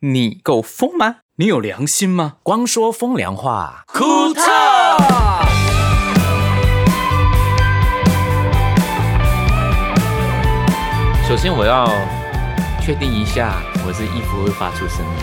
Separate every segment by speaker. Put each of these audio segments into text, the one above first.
Speaker 1: 你够疯吗？你有良心吗？
Speaker 2: 光说风凉话，
Speaker 1: 库特。
Speaker 3: 首先我要确定一下，我这衣服会发出声音。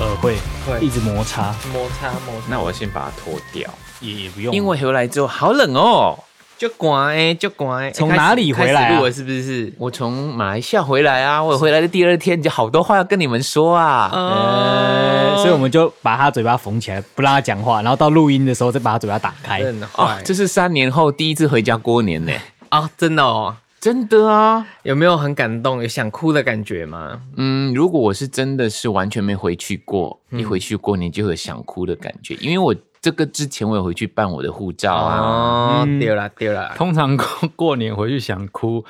Speaker 4: 呃，会一直摩擦，
Speaker 3: 摩擦摩擦，那我先把它脱掉，
Speaker 4: 也也不用。
Speaker 3: 因为回来之后好冷哦，就乖哎，就乖。
Speaker 4: 从哪里回来啊
Speaker 3: 开始录了是不是？我从马来西亚回来啊，我回来的第二天就好多话要跟你们说
Speaker 5: 哎
Speaker 3: 啊。
Speaker 4: 呃，所以我们就把他嘴巴缝起来，不让他讲话，然后到录音的时候再把他嘴巴打开。
Speaker 5: 真的
Speaker 3: 哦
Speaker 5: 坏，
Speaker 3: 这是三年后第一次回家过年呢，
Speaker 5: 啊，真的哦，
Speaker 3: 真的啊。
Speaker 5: 有没有很感动，有想哭的感觉吗？
Speaker 3: 嗯，如果我是真的是完全没回去过，一回去过年就有想哭的感觉，因为我这个之前我有回去办我的护照啊，
Speaker 5: 哦，
Speaker 4: 嗯
Speaker 5: 丢啦丢啦，
Speaker 6: 通常过过年回去想哭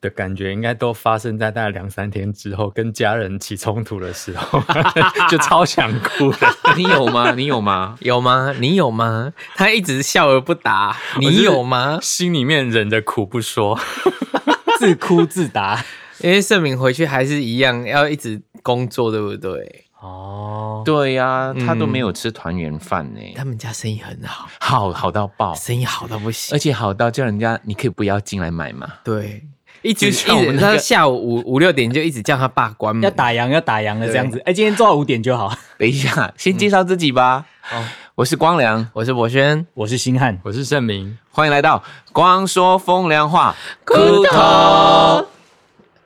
Speaker 6: 的感觉，应该都发生在大概两三天之后，跟家人起冲突的时 候，就超想哭 的。
Speaker 3: 你有吗？你有吗？
Speaker 5: 有吗？你有吗？他一直笑而不答，你有吗？
Speaker 6: 心里面忍着苦不说，
Speaker 4: 自哭自答。
Speaker 5: 因为盛敏回去还是一样要一直工作，对不对？
Speaker 4: 哦，
Speaker 3: 对呀、他都
Speaker 5: 嗯
Speaker 3: 没有吃团圆饭呢、
Speaker 5: 他们家生意很好，
Speaker 3: 好好到爆，
Speaker 5: 生意好到不行
Speaker 3: 而。且好到叫人家你可以不要进来买嘛。
Speaker 5: 对，一直
Speaker 3: 就
Speaker 5: 一
Speaker 3: 像我
Speaker 5: 直
Speaker 3: 们那
Speaker 5: 到
Speaker 3: 个
Speaker 5: 下午五五六点就一直叫他爸关门。
Speaker 4: 要打烊要打烊了这样子。哎，今天做到五点就好。
Speaker 3: 等一下，先介绍自己吧。
Speaker 5: 哦
Speaker 3: 我是光良，
Speaker 5: 我是博轩，
Speaker 4: 我是星汉，
Speaker 6: 我是盛明，
Speaker 3: 欢迎来到光说风凉话。
Speaker 5: 骨头。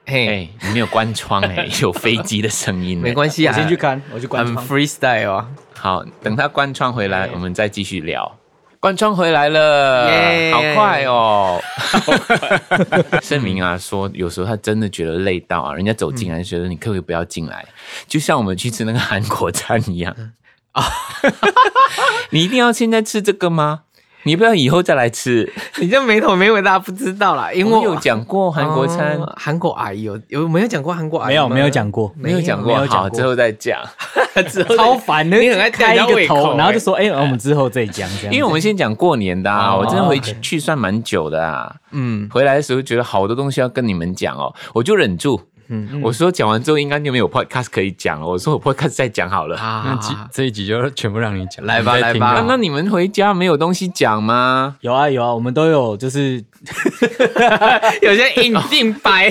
Speaker 3: 哎、
Speaker 5: 嘿，
Speaker 3: 你没有关窗 哎、有飞机的声音、
Speaker 5: 没关
Speaker 3: 系。
Speaker 5: 系
Speaker 4: 我
Speaker 5: 啊，
Speaker 4: 先去看，我去关
Speaker 5: 很
Speaker 4: 窗。
Speaker 5: freestyle 啊。
Speaker 3: 好，等他关窗回来，我们再继续聊。关窗回来了
Speaker 5: 耶
Speaker 3: 好快 哦！盛明啊说，有时候他真的觉得累到啊，人家走进来就觉得你可不可以不要进来？就像我们去吃那个韩国餐一样啊，你一定要现在吃这个吗？你要不要以后再来吃？
Speaker 5: 你这没头没尾，大家不知道啦，因为
Speaker 3: 我有讲过韩国餐，
Speaker 4: 啊
Speaker 5: 哦韩国阿姨有有没有讲过韩国阿
Speaker 4: 没
Speaker 5: 姨？
Speaker 4: 有没有，讲过，
Speaker 3: 没有讲过，
Speaker 4: 没有讲
Speaker 3: 好，
Speaker 4: 过
Speaker 3: 之后再讲。
Speaker 5: 之后
Speaker 4: 超烦的。
Speaker 5: 你很爱吊
Speaker 4: 开
Speaker 5: 人
Speaker 4: 一
Speaker 5: 家
Speaker 4: 个
Speaker 5: 胃口
Speaker 4: 头，
Speaker 5: 欸
Speaker 4: 然后就说：“哎，我们之后再讲。”这样子，
Speaker 3: 因为我们先讲过年的啊，
Speaker 4: 哦
Speaker 3: 我真的回去
Speaker 4: OK
Speaker 3: 去算蛮久的啊。
Speaker 5: 嗯，
Speaker 3: 回来的时候觉得好多东西要跟你们讲哦，我就忍住。嗯，我说讲完之后应该就没有 podcast 可以讲了。我说我 podcast 再讲好了。
Speaker 6: 那
Speaker 5: 啊，
Speaker 6: 集这一集就全部让你讲，
Speaker 5: 来吧
Speaker 6: 你再听就好
Speaker 5: 来
Speaker 3: 那
Speaker 5: 吧
Speaker 3: 那你们回家没有东西讲吗？
Speaker 4: 有啊有啊，我们都有，就是
Speaker 5: 啊有些硬硬掰，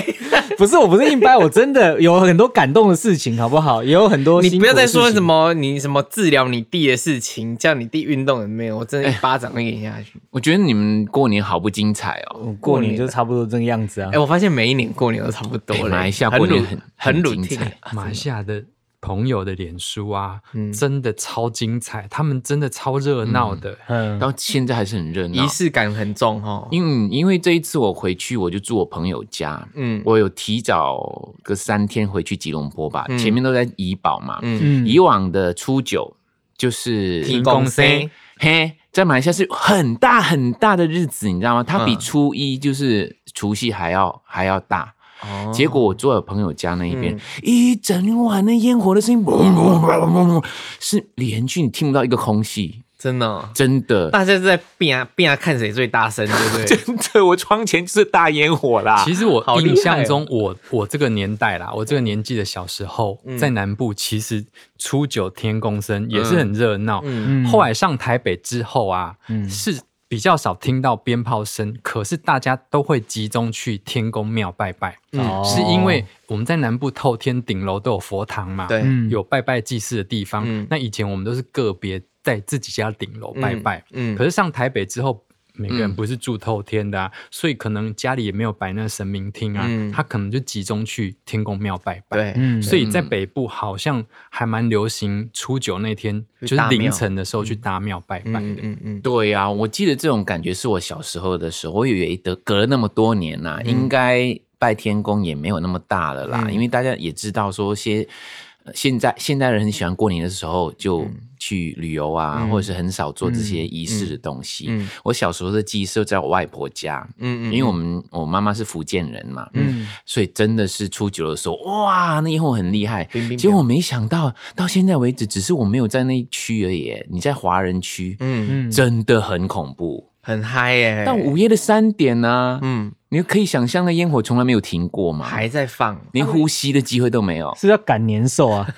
Speaker 4: 不是我不是硬掰，我真的有很多感动的事情，好不好？也有很 多
Speaker 5: 你
Speaker 4: 辛
Speaker 5: 不
Speaker 4: 苦
Speaker 5: 要
Speaker 4: 的
Speaker 5: 再
Speaker 4: 事情
Speaker 5: 说什么你什么治疗你弟的事情，叫你弟运动也没有，我真的一巴掌会给你下去。
Speaker 3: 我觉得你们过年好不精彩哦。
Speaker 4: 嗯过年就差不多这个样子啊
Speaker 5: 哎、。我发现每一年过年都差不多
Speaker 3: 哎
Speaker 5: 了，
Speaker 3: 马来西亚过年很
Speaker 5: 很
Speaker 3: 很
Speaker 5: 鲁
Speaker 3: 精彩
Speaker 5: 挺，
Speaker 6: 马来西亚的朋友的脸书啊，真的超精彩，他们真的超热闹的。
Speaker 4: 嗯，
Speaker 3: 到现在还是很热闹
Speaker 5: 仪。式感很重哦。
Speaker 3: 因为因为这一次我回去，我就住我朋友家，
Speaker 5: 嗯
Speaker 3: 我有提早个三天回去吉隆坡吧，前面都在怡保嘛，
Speaker 5: 嗯，
Speaker 3: 以往的初九就是
Speaker 5: 提供生
Speaker 3: 嘿，在马来西亚是很大很大的日子，你知道吗？它比初一就是除夕还要还要大。
Speaker 5: 哦
Speaker 3: 结果我坐我朋友家那一边，一整晚那烟火的声音，嗡嗡嗡嗡嗡嗡是连续你听不到一个空隙，
Speaker 5: 真的哦、
Speaker 3: 真的。
Speaker 5: 大家是在变啊变啊，看谁最大声，对不对？
Speaker 3: 真的，我窗前就是大烟火啦。
Speaker 6: 其实我
Speaker 5: 啊好厉害
Speaker 6: 印象
Speaker 5: 哦
Speaker 6: 中我，我这个年代啦，我这个年纪的小时候，
Speaker 5: 嗯
Speaker 6: 在南部其实初九天公生也是很热闹。
Speaker 5: 嗯
Speaker 6: 后来上台北之后啊，
Speaker 4: 嗯
Speaker 6: 是比较少听到鞭炮声，可是大家都会集中去天公庙拜拜，
Speaker 5: 嗯
Speaker 4: 哦
Speaker 6: 是因为我们在南部透天顶楼都有佛堂嘛，
Speaker 5: 对，
Speaker 4: 嗯
Speaker 6: 有拜拜祭祀的地方。
Speaker 5: 嗯
Speaker 6: 那以前我们都是个别在自己家顶楼拜拜，
Speaker 5: 嗯嗯
Speaker 6: 可是上台北之后。每个人不是住透天的啊，所以可能家里也没有摆那神明厅啊，
Speaker 5: 嗯
Speaker 6: 他可能就集中去天公庙拜拜。
Speaker 5: 对，
Speaker 4: 嗯，
Speaker 6: 所以在北部好像还蛮流行初九那天，
Speaker 5: 去
Speaker 6: 就是
Speaker 5: 大庙
Speaker 6: 凌晨的时候去大庙拜拜
Speaker 5: 嗯
Speaker 6: 的。
Speaker 5: 嗯嗯，
Speaker 3: 对呀、我记得这种感觉是我小时候的时候，我以为得隔了那么多年呐、
Speaker 5: 嗯
Speaker 3: 应该拜天公也没有那么大了啦，因为大家也知道说些。呃现在现代人很喜欢过年的时候就
Speaker 5: 嗯
Speaker 3: 去旅游啊，或者是很少做这些仪式的东西。
Speaker 5: 嗯嗯
Speaker 3: 我小时候的记忆是在我外婆家，
Speaker 5: 嗯嗯，
Speaker 3: 因为我们我妈妈是福建人嘛，
Speaker 4: 嗯
Speaker 3: 所以真的是初九的时候，哇，那烟火很厉害。
Speaker 5: 冰冰
Speaker 3: 结果我没想到，到现在为止，只是我没有在那一区而已。你在华人区，
Speaker 5: 嗯
Speaker 4: 嗯
Speaker 3: 真的很恐怖。
Speaker 5: 很嗨耶、
Speaker 3: 到午夜的三点呢、啊
Speaker 5: 嗯
Speaker 3: 你可以想象那烟火从来没有停过嘛，
Speaker 5: 还在放，
Speaker 3: 连呼吸的机会都没有。
Speaker 4: 是要赶年兽 啊！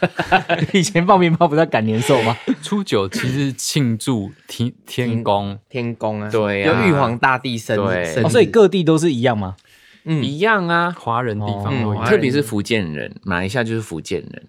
Speaker 4: 以前放鞭炮不是要赶年兽吗？
Speaker 6: 初九其实庆祝天天公，
Speaker 5: 天宫啊，
Speaker 3: 对啊
Speaker 5: 有玉皇大帝生
Speaker 3: 对
Speaker 5: 生日
Speaker 4: 哦，所以各地都是一样吗？
Speaker 5: 嗯
Speaker 3: 一样啊，
Speaker 6: 华人地方都
Speaker 5: 嗯
Speaker 6: 有。
Speaker 3: 特别是福建人，马来西亚就是福建人。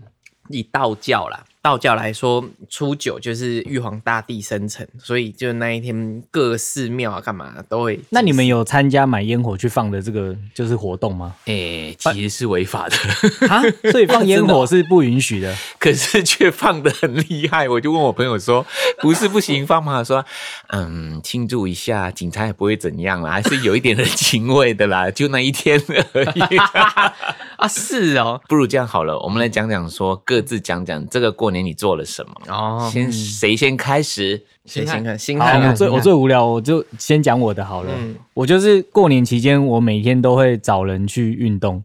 Speaker 5: 以道教啦，道教来说，初九就是玉皇大帝生辰，所以就那一天各寺庙啊干嘛都会。
Speaker 4: 那你们有参加买烟火去放的这个就是活动吗？
Speaker 5: 哎
Speaker 3: 诶、哎其实是违法的，
Speaker 4: 啊，所以 放烟
Speaker 5: 哦
Speaker 4: 火是不允许的。
Speaker 3: 可是却放的很厉害。我就问我朋友说：“不是不行放吗？”他说：“嗯，庆祝一下，警察也不会怎样啦，还是有一点人情味的啦， 就那一天而已。
Speaker 5: 啊是哦”
Speaker 3: 不如这样好了，我们来讲讲说，各自讲讲这个过年你做了什么。
Speaker 4: 嗯
Speaker 5: 哦，
Speaker 3: 先谁先开始？
Speaker 5: 先看看心
Speaker 4: 好，
Speaker 5: 态
Speaker 4: 我
Speaker 5: 啊，
Speaker 4: 最我最无聊，我就先讲我的好了。
Speaker 5: 嗯
Speaker 4: 我就是过年期间，我每天都会找人去运动，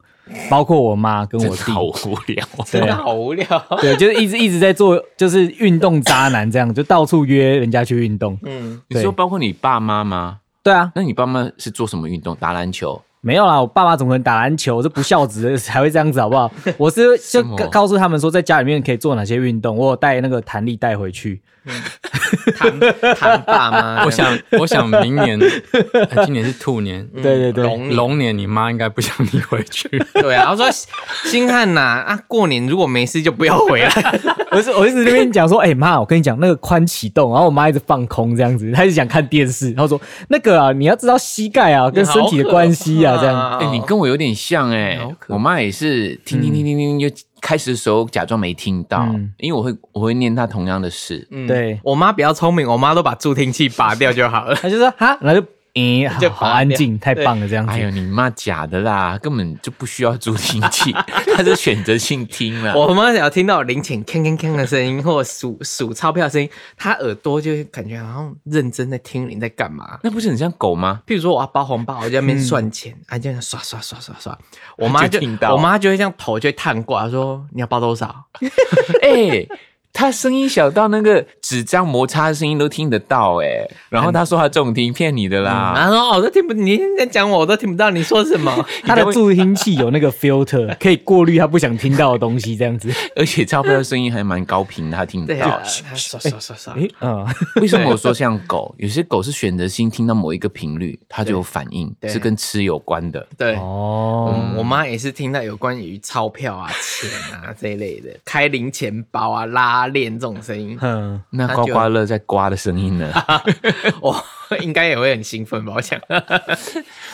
Speaker 4: 包括我妈跟我
Speaker 3: 真的
Speaker 4: 弟。
Speaker 3: 好无聊。
Speaker 4: 对
Speaker 5: 真的
Speaker 4: 啊
Speaker 5: 好无聊。
Speaker 4: 对，就是一直一直在做，就是运动渣男这样，就到处约人家去运动。
Speaker 5: 嗯，
Speaker 3: 你说
Speaker 4: 对
Speaker 3: 包括你爸妈吗？
Speaker 4: 对啊，
Speaker 3: 那你爸妈是做什么运动？打篮球？
Speaker 4: 没有啦，我爸妈怎么可能打篮球？这不孝子 的才会这样子，好不好？我是就
Speaker 3: 么
Speaker 4: 告告诉他们说，在家里面可以做哪些运动。我有带那个弹力带回去，
Speaker 5: 谈嗯谈爸 妈，
Speaker 6: 我想，我想明年，哎今年是兔年，
Speaker 5: 嗯
Speaker 4: 对对对
Speaker 5: 龙年
Speaker 6: 龙年你妈应该不想你回去。
Speaker 5: 对啊，他说星汉呐啊，过年如果没事就不要回来。
Speaker 4: 我是我一直在那边讲说，哎、妈，我跟你讲那个髋启动，然后我妈一直放空这样子，她一直想看电视，然后说那个啊，你要知道膝盖啊 跟身体的关系啊，这样。
Speaker 3: 哎、你跟我有点像哎、
Speaker 5: 哦好可
Speaker 3: 我妈也是听听听听听，就开始的时候假装没听到，
Speaker 4: 嗯
Speaker 3: 因为我会我会念她同样的事。
Speaker 5: 嗯
Speaker 4: 对
Speaker 5: 我妈比较聪明，我妈都把助听器拔掉就好了。
Speaker 4: 她就说哈，然后就诶、好
Speaker 5: 就
Speaker 4: 好安静，太棒了这样子。
Speaker 3: 哎呦，你妈假的啦，根本就不需要助听 器，她是选择性听了。
Speaker 5: 我妈只要听到零钱铿铿铿的声音，或数数钞票的声音，她耳朵就会感觉好像认真在听你在干嘛。
Speaker 3: 那不是很像狗吗？
Speaker 5: 譬如说我要包红包，我就在那边算钱，啊，这样刷刷刷刷刷，我妈就
Speaker 3: 就听到
Speaker 5: 我妈就会这样头就会探过来说：“你要包多少
Speaker 3: 哎、她声音小到那个纸张摩擦的声音都听得到哎、然后她说她重听，骗你的？”啦。
Speaker 5: 然后说：“哦，我都听不，你在讲我，我都听不到你说什么。
Speaker 4: 她的助听器有那个 filter，可以过滤她不想听到的东西，这样子。
Speaker 3: 而且钞票的声音还蛮高频的，她听”得
Speaker 5: 对
Speaker 3: 到。
Speaker 5: 啊， 她刷刷刷刷，
Speaker 4: 诶、嗯，
Speaker 3: 为什么我说像狗？有些狗是选择性听到某一个频率，它就有反应，
Speaker 5: 对
Speaker 3: 是跟吃有关的。
Speaker 5: 对。
Speaker 4: 哦，
Speaker 5: 我妈也是听到有关于钞票啊、钱啊这一类的，开零钱包啊、拉链这种声 音，
Speaker 4: 哼，
Speaker 3: 那刮刮乐在刮的声音呢？
Speaker 5: 我应该也会很兴奋吧？我想，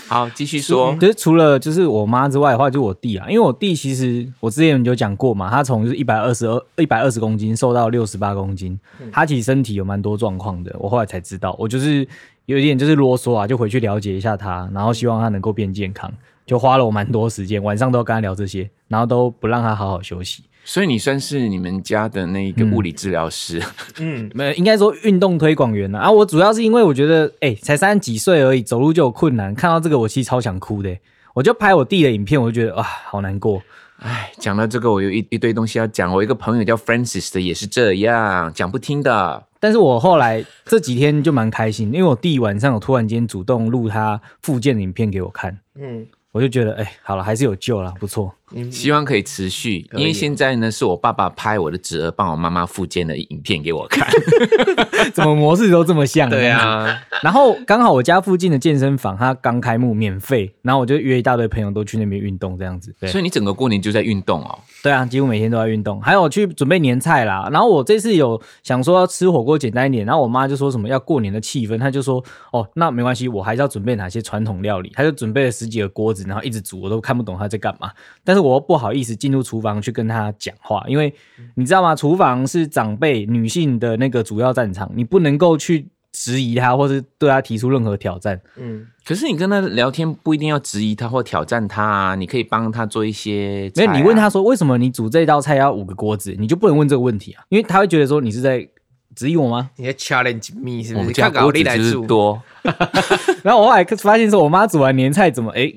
Speaker 3: 好，继续说。
Speaker 4: 嗯就是除了就是我妈之外的话，就我弟啊，因为我弟其实我之前有讲过嘛，他从就是一百二十二一百二十公斤瘦到六十八公斤，他其实身体有蛮多状况的。我后来才知道，我就是有一点就是啰嗦啊，就回去了解一下他，然后希望他能够变健康，就花了我蛮多时间，晚上都跟他聊这些，然后都不让他好好休息。
Speaker 3: 所以你算是你们家的那一个物理治疗师，
Speaker 5: 嗯，
Speaker 4: 没有，应该说运动推广员啊。啊，我主要是因为我觉得，哎、才三十几岁而已，走路就有困难，看到这个我其实超想哭的、欸我就拍我弟的影片，我就觉得哇，啊好难过。
Speaker 3: 哎、讲到这个，我有一一堆东西要讲。我一个朋友叫 Francis 的也是这样，讲不听的。
Speaker 4: 但是我后来这几天就蛮开心，因为我弟晚上有突然间主动录他复健的影片给我看，
Speaker 5: 嗯，
Speaker 4: 我就觉得哎、好了，还是有救了，不错。
Speaker 3: 希望可以持续，因为现在呢是我爸爸拍我的侄儿帮我妈妈复健的影片给我看。
Speaker 4: 怎么模式都这么像？
Speaker 5: 对。啊，
Speaker 4: 然后刚好我家附近的健身房它刚开幕，免费，然后我就约一大堆朋友都去那边运动，这样子。对
Speaker 3: 所以你整个过年就在运动哦。
Speaker 4: 对啊，几乎每天都在运动，还有去准备年菜啦。然后我这次有想说要吃火锅简单一点，然后我妈就说什么要过年的气氛，她就说哦，那没关系，我还是要准备哪些传统料理，她就准备了十几个锅子，然后一直煮，我都看不懂她在干嘛。但是我又不好意思进入厨房去跟她讲话，因为你知道吗？厨房是长辈女性的那个主要战场，你不能够去质疑她，或是对她提出任何挑战。
Speaker 5: 嗯，
Speaker 3: 可是你跟他聊天不一定要质疑他或挑战他啊，你可以帮他做一些、啊
Speaker 4: 没有，你问他，说为什么你煮这道菜要五个锅子，你就不能问这个问题啊，因为他会觉得说你是在质疑我吗？
Speaker 5: 你的 challenge me 是
Speaker 3: 我
Speaker 5: 不
Speaker 3: 们
Speaker 5: 是？
Speaker 3: 家
Speaker 5: 看搞
Speaker 3: 锅
Speaker 5: 力
Speaker 3: 子
Speaker 5: 来
Speaker 3: 就是
Speaker 5: 住，
Speaker 3: 多，
Speaker 4: 然后我后来发现说，我妈煮完年菜怎么哎，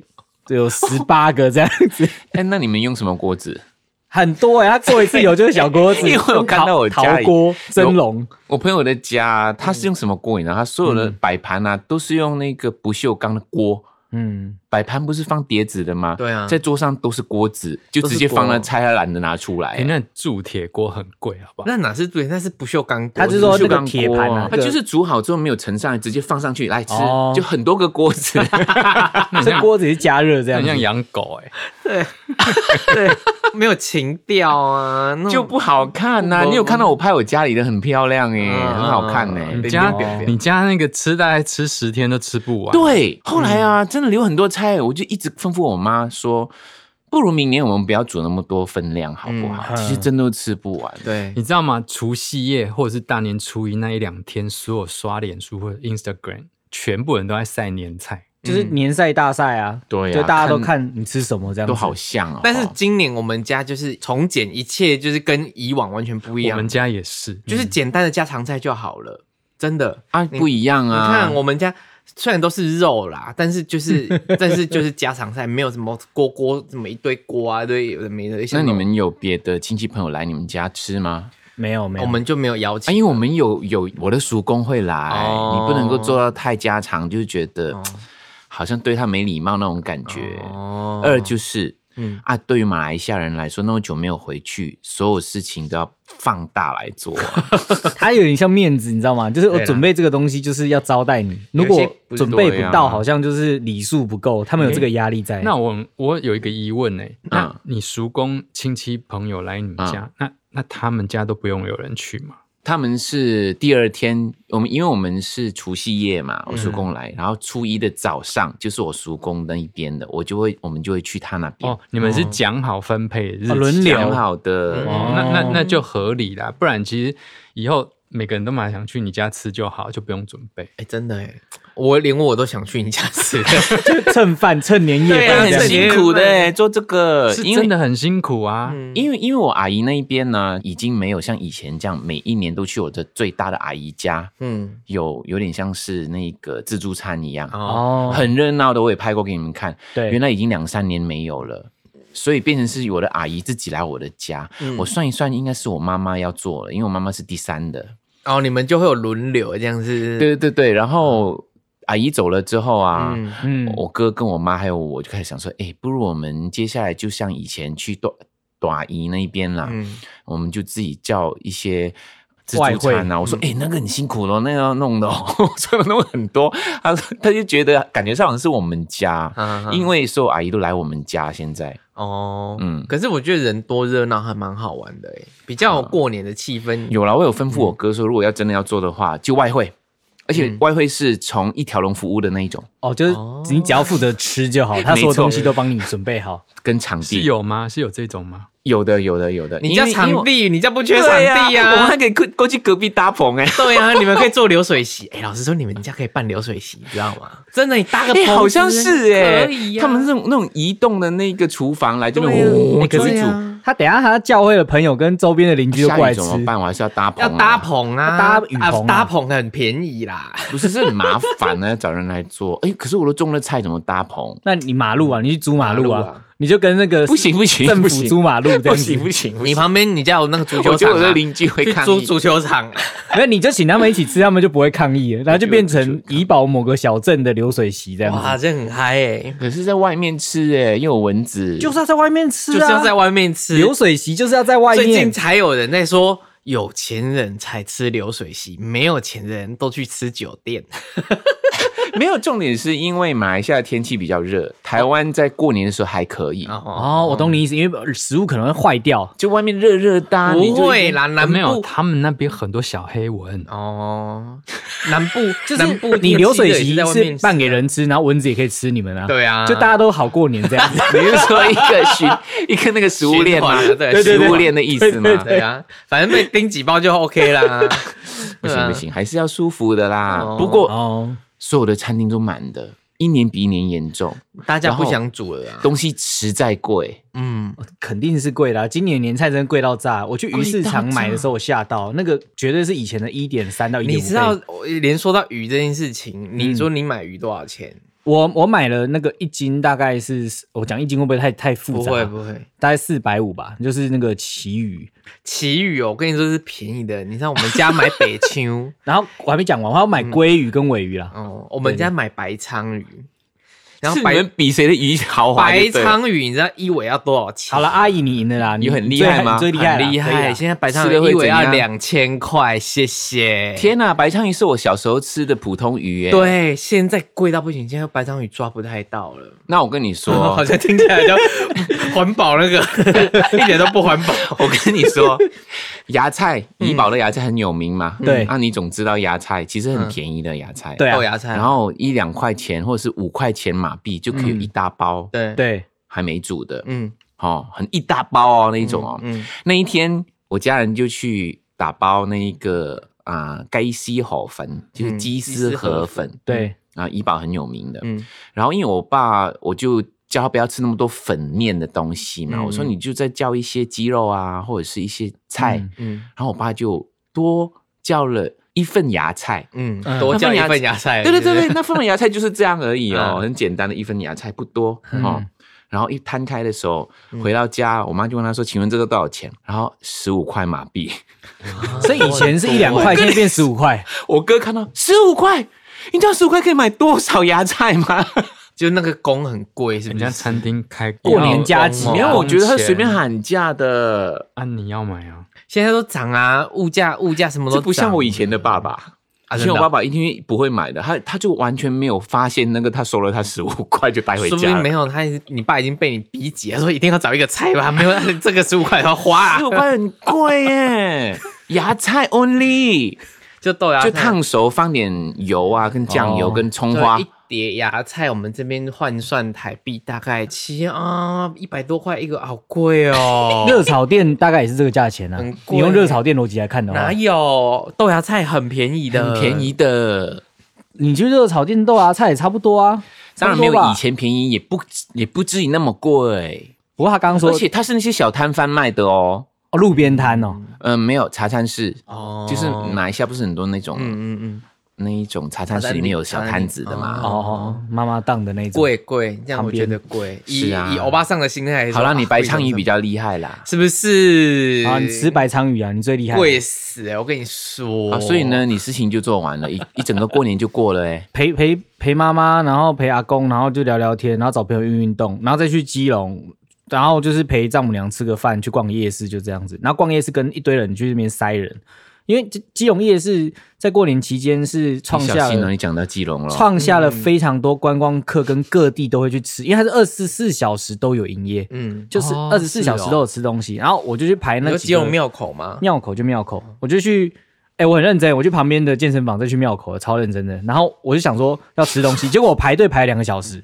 Speaker 4: 只有十八个这样子，
Speaker 3: 哎，那你们用什么锅子？
Speaker 4: 很多哎、她做一次有就是小锅子，
Speaker 3: 因为我有看到我
Speaker 4: 陶
Speaker 3: 家
Speaker 4: 陶
Speaker 3: 里
Speaker 4: 锅蒸笼，
Speaker 3: 我朋友的嗯家，他是用什么锅？你知道，他所有的摆盘啊，都是用那个不锈钢的锅，
Speaker 4: 嗯，
Speaker 3: 摆盘不是放碟子的吗？
Speaker 5: 对啊
Speaker 3: 在桌上都是锅子，就直接放了，拆了懒得拿出来
Speaker 6: 哎、。那铸铁锅很贵，好不好？
Speaker 5: 那哪是对，那是不锈钢锅。
Speaker 4: 他就说那
Speaker 5: 不锈
Speaker 4: 个
Speaker 5: 钢
Speaker 4: 铁盘啊，
Speaker 3: 它就是煮好之后没有盛上来，直接放上去来吃
Speaker 4: 哦，
Speaker 3: 就很多个锅 子。
Speaker 4: 那这锅子是加热这
Speaker 6: 那
Speaker 4: 样
Speaker 6: 很
Speaker 4: 子，
Speaker 6: 像养狗哎、
Speaker 5: 对， 没有情调啊，那种
Speaker 3: 就不好看呐、
Speaker 5: 不
Speaker 3: 你有看到我拍我家里的很漂亮哎、
Speaker 5: 嗯
Speaker 3: 很好看哎、
Speaker 6: 你
Speaker 5: 嗯
Speaker 6: 家
Speaker 5: 冰冰冰冰
Speaker 6: 你家那个吃大概吃十天都吃不完。，
Speaker 3: 对，后来
Speaker 5: 嗯
Speaker 3: 啊，真的留很多菜，我就一直吩咐我妈说，不如明年我们不要煮那么多分量，好不好？
Speaker 4: 嗯
Speaker 3: 其实真的吃不完。
Speaker 5: 对，
Speaker 6: 你知道吗？除夕夜或者是大年初一那一两天，所有刷脸书或者 Instagram，全部人都在晒年菜。
Speaker 4: 就是年赛大赛啊，
Speaker 3: 对啊
Speaker 4: 就大家都看你吃什么这样子，
Speaker 3: 都好像哦。
Speaker 5: 但是今年我们家就是重简一切，就是跟以往完全不一
Speaker 6: 我
Speaker 5: 样
Speaker 6: 们，家也是，
Speaker 5: 就是简单的家常菜就好了，真的。
Speaker 3: 嗯啊，不一样
Speaker 5: 你
Speaker 3: 啊！
Speaker 5: 看我们家虽然都是肉啦， 但是就是 但是就是家常菜，没有什么锅锅什么一堆锅啊，对，有的没的。
Speaker 3: 那
Speaker 5: 像
Speaker 3: 你们有别的亲戚朋友来你们家吃吗？
Speaker 4: 没有没有，
Speaker 5: 我们就没有邀
Speaker 3: 啊，
Speaker 5: 请，
Speaker 3: 因为我们有有我的叔公会来，
Speaker 5: 哦
Speaker 3: 你不能够做到太家常，就是觉得、好像对他没礼貌那种感觉。
Speaker 5: 哦
Speaker 3: 二就是，
Speaker 5: 嗯
Speaker 3: 啊，对于马来西亚人来说，那么久没有回去，所有事情都要放大来做啊、
Speaker 4: 他有点像面子，你知道吗？就是我
Speaker 6: 对啦
Speaker 4: 准备这个东西就是要招待你，如
Speaker 5: 有一
Speaker 4: 果
Speaker 5: 些不是
Speaker 4: 准备
Speaker 3: 对啊
Speaker 4: 不到，好像就是礼数不够，他们有这个压力在。
Speaker 6: 那我我有一个疑问呢、那你叔公亲戚朋友来你们家，那那他们家都不用有人去吗？
Speaker 3: 他们是第二天，我们因为我们是除夕夜嘛，我叔公来，然后初一的早上就是我叔公那一边的，我就会我们就会去他那边，
Speaker 6: 哦，你们是讲好分配日
Speaker 3: 啊
Speaker 6: 期
Speaker 4: 哦轮流
Speaker 3: 讲好的。
Speaker 6: 哦，那那那就合理啦，不然其实以后每个人都蛮想去你家吃就好，就不用准备。
Speaker 5: 哎、真的哎、我连我都想去你家吃，
Speaker 4: 就蹭饭蹭年夜
Speaker 5: 对啊
Speaker 4: 饭
Speaker 3: 但
Speaker 4: 这
Speaker 3: 很
Speaker 4: 样子，
Speaker 3: 辛苦的、做这个，
Speaker 6: 是
Speaker 3: 呃因为
Speaker 6: 真的很辛苦啊。
Speaker 3: 因为因为我阿姨那一边呢，已经没有像以前这样每一年都去我的最大的阿姨家，
Speaker 5: 嗯，
Speaker 3: 有有点像是那个自助餐一样，
Speaker 4: 哦，
Speaker 5: 哦，
Speaker 3: 很热闹的。我也拍过给你们看，
Speaker 4: 对
Speaker 3: 原来已经两三年没有了。所以变成是我的阿姨自己来我的家，我算一算，应该是我妈妈要做了，因为我妈妈是第三的。
Speaker 5: 然后哦你们就会有轮流这样子，
Speaker 3: 对对对，然后阿姨走了之后啊，
Speaker 5: 嗯
Speaker 4: 嗯
Speaker 3: 我哥跟我妈还有我就开始想说，哎、不如我们接下来就像以前去短短姨那一边啦，
Speaker 5: 嗯
Speaker 3: 我们就自己叫一些自
Speaker 4: 外
Speaker 3: 助
Speaker 4: 汇
Speaker 3: 餐啊。我说，哎、那个很辛苦咯，那个要弄的、哦， 所以我弄很多。他说，他就觉得感觉上好像是我们家，
Speaker 5: 啊
Speaker 3: 因为所有阿姨都来我们家现在。
Speaker 5: 哦，
Speaker 3: 嗯
Speaker 5: 可是我觉得人多热闹还蛮好玩的哎，比较有过年的气氛。
Speaker 3: 有啦，我有吩
Speaker 5: 嗯
Speaker 3: 咐我哥说，如果要真的要做的话，就外汇。而且外汇是从一条龙服务的那一种，
Speaker 4: 哦，就是你只要负责吃就好，他所有
Speaker 3: 没错
Speaker 4: 东西都帮你准备好。
Speaker 3: 跟场
Speaker 6: 是
Speaker 3: 地
Speaker 6: 有吗？是有这种吗？
Speaker 3: 有的有的有的，
Speaker 5: 你
Speaker 3: 因
Speaker 5: 家
Speaker 3: 为因为
Speaker 5: 场
Speaker 3: 我
Speaker 5: 地，你家不缺场地啊
Speaker 3: 对啊我们
Speaker 5: 呀、
Speaker 3: 还可以过过去隔壁搭棚哎、
Speaker 5: 对呀、你们可以做流水席。哎、老实说，你们家可以办流水席，你知道吗？真的，你搭个棚
Speaker 3: 哎、
Speaker 5: 子、
Speaker 3: 好像是哎、
Speaker 5: 可以呀、啊
Speaker 3: 他们是那种那种移动的那个厨房来这边，哦
Speaker 4: 哎
Speaker 3: 我
Speaker 4: 可
Speaker 3: 煮一
Speaker 4: 是
Speaker 3: 煮，
Speaker 5: 啊
Speaker 4: 他等一下他教会的朋友跟周边的邻居都过
Speaker 3: 下
Speaker 4: 来
Speaker 3: 雨
Speaker 4: 吃
Speaker 3: 怎，么办？我还是要搭棚、
Speaker 5: 要
Speaker 3: 啊，
Speaker 5: 搭，棚啊，
Speaker 4: 搭雨棚啊
Speaker 5: 搭棚很便宜啦。
Speaker 3: 不是是很麻烦呢、找人来做。哎、可是我都种了菜，怎么搭棚？
Speaker 4: 那你马路啊，你去租马路
Speaker 5: 马路
Speaker 4: 啊
Speaker 5: 啊，
Speaker 4: 你就跟那个
Speaker 3: 不行不行
Speaker 4: 政
Speaker 3: 不
Speaker 4: 府
Speaker 3: 行
Speaker 4: 租马路这样子，
Speaker 3: 行，
Speaker 5: 你旁边你家有那个足球
Speaker 3: 我觉
Speaker 5: 场、
Speaker 3: 得
Speaker 5: 啊，
Speaker 3: 我的邻居会
Speaker 5: 去
Speaker 3: 看
Speaker 5: 租足球场，啊
Speaker 4: 那你就请他们一起吃，他们就不会抗议了，然后就变成怡保某个小镇的流水席这样
Speaker 5: 哇，
Speaker 4: 子。
Speaker 5: 这很嗨哎、
Speaker 3: 可是在外面吃哎、又有蚊子，
Speaker 4: 就是要在外面吃
Speaker 5: 就是
Speaker 4: 啊，
Speaker 5: 要在外面吃。
Speaker 4: 流水席就是要在外
Speaker 5: 最近
Speaker 4: 面。
Speaker 5: 才有人在说，有钱人才吃流水席，没有钱人都去吃酒店。
Speaker 3: 没有重点是因为马来西亚天气比较热，台湾在过年的时候还可以，
Speaker 5: 哦，
Speaker 4: 哦，我懂你意思，因为食物可能会坏掉。
Speaker 3: 就外面热热哒，你
Speaker 5: 不
Speaker 3: 就
Speaker 5: 会啦，南
Speaker 6: 哦没有，
Speaker 5: 部
Speaker 6: 他们那边很多小黑蚊。
Speaker 5: 哦，南部就
Speaker 4: 就是
Speaker 5: 南部
Speaker 4: 你流水席是
Speaker 5: 是
Speaker 4: 办给人吃，然后蚊子也可以吃你们啊。
Speaker 5: 啊对啊
Speaker 4: 就大家都好过年这样子。
Speaker 3: 你是说一 个循一个那个食物链吗？
Speaker 5: 循环啊对对对
Speaker 3: 食物链的意思吗？哎
Speaker 5: 对啊，反正被叮几包就 OK 啦。
Speaker 3: 不行不行，还是要舒服的啦。
Speaker 5: 啊哦
Speaker 3: 不过
Speaker 4: 哦，
Speaker 3: 所有的餐厅都满的，一年比一年严重，
Speaker 5: 大家不想煮了啊。
Speaker 3: 东西实在贵。
Speaker 5: 嗯，
Speaker 4: 肯定是贵啦、今年年菜真的贵到炸。我去鱼市场买的时候，我吓到，那个绝对是以前的一点三到一点嗯
Speaker 5: 你
Speaker 4: 五。
Speaker 5: 知道，我连说到鱼这件事情，你说你买鱼多少钱？
Speaker 4: 我我买了那个一斤，大概是我讲一斤会不会太太复
Speaker 5: 不
Speaker 4: 杂？
Speaker 5: 会不会，
Speaker 4: 大概四百五吧，就是那个旗鱼。
Speaker 5: 旗鱼哦，我跟你说是便宜的。你像我们家买北秋
Speaker 4: 然后我还没讲完，我还要买鲑鱼跟尾鱼啦。
Speaker 5: 哦，我们家买白鲳鱼。然后
Speaker 3: 是你
Speaker 5: 白
Speaker 3: 们比谁的鱼豪华
Speaker 5: 白
Speaker 3: 就对了？
Speaker 5: 鲳鱼，你知道一尾要多少钱？
Speaker 4: 好了，
Speaker 3: 啊
Speaker 4: 阿姨你赢了啦，你
Speaker 3: 你很厉害吗
Speaker 4: 你最厉害啦，
Speaker 3: 很厉害
Speaker 4: 可以啊
Speaker 5: 哎，
Speaker 4: 啦
Speaker 5: 现在白鲳
Speaker 3: 啊吃了
Speaker 5: 鱼
Speaker 3: 会
Speaker 5: 一尾
Speaker 3: 怎
Speaker 5: 要
Speaker 3: 样
Speaker 5: 两千块，谢谢。
Speaker 3: 天呐、白鲳鱼是我小时候吃的普通鱼耶。，哎
Speaker 5: 对，现在贵到不行，现在白鲳鱼抓不太到了。
Speaker 3: 那我跟你 说
Speaker 5: 好，像听起来就环保那个 一点都不环保。
Speaker 3: 我跟你说， 芽菜，怡宝的芽菜很有名嘛。
Speaker 4: 对
Speaker 3: 啊，你总知道芽菜其实很便宜的芽菜。
Speaker 4: 对啊
Speaker 5: 豆芽菜，
Speaker 3: 然后一两块钱或者是五块钱马币就可以有一大包
Speaker 5: 对，
Speaker 4: 对，
Speaker 3: 还没煮的，
Speaker 5: 嗯，
Speaker 3: 哦，很一大包哦那一种哦。
Speaker 5: 嗯，
Speaker 3: 那一天我家人就去打包那一个啊鸡丝河粉，就是
Speaker 5: 嗯
Speaker 3: 鸡丝河粉。
Speaker 4: 对
Speaker 3: 啊，怡宝很有名的。
Speaker 5: 嗯
Speaker 3: 然后因为我爸，我就叫他不要吃那么多粉面的东西嘛。
Speaker 5: 嗯
Speaker 3: 我说你就再叫一些鸡肉啊，或者是一些菜。
Speaker 4: 嗯
Speaker 5: 嗯
Speaker 3: 然后我爸就多叫了一份芽菜。
Speaker 5: 嗯
Speaker 4: 嗯
Speaker 5: 嗯，多叫一份芽菜。
Speaker 3: 对对对
Speaker 5: 是
Speaker 3: 哎对，那份芽菜就是这样而已 哦，
Speaker 5: 嗯
Speaker 3: 很简单的一份芽菜，不多哦
Speaker 4: 嗯。
Speaker 3: 然后一摊开的时候，回到家，我妈就问他说：“请问这个多少钱？”然后十五块马币。
Speaker 4: 所以以前是一两块，现在变十五块，
Speaker 3: 我哥看到十五块，你知道十五块可以买多少芽菜 吗？
Speaker 5: 就那个工很贵，是
Speaker 6: 人
Speaker 5: 不
Speaker 6: 家
Speaker 5: 是？
Speaker 6: 餐厅开
Speaker 4: 过年加急
Speaker 6: 要
Speaker 3: 因为我觉得他随便
Speaker 6: 工钱
Speaker 3: 喊价的，
Speaker 6: 啊，你要买啊，
Speaker 5: 现在都涨啊，物价物价什么都
Speaker 3: 这
Speaker 5: 涨
Speaker 3: 不像我以前的爸爸。
Speaker 5: 啊
Speaker 3: 以
Speaker 5: 真
Speaker 3: 前
Speaker 5: 的
Speaker 3: 我
Speaker 5: 啊
Speaker 3: 爸爸一定不会买的，他他就完全没有发现那个他收了他十五块就带回
Speaker 5: 说不
Speaker 3: 家
Speaker 5: 定没
Speaker 3: 了。
Speaker 5: 有他，你爸已经被你逼急了，说一定要找一个菜 吧，没有这个十五块要花
Speaker 3: 十
Speaker 5: 啊，
Speaker 3: 五块很贵耶， 芽菜 only
Speaker 5: 就豆芽菜
Speaker 3: 就烫熟，放点油啊，跟酱油
Speaker 6: 哦
Speaker 3: 跟葱
Speaker 5: 就
Speaker 3: 花
Speaker 5: 一，碟芽菜，我们这边换算台币大概七啊一百多块一个，好贵 哦。
Speaker 4: 热炒店大概也是这个价钱啊
Speaker 5: 很。
Speaker 4: 你
Speaker 5: 贵
Speaker 4: 用热炒店逻辑来看的话
Speaker 5: 哪，有豆芽菜很便宜的，
Speaker 3: 很便。宜的。
Speaker 4: 你去热炒店豆芽菜也差不多啊，
Speaker 3: 当然没
Speaker 4: 差不多
Speaker 3: 有
Speaker 4: 吧
Speaker 3: 以。前便宜，也不也不至于那么贵。
Speaker 4: 不过他刚刚说
Speaker 3: 而且它是那些小摊贩卖的哦，
Speaker 4: 哦路边摊哦，
Speaker 3: 嗯，没有茶餐室，
Speaker 5: 哦
Speaker 3: 就是马来西亚不是很多那种
Speaker 5: 嗯嗯嗯，
Speaker 3: 那一种茶餐室里面有小摊子的
Speaker 5: 茶
Speaker 3: 嘛。
Speaker 5: 餐
Speaker 4: 哦哦，妈妈档的那种。
Speaker 5: 贵贵，这样我觉得贵。以
Speaker 3: 是啊
Speaker 5: 以欧巴桑的心态来说，
Speaker 3: 好啦，你
Speaker 5: 啊
Speaker 3: 白鲳鱼比
Speaker 5: 贵
Speaker 3: 较厉害啦。
Speaker 5: 是不是？
Speaker 4: 啊，你吃白鲳鱼啊，你最厉害。
Speaker 5: 贵死了，我跟你说。哦
Speaker 3: 啊，所以呢，你事情就做完了，一一整个过年就过了哎。
Speaker 4: 陪陪陪妈妈，然后陪阿公，然后就聊聊天，然后找朋友运运动，然后再去基隆，然后就是陪丈母娘吃个饭，去逛夜市，就这样子。然后逛夜市跟一堆人去那边塞人，因为基基隆夜市在过年期间是创
Speaker 3: 你
Speaker 4: 下
Speaker 3: 小心哦，
Speaker 4: 了
Speaker 3: 你讲到基隆了。
Speaker 4: 创下了非常多观光客跟各地都会去吃，因为它是二十四小时都有营业，
Speaker 5: 嗯，
Speaker 4: 就是
Speaker 3: 哦
Speaker 4: 二十四小时都有吃东西。然后我就去排
Speaker 5: 你
Speaker 4: 那
Speaker 5: 说
Speaker 4: 几
Speaker 5: 基
Speaker 4: 个
Speaker 5: 隆庙口吗？
Speaker 4: 庙口就庙口，我就去，哎、我很认真，我去旁边的健身房再去庙口，超认真的。然后我就想说要吃东西，结果我排队排两个小时，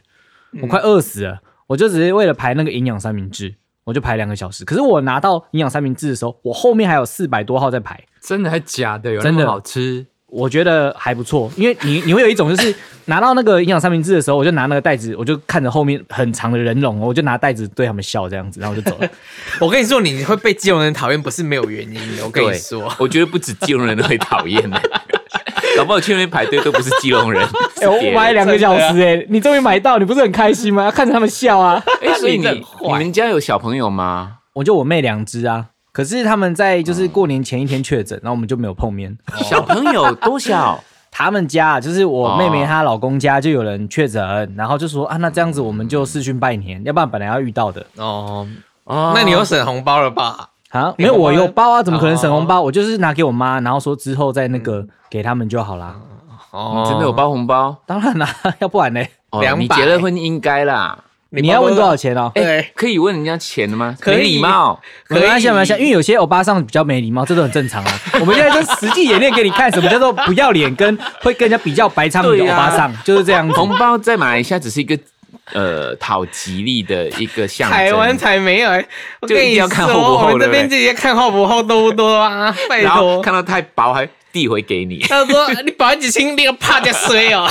Speaker 3: 嗯
Speaker 4: 我快饿死了。我就只是为了排那个营养三明治，我就排两个小时。可是我拿到营养三明治的时候，我后面还有四百多号在排，
Speaker 6: 真的还假的？有那
Speaker 4: 真的
Speaker 6: 么好吃？
Speaker 4: 我觉得还不错，因为你你会有一种就是拿到那个营养三明治的时候，我就拿那个袋子，我就看着后面很长的人龙，我就拿袋子对他们笑这样子，然后我就走了。
Speaker 5: 我跟你说，你会被基隆人讨厌不是没有原因的。我跟你说，
Speaker 3: 我觉得不止基隆人都会讨厌 的，搞不好去那边排队都不是基隆人。
Speaker 4: 哎、
Speaker 3: 是别
Speaker 4: 我
Speaker 3: 人啊
Speaker 4: 买两个小时、哎、你终于买到，你不是很开心吗？看着他们笑啊。
Speaker 3: 哎，所以
Speaker 5: 你
Speaker 3: 你
Speaker 5: 这很
Speaker 3: 你们家有小朋友吗？
Speaker 4: 我就我妹两只啊，可是他们在就是过年前一天确诊，然后我们就没有碰面。
Speaker 5: 哦
Speaker 3: 小朋友多小？
Speaker 4: 他们家啊就是我
Speaker 3: 哦
Speaker 4: 妹妹她老公家就有人确诊，然后就说啊，那这样子我们就视讯拜年，要不然本来要遇到的
Speaker 5: 哦，
Speaker 3: 哦
Speaker 5: 那你有省红包了吧？
Speaker 4: 啊，
Speaker 5: 你
Speaker 4: 没
Speaker 5: 有
Speaker 4: 有
Speaker 5: 包
Speaker 4: 我有
Speaker 5: 吗
Speaker 4: 包啊，怎么可能省红包？我就是拿给我妈，然后说之后再那个给他们就好啦。
Speaker 5: 哦
Speaker 3: 你，真的有包红包？
Speaker 4: 当然啦，要不然呢？
Speaker 3: 哦
Speaker 5: 200
Speaker 3: 你结了婚应该啦。
Speaker 4: 你要问多少？钱
Speaker 3: 哎
Speaker 4: 哦？
Speaker 5: 对，
Speaker 3: 可以问人家钱的吗？
Speaker 5: 可以
Speaker 3: 没礼貌。
Speaker 4: 没关系，
Speaker 5: 可以
Speaker 4: 没关系，因为有些欧巴桑比较没礼貌，这都很正常啊。我们现在就实际演练给你看，什么叫做不要脸，跟会跟人家比较白苍的
Speaker 3: 对
Speaker 4: 欧
Speaker 3: 啊
Speaker 4: 巴桑，就是这样子。
Speaker 3: 红包在马来西亚只是一个呃讨吉利的一个象征。
Speaker 5: 台湾才没 有欸。我
Speaker 3: 就
Speaker 5: 跟
Speaker 3: 一
Speaker 5: 你
Speaker 3: 定要
Speaker 5: 说，
Speaker 3: 看厚不厚
Speaker 5: 我们这
Speaker 3: 对
Speaker 5: 边
Speaker 3: 不
Speaker 5: 直接看厚不厚多不多 啊，拜
Speaker 3: 然后
Speaker 5: 托。。
Speaker 3: 看到太薄还递回给你
Speaker 5: 他说：“你保安几清那个怕就衰 哦。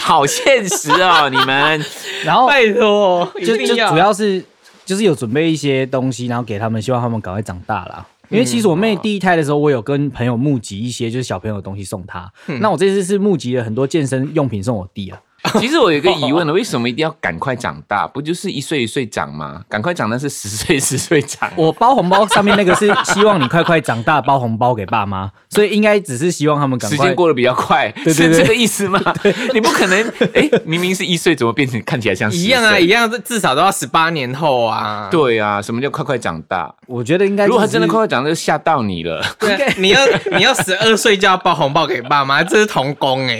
Speaker 3: 好现实哦，你们
Speaker 4: 然”后
Speaker 5: 拜托，
Speaker 4: 就
Speaker 5: 一
Speaker 4: 就
Speaker 5: 定要
Speaker 4: 主要是就是有准备一些东西，然后给他们，希望他们赶快长大啦。因为其实我妹第一胎的时候，我有跟朋友募集一些就是小朋友的东西送她。那我这次是募集了很多健身用品送我弟啊，
Speaker 3: 其实我有一个疑问了，为什么一定要赶快长大？不就是一岁一岁长吗？赶快长大是十岁十岁长。
Speaker 4: 我包红包上面那个是希望你快快长大，包红包给爸妈，所以应该只是希望他们赶
Speaker 3: 时
Speaker 4: 快。
Speaker 3: 间过得比较快，
Speaker 4: 对对
Speaker 3: 是这个意思吗？你不可能，哎、明明是一岁，怎么变成看起来像
Speaker 5: 一样
Speaker 3: 10
Speaker 5: 啊，
Speaker 3: 岁
Speaker 5: 一样，至少都要十八年后啊。
Speaker 3: 对啊，什么叫快快长大？
Speaker 4: 我觉得应该
Speaker 3: 如果他
Speaker 4: 只是
Speaker 3: 真的快快长大，就吓到你了。
Speaker 5: 对啊，你要你要十二岁就要包红包给爸妈，这是童工哎、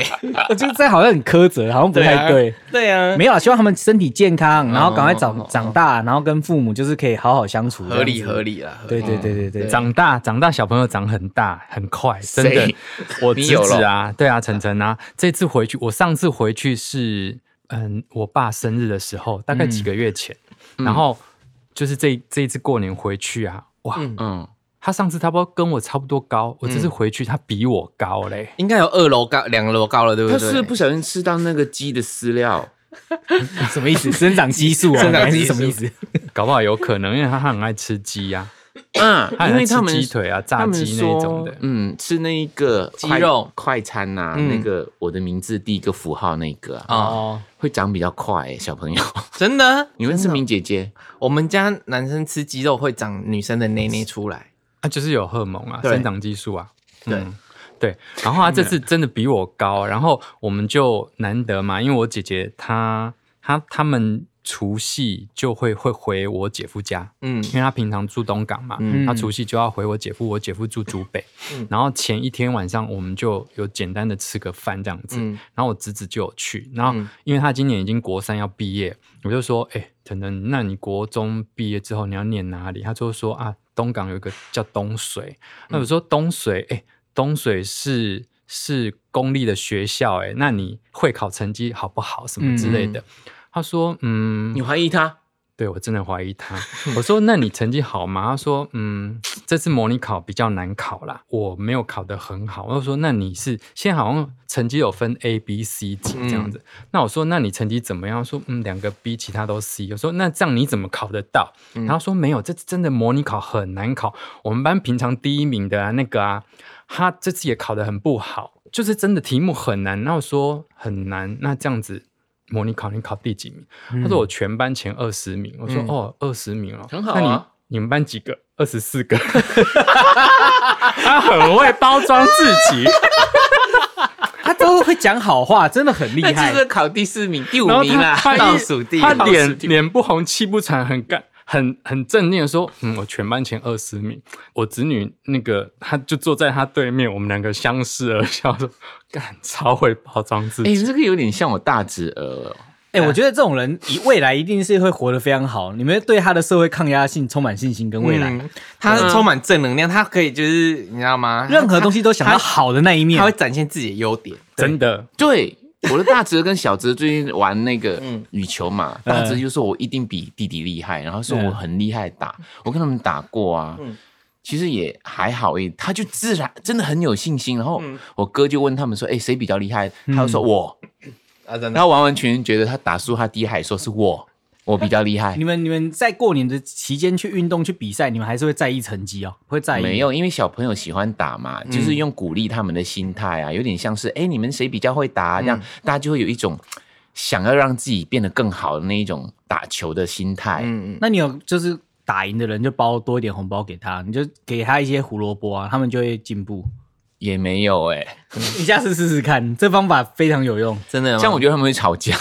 Speaker 4: 我觉得这好像很苛责，好像不太对。
Speaker 5: 对啊，
Speaker 4: 没有啦，希望他们身体健康，然后赶快长长大，然后跟父母就是可以好好相处，
Speaker 5: 合
Speaker 4: 这
Speaker 5: 理
Speaker 4: 样子
Speaker 5: 合。理啦。合
Speaker 4: 对
Speaker 5: 理
Speaker 4: 对对对对，
Speaker 6: 长大，长大，小朋友长很大很快，真的
Speaker 3: 谁。
Speaker 6: 我
Speaker 3: 你
Speaker 6: 侄
Speaker 3: 有
Speaker 6: 子啊，对啊，晨晨啊，这次回去，我上次回去是嗯，我爸生日的时候，大概几个月前，然后就是这这一次过年回去啊，哇，
Speaker 3: 嗯，
Speaker 6: 他上次差不多跟我差不多高，我这次回去他比我高嘞。
Speaker 5: 应该有二楼高，两楼高了，对不
Speaker 3: 他
Speaker 5: 对？
Speaker 3: 是不是不小心吃到那个鸡的饲料？
Speaker 4: 什么意思？生长激素啊，
Speaker 5: 生长
Speaker 4: 还
Speaker 5: 激
Speaker 4: 是
Speaker 5: 素
Speaker 4: 什么意思？
Speaker 6: 搞不好有可能，因为他很爱吃鸡啊呀、
Speaker 3: 嗯
Speaker 6: 他，很
Speaker 3: 因
Speaker 6: 爱
Speaker 3: 为
Speaker 6: 吃
Speaker 3: 他们
Speaker 6: 鸡腿啊、炸
Speaker 3: 他们
Speaker 6: 鸡那一种
Speaker 3: 说
Speaker 6: 的，。
Speaker 3: 嗯，吃那一个
Speaker 5: 鸡
Speaker 3: 快
Speaker 5: 肉
Speaker 3: 快餐呐、
Speaker 5: 嗯
Speaker 3: 那个我的名字第一个符号那个啊，
Speaker 5: 啊、
Speaker 3: 会长比较快、欸，小朋友。
Speaker 5: 真的，
Speaker 3: 你问志明姐姐，
Speaker 5: 我们家男生吃鸡肉会长女生的内内出来。
Speaker 6: 啊，就是有荷尔蒙啊，
Speaker 5: 对
Speaker 6: 生长激素啊，
Speaker 5: 对
Speaker 6: 嗯对。然后他这次真的比我高，然后我们就难得嘛，因为我姐姐她她他们除夕就会会回我姐夫家，
Speaker 5: 嗯
Speaker 6: 因为她平常住东港嘛，
Speaker 5: 嗯
Speaker 6: 她除夕就要回我姐夫，我姐夫住竹北，
Speaker 5: 嗯
Speaker 6: 然后前一天晚上我们就有简单的吃个饭这样子，
Speaker 5: 嗯
Speaker 6: 然后我侄子就有去，然后
Speaker 5: 嗯
Speaker 6: 因为他今年已经国三要毕业，我就说，哎、腾腾，那你国中毕业之后你要念哪里？他就说啊，东港有一个叫东水。那我说东水，哎、东水是是公立的学校、哎，那你会考成绩好不好？什么之类的。他说，嗯，
Speaker 3: 你怀疑他？
Speaker 6: 对我真的怀疑他。我说：“那你成绩好吗？”他说：“嗯，这次模拟考比较难考啦，我没有考得很好。”我就说：“那你是现在好像成绩有分 A、B、C 级这样子。那我说：“那你成绩怎么样？”他说：“嗯，两个 B，其他都 C。”我说：“那这样你怎么考得到？”然后说：“没有，这次真的模拟考很难考。我们班平常第一名的啊，那个啊，他这次也考得很不好，就是真的题目很难。”那我说：“很难，那这样子。”模拟考你考第几名？他
Speaker 3: 嗯
Speaker 6: 说我全班前二十名。我说
Speaker 5: 嗯
Speaker 6: 哦，二十名哦，
Speaker 3: 很好
Speaker 6: 那你
Speaker 3: 啊
Speaker 6: 你们班几个？二十 四个。他很会包装自 己，
Speaker 4: 他都会讲好话，真的很厉害
Speaker 5: 哎
Speaker 3: 那这。个考第四名、第五
Speaker 6: 然后
Speaker 3: 名啦
Speaker 6: 他，他一
Speaker 3: 倒数第
Speaker 6: 他
Speaker 3: 倒数
Speaker 6: 脸
Speaker 3: 第五
Speaker 6: 脸不红气不喘，很干。很很正念地说，嗯，我全班前二十名，我侄女那个，她就坐在她对面，我们两个相视而笑，说，干，超会包装自
Speaker 3: 哎、
Speaker 6: 己，
Speaker 3: 这个有点像我大侄儿哦。
Speaker 4: 哎，我觉得这种人以未来一定是会活得非常好，你们对他的社会抗压性充满信心跟未来，
Speaker 5: 嗯他是充满正能量，他可以就是你知道吗？
Speaker 4: 任何东西都想到好的那一面
Speaker 5: 他会。展现自己的优点。
Speaker 6: 真的，
Speaker 3: 对，我的大侄儿跟小侄儿最近玩那 个
Speaker 5: 嗯
Speaker 3: 羽球嘛，大侄儿就说我一定比弟弟厉害，然后说我很厉害打，我跟他们打过啊。其实也还好诶，他就自然真的很有信心。然后我哥就问他们说：“哎、谁比较厉害？”他就说：“我。
Speaker 5: 啊，真
Speaker 3: 然后完完全全觉得他打输他弟，还说是我，我比较厉害
Speaker 4: 你。们你们在过年的期间去运动去比赛，你们还是会在意成绩哦，会在意
Speaker 3: 没有，因为小朋友喜欢打嘛，就是用鼓励他们的心态啊，有点像是哎、诶你们谁比较会打、啊，这样、大家就会有一种想要让自己变得更好的那一种打球的心态。
Speaker 5: 嗯嗯，
Speaker 4: 那你有就是打赢的人就包多一点红包给他，你就给他一些胡萝卜啊，他们就会进步。
Speaker 3: 也没有哎、
Speaker 4: 你下次试试看，这方法非常有用，
Speaker 5: 真的吗
Speaker 3: 像我觉得他们会吵架，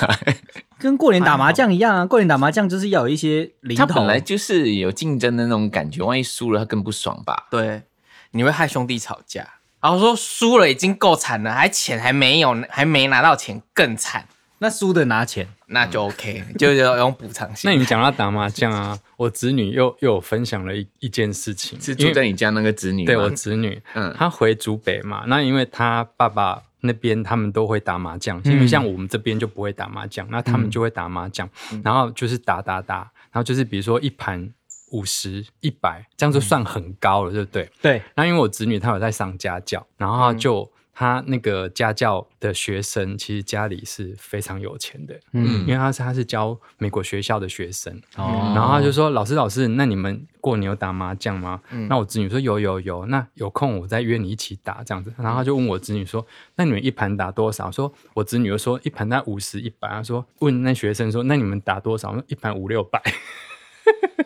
Speaker 4: 跟过年打麻将一样啊。过年打麻将就是要有一些零
Speaker 3: 他
Speaker 4: 头啊
Speaker 3: 本，来就是有竞争的那种感觉，万一输了他更不爽吧？
Speaker 5: 对，你会害兄弟吵架，然后说输了已经够惨了，还钱还没有，还没拿到钱更惨，
Speaker 4: 那输的拿钱。
Speaker 5: 那就 OK，就要用补偿
Speaker 6: 嗯那
Speaker 5: 性。
Speaker 6: 你们讲到打麻将啊，我侄女又又有分享了一一件事情，
Speaker 3: 是
Speaker 6: 因
Speaker 3: 住
Speaker 6: 为
Speaker 3: 在你家那个子女吗
Speaker 6: 对我侄女，
Speaker 3: 嗯
Speaker 6: 她回竹北嘛，那因为她爸爸那边他们都会打麻将，因为像我们这边就不会打麻将，那他们就会打麻将，然后就是打打打，然后就是比如说一盘五十、一百，这样就算很高了，对不对？
Speaker 4: 对，
Speaker 6: 那因为我侄女她有在上家教，然后她就、他那个家教的学生，其实家里是非常有钱的，
Speaker 4: 嗯
Speaker 6: 嗯，因为他是他是教美国学校的学生，
Speaker 4: 哦
Speaker 3: 嗯
Speaker 4: 嗯
Speaker 6: 然后他就说：“老师，老师，那你们过年有打麻将吗？”那我侄女说：“有有有，那有空我再约你一起打这样子。”然后他就问我侄女说：“那你们一盘打多少？”说我侄女就说：“一盘大概五十一百。”他啊说：“问那学生说，那你们打多少？”我说：“一盘五六百。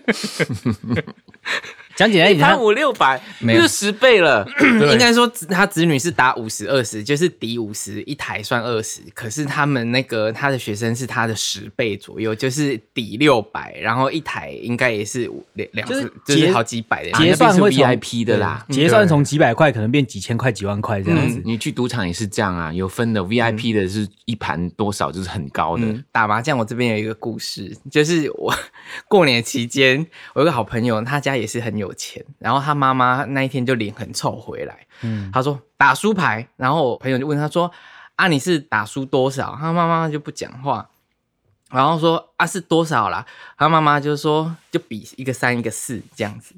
Speaker 4: 讲简单一点，
Speaker 5: 他
Speaker 4: 他
Speaker 5: 五六百，
Speaker 3: 没有
Speaker 5: 就是十倍了。应该说他子女是打五十二十，就是抵五十一台算二十，可是他们那个他的学生是他的十倍左右，就是抵六百，然后一台应该也是五两两
Speaker 4: 就是
Speaker 5: 是就是
Speaker 4: 结
Speaker 5: 好几
Speaker 3: 啊
Speaker 5: 百的样子。
Speaker 4: 结算会从嗯
Speaker 3: VIP 的啦。嗯
Speaker 4: 结算从几百块可能变几千块、几万块这样子。
Speaker 3: 你去赌场也是这样啊，有分的 VIP 的是一盘多少，就是很高的。
Speaker 5: 嗯，打麻将我这边有一个故事，就是我 过年期间，我有个好朋友，他家也是很有钱，然后他妈妈那一天就脸很臭回来，嗯，他说打输牌，然后我朋友就问他说啊你是打输多少？他妈妈就不讲话，然后说啊是多少啦？他妈妈就说就比一个三一个四这样子，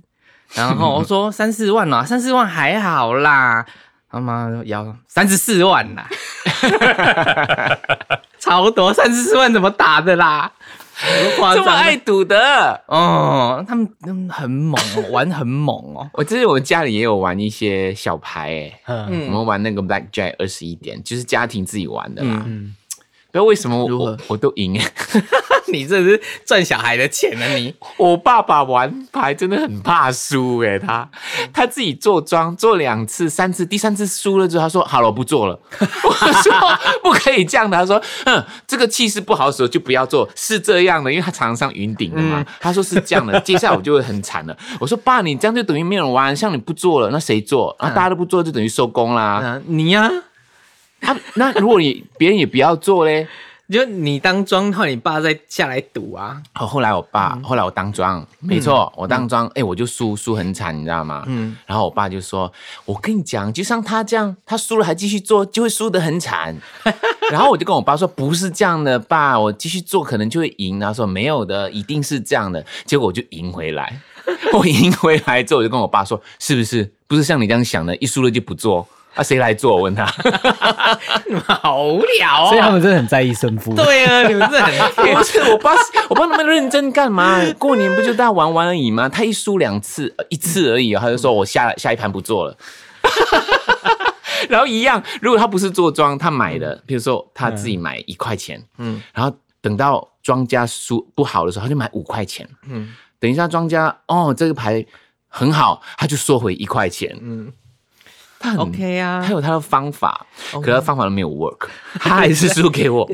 Speaker 5: 然后我 说三四万啊啦，三四万还好啦，他妈说要三十四万啦。 超多三十四万怎么打的啦？夸
Speaker 3: 这
Speaker 5: 张
Speaker 3: 么爱赌的，
Speaker 5: 哦，他们他们很猛哦，玩很猛哦。
Speaker 3: 我之前我家里也有玩一些小牌、欸，
Speaker 4: 嗯，
Speaker 3: 我
Speaker 5: 嗯，
Speaker 3: 们玩那个 Black Jack 二十一点，就是家庭自己玩的啦。不知道为什么
Speaker 5: 嗯如
Speaker 3: 我
Speaker 5: 何
Speaker 3: 我我都赢、欸，
Speaker 5: 你这是赚小孩的钱啊你！
Speaker 3: 我爸爸玩牌真的很怕输诶、他他自己做庄做两次三次，第三次输了之后他说好了我不做了， 我说不可以这样的，他说嗯这个气势不好的时候就不要做，是这样的，因为他常常上云顶的嘛，他说是这样的，接下来我就会很惨了，我说爸你这样就等于没有人玩，像你不做了那谁做，啊然后大家都不做就等于收工啦，
Speaker 5: 啊，你呀、
Speaker 3: 他那如果你别人也不要做嘞，
Speaker 5: 就你当庄后，你爸再下来赌啊。
Speaker 3: 后后来我爸，后来我当庄，没错，我当庄，哎、我就输输很惨，你知道吗？嗯，然后我爸就说：“我跟你讲，就像他这样，他输了还继续做，就会输得很惨。” 然后我就跟我爸说：“不是这样的，爸，我继续做可能就会赢。”然后说：“没有的，一定是这样的。”结果我就赢回来， 我赢回来之后，我就跟我爸说：“是不是？不是像你这样想的，一输了就不做。”啊，谁来做？我问他，
Speaker 5: 你们 好无聊
Speaker 4: 所以他
Speaker 5: 哦。
Speaker 4: 们真的很在意胜负。
Speaker 5: 对啊，你们这 很
Speaker 3: 不是我爸，我爸那么认真干嘛？过年不就大家玩玩而已吗？他一输两次，呃一次而已哦，他就说我下下一盘不做 了。然后一样，如果他不是做庄，他买的，比如说他自己买一块钱，嗯，然后等到庄家输不好的时候，他就买五块钱，嗯，等一下庄家哦这个牌很好，他就缩回一块钱，嗯，哦他很
Speaker 5: OK 啊
Speaker 3: 他。有他的方法，可他的方法都没有 work，他还是输给我。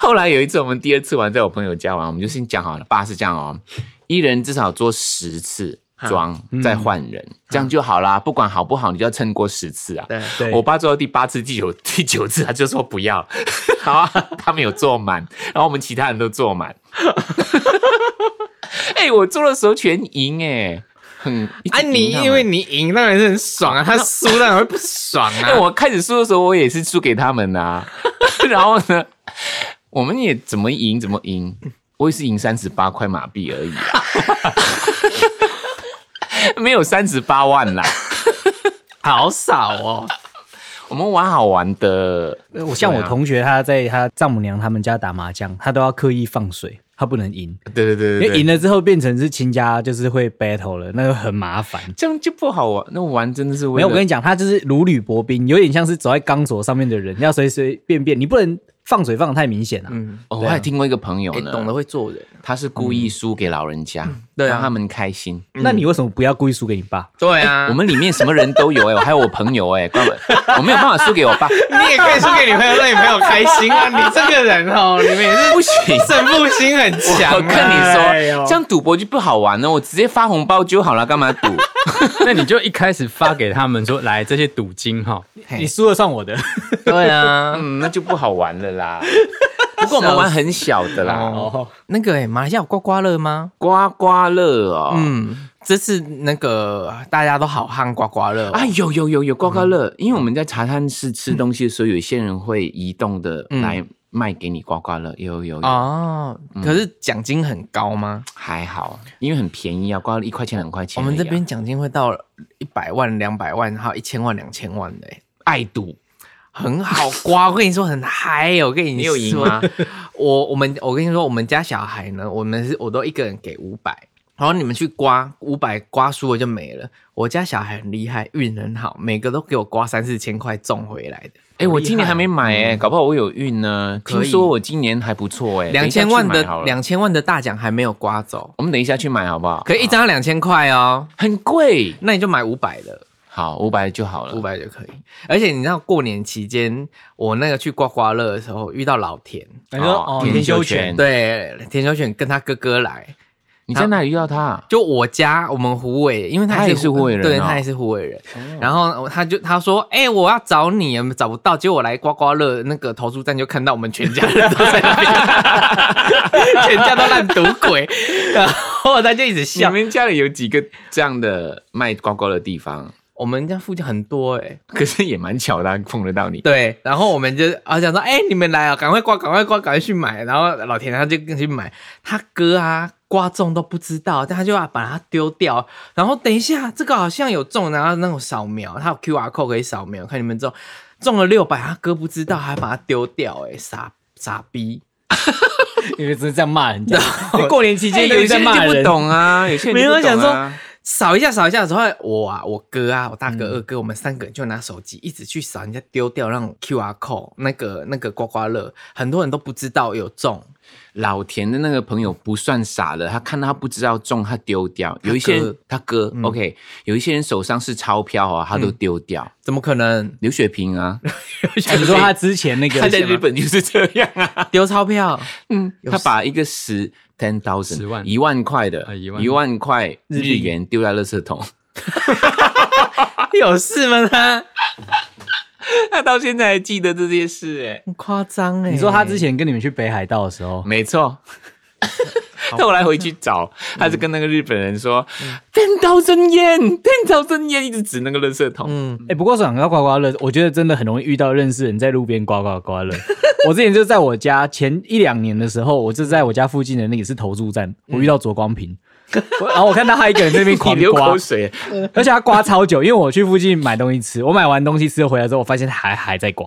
Speaker 3: 后来有一次我们第二次玩，在我朋友家玩，我们就先讲好了，爸是这样哦，一人至少做十次庄，再换人，这样就好啦。不管好不好，你就要撑过十次啊。
Speaker 5: 对
Speaker 4: 对
Speaker 3: 我爸做到第八次、第九、第九次，他就说不要，好啊， 他没有做满，然后我们其他人都做满。哎、我做的时候全赢哎、很 一直
Speaker 5: 啊，你
Speaker 3: 赢他们
Speaker 5: 因为你赢当然是很爽 啊，他输当然会不爽
Speaker 3: 因为
Speaker 5: 啊。
Speaker 3: 我开始输的时候，我也是输给他们呐、 然后呢，我们也怎么赢怎么赢，我也是赢三十八块马币而已、啊， 没有三十八万啦。
Speaker 5: 好少哦，
Speaker 3: 我们玩好玩的，
Speaker 4: 呃我
Speaker 3: 啊
Speaker 4: 像我同学，他在他丈母娘他们家打麻将，他都要刻意放水，他不能赢，
Speaker 3: 对对
Speaker 4: 因
Speaker 3: 对
Speaker 4: 为赢了之后变成是亲家，就是会 battle 了，那就很麻烦。
Speaker 3: 这样就不好玩。那玩真的是为
Speaker 4: 没有，我跟
Speaker 3: 了
Speaker 4: 你讲，他就是如履薄冰，有点像是走在钢索上面的人，要随随便便，你不能放水放的太明显了、啊。
Speaker 3: 哦我还听过一个朋友
Speaker 5: 嗯哎
Speaker 3: 呢，
Speaker 5: 懂得会做人。
Speaker 3: 他是故意输给老人家，
Speaker 5: 对啊
Speaker 3: 让他们开心。
Speaker 4: 那你为什么不要故意输给你爸？
Speaker 5: 对啊，
Speaker 3: 我们里面什么人都有哎、我还有我朋友哎、根本我没有办法输给我爸，
Speaker 5: 你也可以输给女朋友，让女朋友开心 啊。你这个人哦，你们也是
Speaker 3: 不行，
Speaker 5: 胜负心很强、啊。
Speaker 3: 我跟
Speaker 5: 哎
Speaker 3: 你
Speaker 5: 呦
Speaker 3: 说，这样赌博就不好玩了。我直接发红包就好了，干嘛 赌？
Speaker 6: 那你就一开始发给他们说，来这些赌金哈，
Speaker 4: 你输了算我的。
Speaker 5: 对啊，
Speaker 3: 嗯，那就不好玩了啦。 不过我们玩很小的啦，
Speaker 4: 哦，
Speaker 5: 那个哎、马来西亚有刮刮乐吗？
Speaker 3: 刮刮乐哦。
Speaker 5: 嗯，这次那个大家都好汉刮刮乐、哦，
Speaker 3: 啊，有有有有刮刮
Speaker 5: 嗯
Speaker 3: 乐，因为我们在茶餐室吃东西的时候，有些人会移动的来卖给你刮刮乐，有有有，
Speaker 5: 嗯哦，可是奖金很高吗？
Speaker 3: 还好，因为很便宜啊，刮了一块钱两块钱
Speaker 5: 我
Speaker 3: 而已啊。
Speaker 5: 们这边奖金会到一百万、两百万，还有一千万、两千万的、欸。
Speaker 3: 爱赌，
Speaker 5: 很好刮，我跟你说很嗨哦，我跟你
Speaker 3: 你有赢吗？
Speaker 5: 我我们我跟你说，我们家小孩呢，我们是我都一个人给五百，然后你们去刮五百刮输了就没了。我家小孩很厉害，运很好，每个都给我刮三四千块中回来的，
Speaker 3: 哎、我今年还没买哎、搞不好我有运呢。
Speaker 5: 嗯可以
Speaker 3: 听说我今年还不错哎、
Speaker 5: 两千万
Speaker 3: 等一
Speaker 5: 的
Speaker 3: 下去买好了
Speaker 5: 两千万的大奖还没有刮走，
Speaker 3: 我们等一下去买好不好？
Speaker 5: 可一张要两千块哦，
Speaker 3: 很贵，
Speaker 5: 那你就买五百的，
Speaker 3: 好，五百就好了。
Speaker 5: 五，百就可以。而且你知道过年期间，我那个去刮刮乐的时候遇到老田，
Speaker 4: 你说哦，
Speaker 3: 田
Speaker 4: 田
Speaker 3: 修
Speaker 4: 修
Speaker 3: 权
Speaker 4: 权，
Speaker 5: 对，田小犬跟他哥哥来，
Speaker 3: 你在哪里遇到他？
Speaker 5: 就我家我们湖尾，因为他
Speaker 3: 他也是湖尾人
Speaker 5: 对
Speaker 3: 哦
Speaker 5: 他也是湖尾人。然后他就他说：“哎、我要找你，找不到。”结果我来刮刮乐那个投注站就看到我们全家人都在那边， 全家都烂赌鬼。 然后他就一直
Speaker 3: 你
Speaker 5: 笑。
Speaker 3: 们家里有几个这样的卖刮刮的地方？
Speaker 5: 我们家附近很多哎、
Speaker 3: 可是也蛮巧的啊、碰得到你。
Speaker 5: 对，然后我们就啊想说，哎、你们来啊，赶快刮，赶快刮，赶快去买。然后老田他就跟去买，他哥啊刮中都不知道，但他就要把它丢掉。然后等一下，这个好像有中，然后那种扫描，他有 Q R code 可以扫描，看你们中中了六百，他哥不知道，还把它丢掉、哎，傻傻逼。
Speaker 4: 因为只是在骂人家。过年期
Speaker 3: 哎
Speaker 4: 间又在骂
Speaker 3: 就不
Speaker 4: 人，
Speaker 3: 懂啊，有些人就
Speaker 5: 没有
Speaker 3: 不懂
Speaker 5: 想
Speaker 3: 啊
Speaker 5: 说扫一下，扫一下，之后我啊，我哥啊，我大哥、二哥，我们三个人就拿手机一直去扫人家丢掉那种 Q R code 那个那个刮刮乐，很多人都不知道有中，
Speaker 3: 老田的那个朋友不算傻的，他看到他不知道中，他嗯丢掉。有一些人他哥、o k 有一些人手上是钞票啊，他都丢掉。
Speaker 5: 怎么可能？
Speaker 3: 刘雪萍 啊，
Speaker 4: 你说他之前那个
Speaker 3: 他在日本就是这样啊，
Speaker 5: 丢钞票，
Speaker 3: 嗯，他把一个十 ten thousand
Speaker 6: 10万
Speaker 3: 一万块的
Speaker 6: 啊
Speaker 3: 一
Speaker 6: 一
Speaker 3: 万
Speaker 6: 万
Speaker 3: 块日元丢在垃圾桶，
Speaker 5: 有事吗？他
Speaker 3: 他到现在还记得这件事哎、
Speaker 5: 很夸张哎！
Speaker 4: 你说他之前跟你们去北海道的时候，
Speaker 3: 没 错。他后来回去找，他就跟那个日本人说，ten thousand yen，ten thousand yen，一直指那个垃圾桶。
Speaker 5: 嗯哦
Speaker 4: 哎、不过想要刮刮乐，我觉得真的很容易遇到认识人在路边刮刮刮乐。 我之前就在我家前一两年的时候，我就在我家附近的那个是投注站，我遇到左光平，我然后我看到他一个人在那边
Speaker 3: 嗯 你
Speaker 4: 狂
Speaker 3: 流
Speaker 4: 刮
Speaker 3: 口，水，
Speaker 4: 而且他刮超久，因为我去附近买东西吃，我买完东西吃回来之后，我发现他还还在刮，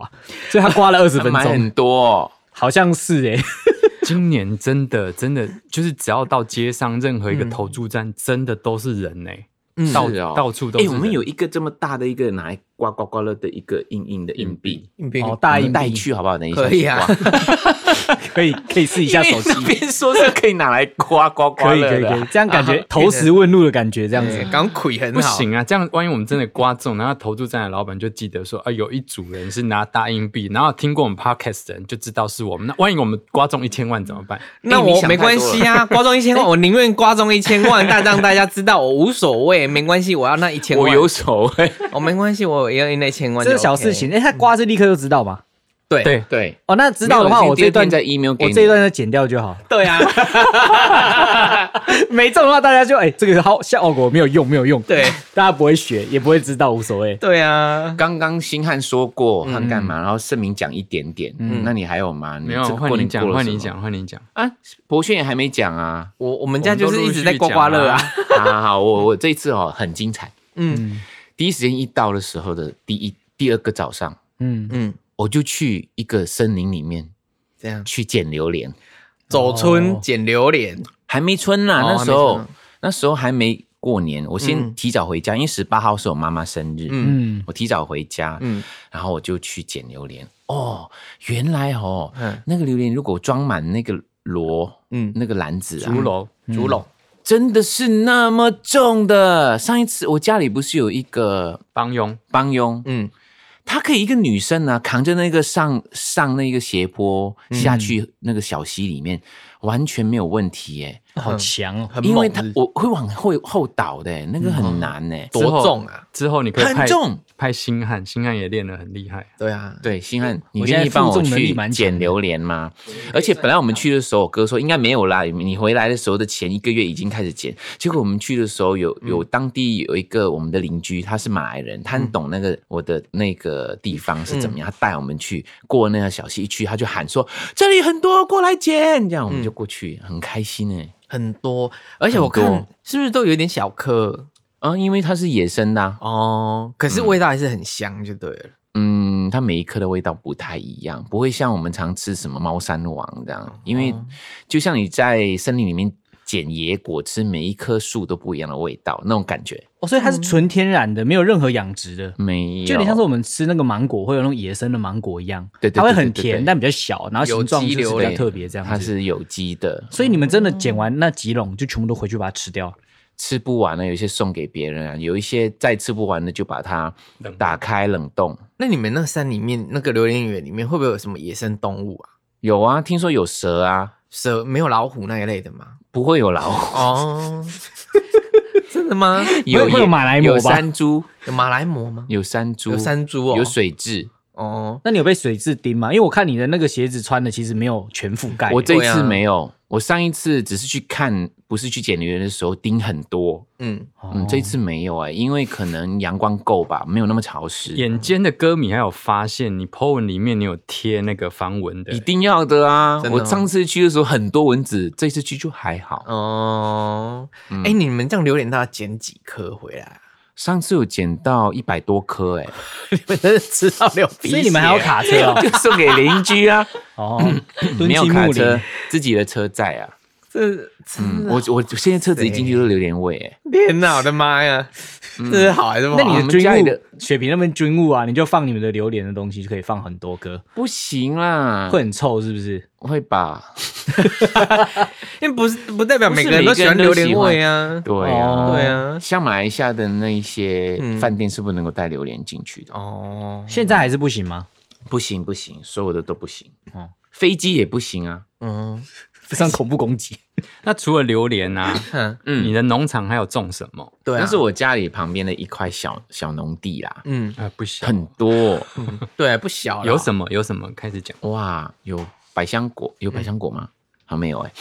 Speaker 4: 所以他刮了二十
Speaker 3: 他
Speaker 4: 分
Speaker 3: 买
Speaker 4: 钟，
Speaker 3: 很多哦、
Speaker 4: 好像是哎、
Speaker 6: 今年真的真的就是只要到街上任何一
Speaker 4: 嗯
Speaker 6: 个投注站，真的都是人呢、欸
Speaker 5: 嗯
Speaker 6: 到
Speaker 3: 是哦
Speaker 6: 到处都
Speaker 3: 哎、
Speaker 6: 是人。
Speaker 3: 我们有一个这么大的一个拿来刮刮刮乐的一个硬硬的硬币，
Speaker 5: 硬币
Speaker 4: 哦，大
Speaker 3: 我
Speaker 4: 硬
Speaker 3: 们带
Speaker 4: 币
Speaker 3: 去好不好？等一下
Speaker 5: 可以啊
Speaker 3: 去刮
Speaker 4: 可以可以试一
Speaker 3: 因
Speaker 4: 下
Speaker 3: 为
Speaker 4: 手机，
Speaker 3: 那边说是可以拿来刮刮刮
Speaker 4: 可以
Speaker 3: 乐
Speaker 4: 可以
Speaker 3: 的
Speaker 4: 可
Speaker 3: 啊
Speaker 4: 以，这样感觉
Speaker 5: 啊
Speaker 4: 投石问路的感觉，这样子。
Speaker 5: 港魁很好，
Speaker 6: 不行啊，这样万一我们真的刮中，然后投注站的老板就记得说，啊，有一组人是拿大硬币，然后听过我们 podcast 的人就知道是我们。那万一我们刮中一千万怎么办？
Speaker 5: 那
Speaker 3: 哎你
Speaker 5: 我
Speaker 3: 想
Speaker 5: 没
Speaker 3: 太多
Speaker 5: 关 系啊，刮中一千万，我宁愿刮中一千万，但让大家知道我无所谓， 没关系，我要那一千万，
Speaker 3: 我有手 哎、
Speaker 5: 我没关系，我也要那一千万，
Speaker 4: 这是小事情，，哎、他刮是立刻就知道嘛？
Speaker 5: 对
Speaker 6: 对
Speaker 3: 对，
Speaker 4: 哦，那知道的话，
Speaker 3: 没有
Speaker 4: 我这一段
Speaker 3: 已经第二天在 email 给
Speaker 4: 我
Speaker 3: 你
Speaker 4: 这一段再剪掉就好。
Speaker 5: 对 啊，
Speaker 4: 没中的话，大家就哎、这个好效果没有用，没有用。
Speaker 5: 对，
Speaker 4: 大家不会学，也不会知道，无所谓。
Speaker 5: 对啊，。
Speaker 3: 刚刚星汉说过他干嘛，然后盛明讲一点点，那你还有吗？你
Speaker 6: 嗯没有
Speaker 3: 这，个
Speaker 6: 换
Speaker 3: 过
Speaker 6: 你
Speaker 3: 年
Speaker 6: 讲，
Speaker 3: 过了
Speaker 6: 换
Speaker 3: 什
Speaker 6: 你
Speaker 3: 么
Speaker 6: 讲，换你讲。
Speaker 3: 啊！博轩也还没讲啊
Speaker 5: 我我们家就是一直在刮刮乐啊，
Speaker 3: 好好好，我我这一次哦很精彩。
Speaker 5: 嗯
Speaker 3: 第一时间一到的时候的第一第二个早上，
Speaker 4: 嗯，
Speaker 5: 嗯，
Speaker 3: 我就去一个森林里面
Speaker 5: 这样哦
Speaker 3: 去捡榴莲，
Speaker 5: 走村捡榴莲，
Speaker 3: 还没春啦，
Speaker 5: 哦
Speaker 3: 那时候、
Speaker 5: 还没春
Speaker 3: 那时候还没过年，我先
Speaker 5: 嗯
Speaker 3: 提早回家，因为十八号是我妈妈生日，
Speaker 5: 嗯
Speaker 4: 嗯
Speaker 3: 我提早回家，
Speaker 5: 嗯
Speaker 3: 然后我就去捡榴莲。哦，原来哦，
Speaker 5: 嗯
Speaker 3: 那个榴莲如果装满那个箩，嗯
Speaker 5: 嗯，
Speaker 3: 那个篮子啊，
Speaker 6: 竹楼，
Speaker 5: 竹笼，
Speaker 3: 真的是那么重的。上一次我家里不是有一个
Speaker 6: 帮佣，
Speaker 3: 帮佣，
Speaker 5: 嗯
Speaker 3: 她可以一个女生呢、扛着那个上上那个斜坡下
Speaker 5: 嗯
Speaker 3: 去那个小溪里面，完全没有问题耶。
Speaker 4: 好强哦。
Speaker 5: 很猛
Speaker 3: 因为她
Speaker 5: 是不是嗯
Speaker 3: 我会往后后倒的耶，那个很难呢。
Speaker 6: 之
Speaker 5: 多
Speaker 6: 后
Speaker 5: 重啊，
Speaker 6: 之后你可以
Speaker 3: 很
Speaker 6: 派
Speaker 3: 重，
Speaker 6: 派星汉，星汉也练得很厉害。
Speaker 5: 对啊，
Speaker 3: 对，星汉，你
Speaker 4: 我现在
Speaker 3: 愿意帮
Speaker 4: 负
Speaker 3: 我
Speaker 4: 重能力
Speaker 3: 去
Speaker 4: 蛮强
Speaker 3: 捡
Speaker 4: 的
Speaker 3: 榴莲吗？而且本来我们去的时候，我哥说应该没有啦，你回来的时候的前一个月已经开始捡。结果我们去的时候有，
Speaker 4: 嗯
Speaker 3: 有当地有一个我们的邻居，他是马来人，
Speaker 4: 嗯
Speaker 3: 他很懂那个我的那个地方是怎么样，他带我们去过那条小溪，一去他就喊说这里很多，过来捡，这样我
Speaker 4: 嗯
Speaker 3: 们就过去，很开心哎、
Speaker 5: 很多，而且我
Speaker 3: 很
Speaker 5: 看
Speaker 3: 多
Speaker 5: 是不是都有点小颗
Speaker 3: 啊，因为它是野生的啊、
Speaker 5: 哦，可是味道还是很香，就对了。
Speaker 3: 嗯，嗯，它每一颗的味道不太一样，不会像我们常吃什么猫山王这
Speaker 4: 哦
Speaker 3: 样，因为就像你在森林里面捡野果吃，每一棵树都不一样的味道，那种感觉
Speaker 4: 哦，所以它是纯天然的，没有任何养殖的，
Speaker 3: 嗯没有，
Speaker 4: 就有点像是我们吃那个芒果会有那种野生的芒果一样，
Speaker 3: 对对对
Speaker 4: 它会很
Speaker 3: 对对对
Speaker 4: 甜，但比较小，然后形状就是比
Speaker 3: 对
Speaker 4: 较特别这样子。
Speaker 3: 它是嗯有机的，
Speaker 4: 所以你们真的捡完那几笼就全部都回去把它吃掉，
Speaker 3: 吃不完的有一些送给别人啊，有一些再吃不完的就把它打开冷冻。
Speaker 5: 那你们那山里面那个榴莲园里面会不会有什么野生动物啊？
Speaker 3: 有啊，听说有蛇啊，
Speaker 5: 蛇没有老虎那一类的吗？
Speaker 3: 不会有老虎，
Speaker 5: 哦， 真的吗？
Speaker 3: 有
Speaker 4: 会有马来貘吧
Speaker 3: 有山猪，
Speaker 5: 有马来貘吗？
Speaker 3: 有山猪，
Speaker 5: 有山猪哦
Speaker 3: 有水蛭。
Speaker 5: 哦，
Speaker 4: 那你有被水蛭叮吗？因为我看你的那个鞋子穿的其实没有全覆盖。
Speaker 3: 我这一
Speaker 5: 对
Speaker 3: 次
Speaker 5: 啊
Speaker 3: 没有，我上一次只是去看，不是去捡榴莲的时候叮很多，
Speaker 5: 嗯，
Speaker 4: 哦
Speaker 3: 嗯，这一次没有哎、因为可能阳光够吧，没有那么潮湿。
Speaker 6: 眼尖的歌迷还有发现，你 po 文里面你有贴那个防蚊的
Speaker 3: 一，定要的啊！
Speaker 5: 真的哦
Speaker 3: 我上次去的时候很多蚊子，这次去就还好。
Speaker 5: 哦，哎、你们这样榴莲大概捡几颗回来啊？
Speaker 3: 上次有捡到一百多颗哎、
Speaker 5: 你们真的吃到流鼻血，啊
Speaker 4: 所以你们还要卡车哦
Speaker 3: 就送给邻居 啊，
Speaker 4: 哦，
Speaker 3: 没有
Speaker 4: 敦亲
Speaker 3: 卡
Speaker 4: 睦
Speaker 3: 车
Speaker 4: 邻，
Speaker 3: 自己的车载啊。
Speaker 5: 这
Speaker 3: 嗯，我我现在车子一进去都是榴莲味哎、
Speaker 5: 天哪，我的妈呀，这是好还是不好？
Speaker 4: 那你
Speaker 3: 我
Speaker 4: 的
Speaker 3: 哦们家
Speaker 4: 军
Speaker 3: 里
Speaker 4: 务
Speaker 3: 的
Speaker 4: 雪瓶那边军务啊，你就放你们的榴莲的东西就可以放很多个，
Speaker 3: 不行啦，
Speaker 4: 会很臭是不是？
Speaker 3: 会吧？
Speaker 5: 因为不是不代表
Speaker 3: 不是
Speaker 5: 每个人都喜欢
Speaker 3: 每个
Speaker 5: 榴
Speaker 3: 人都
Speaker 5: 莲
Speaker 3: 喜欢
Speaker 5: 味啊，
Speaker 3: 对啊，
Speaker 4: 哦
Speaker 5: 对啊，
Speaker 3: 像马来西亚的那一些
Speaker 5: 嗯
Speaker 3: 饭店是不能够带榴莲进去的，
Speaker 5: 哦，
Speaker 4: 现在还是不行 吗？
Speaker 3: 不行不行，所有的都不行。
Speaker 4: 哦
Speaker 3: 飞机也不行啊，
Speaker 5: 嗯，
Speaker 4: 非常恐怖攻击。
Speaker 6: 那除了榴莲 啊，
Speaker 5: 哼
Speaker 3: 嗯
Speaker 6: 你的农场还有种什么？
Speaker 5: 对啊，
Speaker 3: 那是我家里旁边的一块小小农地啦，
Speaker 5: 嗯，
Speaker 6: 啊，不行，
Speaker 3: 很多
Speaker 5: 对，不小了，
Speaker 6: 有什么有什么开始讲。
Speaker 3: 哇，有百香果，有百香果吗？好像没有哎、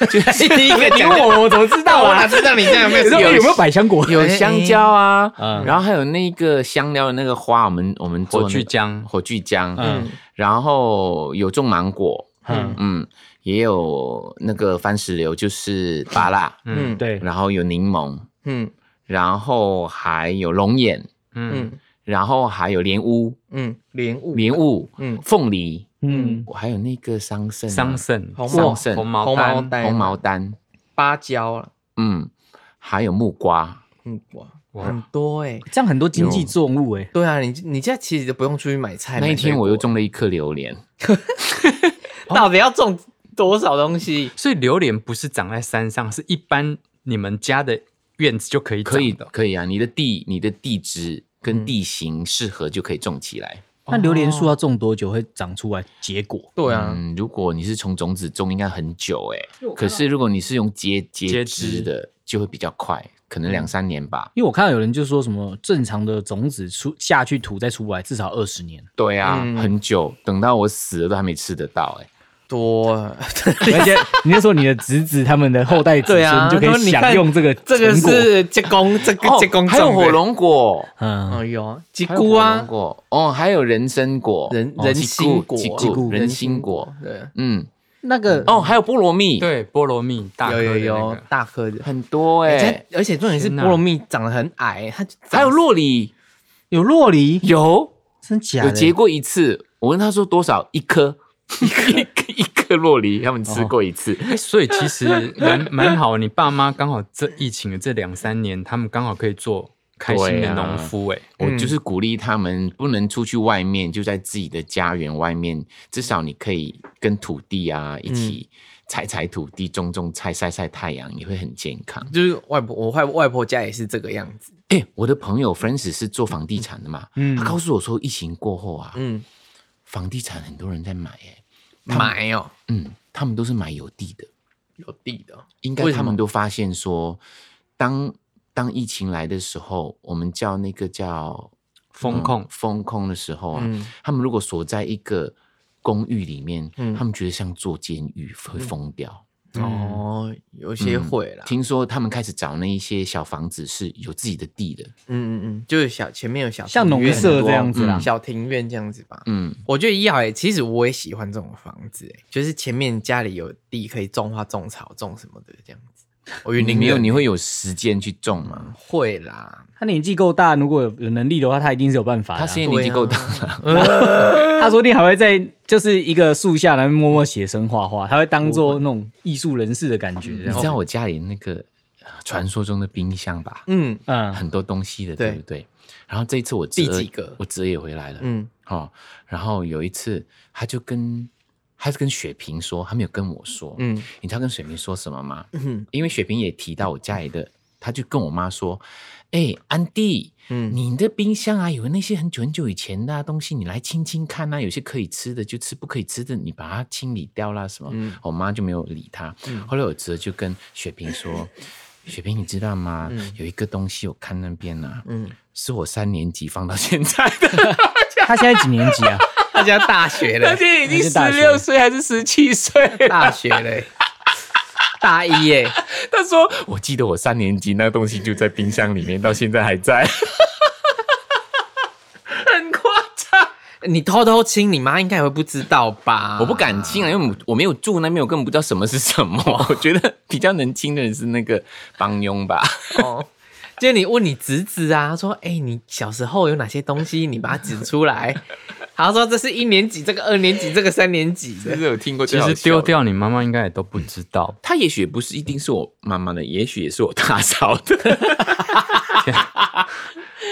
Speaker 5: 么？ 第一 个
Speaker 4: 你
Speaker 5: 讲
Speaker 4: 问我，我怎么知道
Speaker 5: 我
Speaker 4: 啊
Speaker 5: 哪？知道你这样有没有
Speaker 4: 你知道
Speaker 5: 有
Speaker 4: 有没有百香果？
Speaker 3: 有香蕉啊，
Speaker 4: 嗯
Speaker 3: 然后还有那个香料的那个花，我们我们做
Speaker 6: 火
Speaker 3: 那
Speaker 6: 炬
Speaker 3: 个
Speaker 6: 浆
Speaker 3: 火炬浆，
Speaker 4: 嗯
Speaker 3: 然后有种芒果，
Speaker 4: 嗯
Speaker 3: 嗯也有那个番石榴，就是芭辣，
Speaker 5: 嗯，对，
Speaker 4: 对，
Speaker 3: 然后有柠檬，
Speaker 5: 嗯
Speaker 3: 然后还有龙眼，
Speaker 6: 嗯，
Speaker 5: 嗯
Speaker 3: 然后还有莲雾、
Speaker 5: 嗯，莲雾，
Speaker 3: 莲雾、
Speaker 5: 嗯
Speaker 3: 凤梨，
Speaker 4: 嗯，
Speaker 3: 还有那个桑葚啊、
Speaker 6: 桑葚、
Speaker 5: 红
Speaker 3: 桑
Speaker 5: 毛
Speaker 3: 葚
Speaker 6: 红毛
Speaker 5: 红毛
Speaker 6: 丹，
Speaker 5: 丹、
Speaker 3: 红毛丹，
Speaker 5: 芭蕉了，
Speaker 3: 嗯，还有木瓜，
Speaker 5: 嗯哇，
Speaker 6: 哇
Speaker 5: 很多哎。
Speaker 4: 这样很多经济作物哎、
Speaker 5: 对啊，你你现在其实都不用出去买菜。
Speaker 3: 那一
Speaker 5: 买水
Speaker 3: 天
Speaker 5: 果哦
Speaker 3: 我又，种了一颗榴莲，
Speaker 5: 到底要种多少东西？
Speaker 6: 所以榴莲不是长在山上，是一般你们家的院子就可以
Speaker 3: 可以
Speaker 6: 长的。
Speaker 3: 可以啊，你的地你的地质跟地形适合就可以种起来。
Speaker 4: 那榴莲树要种多久会长出来结果？
Speaker 5: 对啊，
Speaker 3: 嗯，如果你是从种子种，应该很久哎、可是如果你是用结结
Speaker 6: 结
Speaker 3: 枝嗯
Speaker 6: 枝
Speaker 3: 的，就会比较快，可能两三年吧。
Speaker 4: 因为我看到有人就说什么正常的种子出下去土再出来至少二十年，
Speaker 3: 对啊，
Speaker 5: 嗯
Speaker 3: 很久，等到我死了都还没吃得到哎、
Speaker 5: 多啊
Speaker 4: 而且你是说你的侄子他们的后代子
Speaker 5: 对啊
Speaker 4: 孙就可
Speaker 5: 他说
Speaker 4: 以
Speaker 5: 你看
Speaker 4: 享用这个
Speaker 5: 这个
Speaker 4: 成果
Speaker 5: 是结公，这个结公
Speaker 3: 哦还有
Speaker 5: 种的
Speaker 3: 火，龙果，
Speaker 4: 嗯，
Speaker 5: 哎呦，吉
Speaker 3: 还有
Speaker 5: 菇
Speaker 3: 火
Speaker 5: 啊
Speaker 3: 龙，果哦，还有人参果，
Speaker 5: 人
Speaker 3: 哦
Speaker 5: 人
Speaker 3: 吉
Speaker 5: 心
Speaker 3: 菇
Speaker 5: 果
Speaker 3: 吉
Speaker 5: 吉
Speaker 3: 菇
Speaker 5: 菇
Speaker 3: 人心果，
Speaker 5: 对，
Speaker 3: 嗯，
Speaker 4: 那个
Speaker 3: 哦，还有菠萝蜜，，
Speaker 6: 对，菠萝蜜大颗
Speaker 5: 有
Speaker 6: 的
Speaker 5: 有
Speaker 6: 那
Speaker 5: 有
Speaker 6: 个，
Speaker 5: 大颗的。
Speaker 3: 很多哎、
Speaker 5: 而且而且重点是
Speaker 6: 天哪
Speaker 5: 菠萝蜜长得很矮，它就长
Speaker 3: 还有洛梨，
Speaker 4: 有洛梨，
Speaker 3: 有
Speaker 4: 真假的？
Speaker 3: 有结过一次，我问他说多少一颗，一颗一颗洛梨，他们吃过一次，
Speaker 6: 哎所以其实蛮蛮好。你爸妈刚好这疫情的这两三年，他们刚好可以做开心
Speaker 3: 对
Speaker 6: 的
Speaker 3: 啊
Speaker 6: 农夫、欸。
Speaker 3: 我就是鼓励他们不能出去外面，就在自己的家园外面，至少你可以跟土地啊一起踩踩土地、种种菜、晒晒太阳，也会很健康。
Speaker 5: 就是外婆，我外外婆家也是这个样子。
Speaker 3: 哎、我的朋友 Francis 是做房地产的嘛，
Speaker 4: 嗯
Speaker 3: 他告诉我说，疫情过后啊，
Speaker 5: 嗯，
Speaker 3: 房地产很多人在买、哎，
Speaker 5: 买哦，
Speaker 3: 嗯，他们都是买有地的，
Speaker 5: 有地的哦，
Speaker 3: 应
Speaker 5: 为
Speaker 3: 该
Speaker 5: 什
Speaker 3: 他们
Speaker 5: 么
Speaker 3: 都发现说，当当疫情来的时候，我们叫那个叫
Speaker 6: 风控
Speaker 3: 嗯风控的时候啊，
Speaker 5: 嗯
Speaker 3: 他们如果锁在一个公寓里面，
Speaker 5: 嗯
Speaker 3: 他们觉得像坐监狱，会疯掉。
Speaker 5: 哦，有些
Speaker 3: 嗯
Speaker 5: 会啦。
Speaker 3: 听说他们开始找那一些小房子是有自己的地的，
Speaker 5: 嗯嗯嗯，就是小前面有小
Speaker 4: 像
Speaker 5: 庭
Speaker 4: 农
Speaker 5: 院
Speaker 4: 舍
Speaker 5: 很多
Speaker 4: 这样子啦
Speaker 5: 嗯小庭院这样子吧。
Speaker 3: 嗯，
Speaker 5: 我觉得要哎、其实我也喜欢这种房子、欸，就是前面家里有地可以种花、种草、种什么的这样子。我云林
Speaker 3: 没有，
Speaker 5: 人
Speaker 3: 你会有时间去种吗？
Speaker 5: 会啦，
Speaker 4: 他年纪够大，如果有有能力的话，他一定是有办法的啊。
Speaker 3: 他现在年纪够大了，
Speaker 4: 他说不定还会在就是一个树下，然后默默写生画画，他会当做那种艺术人士的感觉。
Speaker 3: 你
Speaker 4: 然
Speaker 3: 知
Speaker 4: 后
Speaker 3: 道我家里那个呃传说中的冰箱吧？
Speaker 5: 嗯
Speaker 4: 嗯，
Speaker 3: 很多东西的，
Speaker 5: 对
Speaker 3: 对不对？然后这一次我侄
Speaker 5: 第
Speaker 3: 儿
Speaker 5: 几个
Speaker 3: 我侄儿也回来了，
Speaker 5: 嗯，
Speaker 3: 哦，然后有一次他就跟他就跟雪萍说，他没有跟我说，
Speaker 5: 嗯
Speaker 3: 嗯，你知道跟雪萍说什么吗？
Speaker 5: 嗯
Speaker 3: 因为雪萍也提到我家里的，他就跟我妈说，哎、安迪。
Speaker 5: 嗯
Speaker 3: 你的冰箱啊，有那些很久很久以前的、啊、东西，你来清清看啊。有些可以吃的就吃，不可以吃的你把它清理掉啦。什么？哦
Speaker 5: 嗯
Speaker 3: 我妈就没有理他。后来我侄儿就跟雪萍 说：“雪萍，你知道吗？有一个东西我看那边啊，
Speaker 5: 嗯，
Speaker 3: 是我三年级放到现在 的，
Speaker 4: 他现在几年 级啊？
Speaker 5: 他家大学了，
Speaker 3: 在已
Speaker 4: 经16
Speaker 3: 岁还是十七岁。
Speaker 5: 大学嘞，大一耶，
Speaker 3: 他说：“我记得我三年级那个东西就在冰箱里面，到现在还在。
Speaker 5: 很夸张。你偷偷亲，你妈应该也会不知道吧？
Speaker 3: 我不敢亲啊，因为我我没有住那边，我根本不知道什么是什 么。我觉得比较能亲的人是那个帮佣吧。
Speaker 5: 哦。就是你问你侄子啊，说：“哎、你小时候有哪些东西？你把它指出来。”他说：“这是一年级，这个二年级，这个三年级
Speaker 3: 这
Speaker 5: 的。
Speaker 3: 是有听过
Speaker 6: 其
Speaker 3: 最好笑
Speaker 6: 实
Speaker 3: 的，
Speaker 6: 丢。掉你妈妈应该也都不知道
Speaker 3: 他也许不是一定是我妈妈的，也许也是我大嫂的。。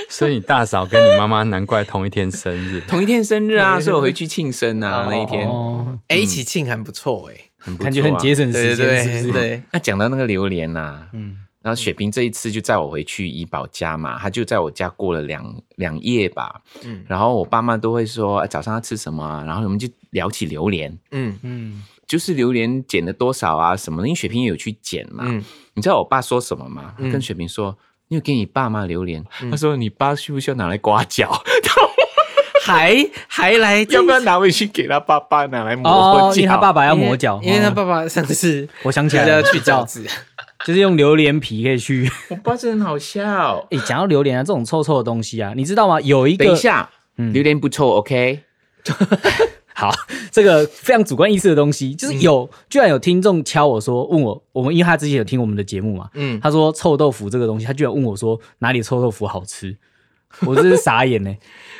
Speaker 6: 所以你大嫂跟你妈妈难怪同一天生日
Speaker 3: 同一天生日啊，所以我回去庆生啊，那一天
Speaker 4: 哦，
Speaker 5: 哎、一起庆还不错哎、
Speaker 3: 很不错啊
Speaker 4: 感觉很节省
Speaker 5: 对
Speaker 4: 时
Speaker 5: 对
Speaker 4: 间，是
Speaker 5: 对
Speaker 4: 不是？
Speaker 5: 对，
Speaker 3: 那讲到那个榴莲呐、嗯，然后雪萍这一次就载我回去怡宝家嘛，她就在我家过了两两夜吧，
Speaker 5: 嗯
Speaker 3: 嗯，然后我爸妈都会说、哎早上要吃什么啊、然后我们就聊起榴莲，
Speaker 5: 嗯
Speaker 3: 就是榴莲捡了多少啊什么的，因为雪萍也有去捡嘛，
Speaker 5: 嗯
Speaker 3: 你知道我爸说什么吗？他
Speaker 4: 嗯
Speaker 3: 跟雪萍说。你有给你爸妈榴莲？他说你爸需不需要拿来刮脚？
Speaker 5: 还还来
Speaker 3: 要不要拿回去给他爸爸拿来磨
Speaker 4: 哦，因为
Speaker 3: 脚？
Speaker 4: 他爸爸要磨脚，
Speaker 5: 因为因为他
Speaker 4: 哦
Speaker 5: 爸爸上次
Speaker 4: 我想起
Speaker 5: 大
Speaker 4: 来
Speaker 5: 家
Speaker 4: 了，
Speaker 5: 去饺
Speaker 4: 叫
Speaker 5: 子，
Speaker 4: 就是用榴莲皮可以去。
Speaker 3: 我爸真的很好笑。
Speaker 4: 哎，讲到榴莲啊，这种臭臭的东西啊，你知道吗？有一个嗯
Speaker 3: 等一下，榴莲不臭，OK？
Speaker 4: 好，这个非常主观意识的东西，
Speaker 3: 嗯
Speaker 4: 就是有、居然有听众敲我说，问我我们因为他之前有听我们的节目嘛，
Speaker 5: 嗯
Speaker 4: 他说臭豆腐这个东西，他居然问我说哪里臭豆腐好 吃，我真是傻眼呢、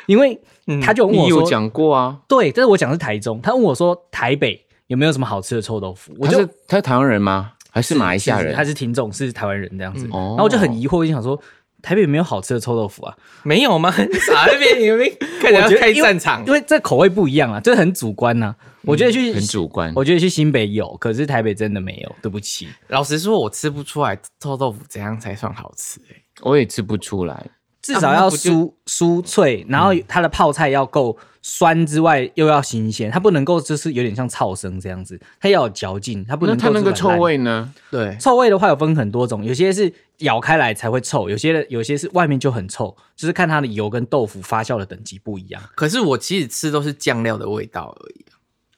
Speaker 4: 因为他就问
Speaker 3: 嗯你
Speaker 4: 我
Speaker 3: 有
Speaker 4: 说，
Speaker 3: 讲过啊？
Speaker 4: 对，但是我讲的是台中，他问我说台北有没有什么好吃的臭豆腐，我
Speaker 3: 他
Speaker 4: 就是
Speaker 3: 他是台湾人吗？还是马来西亚人？
Speaker 4: 他是听众，是台湾人这样子，
Speaker 3: 哦
Speaker 4: 然后我就很疑惑，我就想说台北有没有好吃的臭豆腐啊？
Speaker 5: 没有吗？你 傻那边，你们看起
Speaker 4: 我
Speaker 5: 来要
Speaker 4: 觉得
Speaker 5: 开
Speaker 4: 因为
Speaker 5: 战场
Speaker 4: 因。为这口味不一样啊，这很主观呐、我觉得去、
Speaker 3: 嗯很主观
Speaker 4: 我觉得去新北有，可是台北真的没有，对不起。
Speaker 5: 老实说，我吃不出来臭豆腐怎样才算好吃、欸。
Speaker 3: 我也吃不出来。
Speaker 4: 至
Speaker 3: 啊
Speaker 4: 少要酥、酥脆，然
Speaker 3: 嗯
Speaker 4: 后它的泡菜要够酸之外，又要新鲜，它不能够就是有点像草生这样子，它要有嚼劲，它不
Speaker 3: 那
Speaker 4: 能够
Speaker 3: 他那个
Speaker 4: 是
Speaker 3: 臭
Speaker 4: 软烂。
Speaker 3: 味呢？
Speaker 5: 对，
Speaker 4: 臭味的话有分很多种，有些是咬开来才会臭，有些的有些是外面就很臭，就是看它的油跟豆腐发酵的等级不一样。
Speaker 5: 可是我其实吃都是酱料的味道而已。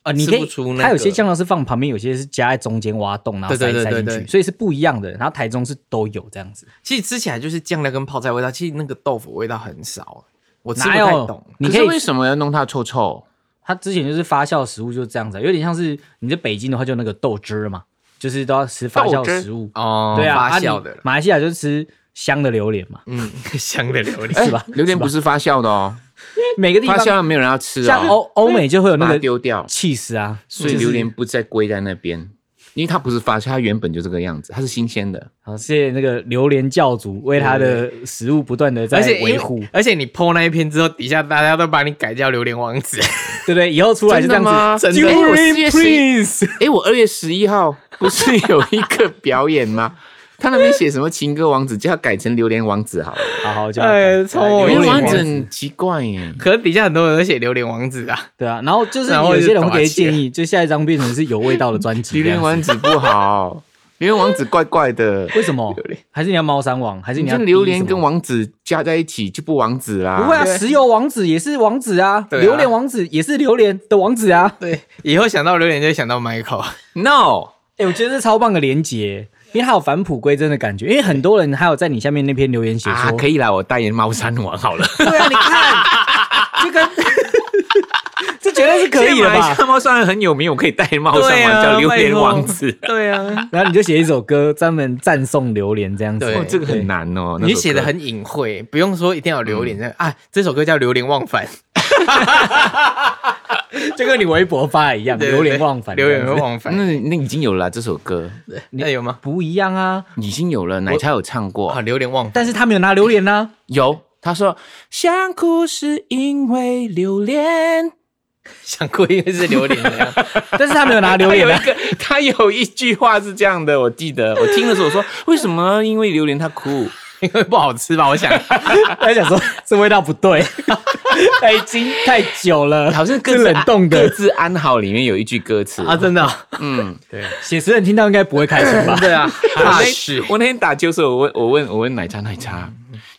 Speaker 4: 呃，你可
Speaker 5: 吃
Speaker 4: 以
Speaker 5: 不出那，个
Speaker 4: 它有些酱料是放旁边，有些是加在中间挖洞，然后塞
Speaker 5: 对对对
Speaker 4: 塞进
Speaker 5: 对
Speaker 4: 去，
Speaker 5: 对
Speaker 4: 所以是不一样的。然后台中是都有这样子，
Speaker 5: 其实吃起来就是酱料跟泡菜味道，其实那个豆腐味道很少，我吃不
Speaker 4: 哪
Speaker 5: 太
Speaker 4: 有
Speaker 5: 懂。？
Speaker 4: 你
Speaker 3: 可
Speaker 4: 可
Speaker 3: 是
Speaker 4: 以
Speaker 3: 为什么要弄它臭臭？
Speaker 4: 它之前就是发酵食物就是这样子啊，有点像是你在北京的话就那个豆汁儿嘛，就是都要吃发酵食物。
Speaker 5: 哦
Speaker 4: 对啊，
Speaker 5: 发
Speaker 4: 你
Speaker 5: 酵的啦，
Speaker 4: 马来西亚就是吃香的榴莲嘛，
Speaker 5: 嗯， 香的榴
Speaker 4: 是
Speaker 5: 莲。
Speaker 4: 吧？
Speaker 3: 哎榴莲不是发酵的哦，
Speaker 4: 每个地
Speaker 3: 发
Speaker 4: 方
Speaker 3: 酵了没有人要吃
Speaker 4: 像
Speaker 3: 哦，
Speaker 4: 欧欧美就会有那
Speaker 3: 把它
Speaker 4: 个
Speaker 3: 丢掉。
Speaker 4: 气死啊，
Speaker 3: 所以榴莲不再归在那边，因为它不是发酵，它原本就这个样子，它是新鲜的。
Speaker 4: 好，谢谢那个榴莲教主为他的食物不断的在
Speaker 5: 而且因为
Speaker 4: 维护，
Speaker 5: 而且你 PO 那一篇之后，底下大家都把你改叫榴莲王子，
Speaker 4: 对不对？以后出来就这样
Speaker 3: 真的吗
Speaker 4: 子
Speaker 3: 真的哎我四月
Speaker 4: Durian
Speaker 3: 十一
Speaker 4: Prince，
Speaker 3: 诶，我二月十一号不是有一个表演吗？ 他那边写什么情歌王子，叫他改成榴莲王子好了。
Speaker 4: 好好就
Speaker 5: 哎，超
Speaker 4: 榴
Speaker 5: 我
Speaker 3: 哦榴
Speaker 4: 莲
Speaker 3: 莲
Speaker 4: 王
Speaker 3: 王
Speaker 4: 子
Speaker 3: 子很奇怪耶。
Speaker 5: 可是底下很多人都写榴莲王子啊，
Speaker 4: 对啊，然后就是
Speaker 5: 然后
Speaker 4: 有
Speaker 5: 就
Speaker 4: 些人会给
Speaker 5: 打起来
Speaker 4: 建议，就下一张变成是有味道的专辑这
Speaker 3: 榴莲
Speaker 4: 样子。
Speaker 3: 王子不好， 榴莲王子怪怪的。
Speaker 4: 为什么？还是你要猫山王？还是
Speaker 3: 你
Speaker 4: 你要
Speaker 3: 这榴
Speaker 4: 逼
Speaker 3: 莲
Speaker 4: 什么
Speaker 3: 跟王子加在一起就不王子啦。
Speaker 4: 不会啊，石油王子也是王子啊，
Speaker 5: 对啊
Speaker 4: 榴莲王子也是榴莲的王子啊。
Speaker 5: 对，以后想到榴莲就会想到 Michael，
Speaker 3: ，No，
Speaker 4: 哎、我觉得这超棒的连结，因为它有返璞归真的感觉。因为很多人还有在你下面那篇留言写说，
Speaker 3: 啊，可以 啦，我代言猫山王好了。
Speaker 4: 对啊，你看这个。这就绝对是可以
Speaker 3: 现
Speaker 4: 的
Speaker 3: 在马来
Speaker 4: 吧
Speaker 3: 西？亚猫虽然很有名，我可以戴帽上
Speaker 5: 对
Speaker 3: 玩、
Speaker 5: 啊
Speaker 3: 叫榴莲王
Speaker 5: 拜
Speaker 3: 子。
Speaker 5: 托对 啊，
Speaker 4: 然后你就写一首歌专门赞颂榴莲这样子，
Speaker 5: 对
Speaker 3: 哦，这个很难哦，那
Speaker 5: 你
Speaker 3: 首
Speaker 5: 写的
Speaker 3: 歌
Speaker 5: 很隐晦，不用说一定要有榴莲、那个啊，这首歌叫《榴莲忘返》，
Speaker 4: 就跟你微博发的一样，
Speaker 5: 对
Speaker 4: 榴莲忘返这
Speaker 5: 榴
Speaker 4: 样子，
Speaker 5: 莲忘返，
Speaker 3: 那那已经有了啊这首歌，
Speaker 5: 那有吗？
Speaker 4: 不一样啊。
Speaker 3: 已经有了，奶茶有唱过
Speaker 5: 啊，，榴莲忘返，
Speaker 4: 但是他没有拿榴莲啊呢、
Speaker 3: 有他说想哭是因为榴莲，
Speaker 5: 想哭应该是榴莲那样，
Speaker 4: 但是他没有拿榴
Speaker 3: 他
Speaker 4: 莲、
Speaker 3: 有一
Speaker 4: 啊。
Speaker 3: 个他有一句话是这样的，我记得我听的时候我说为什么因为榴莲他哭，
Speaker 5: 因为不好吃吧？我想，
Speaker 4: 他想说这味道不对，它已经太久了，
Speaker 3: 好像各
Speaker 4: 是
Speaker 3: 自
Speaker 4: 冷
Speaker 3: 安
Speaker 4: 冻
Speaker 3: 各
Speaker 4: 的。
Speaker 3: 自安好里面有一句歌词
Speaker 5: 啊，真的哦、
Speaker 3: 嗯，
Speaker 4: 写词人听到应该不会开 心吧？
Speaker 5: 对啊，
Speaker 3: 我
Speaker 5: 怕
Speaker 3: 那
Speaker 5: 是
Speaker 3: 我那天打球的时候，我问我问我问奶茶奶茶，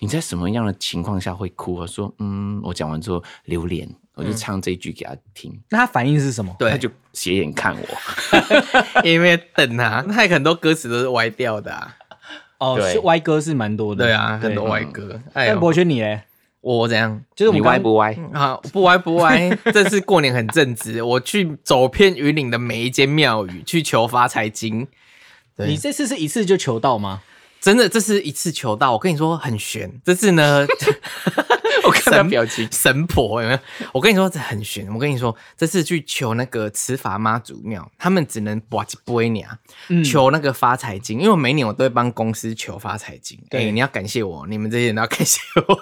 Speaker 3: 你在什么样的情况下会哭？我说嗯，我讲完之后榴莲，我就唱这一句给他听，
Speaker 4: 那他反应是什么？
Speaker 3: 他
Speaker 5: 对，
Speaker 3: 就斜眼看我。
Speaker 5: 因为等啊，那很多歌词都是歪掉的啊，
Speaker 4: 哦，
Speaker 3: 对
Speaker 4: 是歪歌是蛮多的。
Speaker 5: 对啊，很多歪歌。哎
Speaker 4: 但
Speaker 5: 呦，
Speaker 4: 博轩你嘞，
Speaker 5: 我怎样？
Speaker 4: 就是我
Speaker 3: 你
Speaker 4: 们
Speaker 3: 歪
Speaker 4: 刚
Speaker 3: 不歪？
Speaker 5: 啊，不歪不歪，这次过年很正直，我去走遍云岭的每一间庙宇去求发财经。对
Speaker 4: 你这次是一次就求到吗？
Speaker 5: 真的，这是一次求到，我跟你说很悬。这次呢，
Speaker 3: 我看他
Speaker 5: 神
Speaker 3: 表情，
Speaker 5: 神婆有没有？我跟你说这很悬。我跟你说，这次去求那个慈法妈祖庙，他们只能卜一杯啊娘，
Speaker 3: 嗯
Speaker 5: 求那个发财金。因为我每年我都会帮公司求发财金。
Speaker 4: 对
Speaker 5: 对、你要感谢我，你们这些人都要感谢我，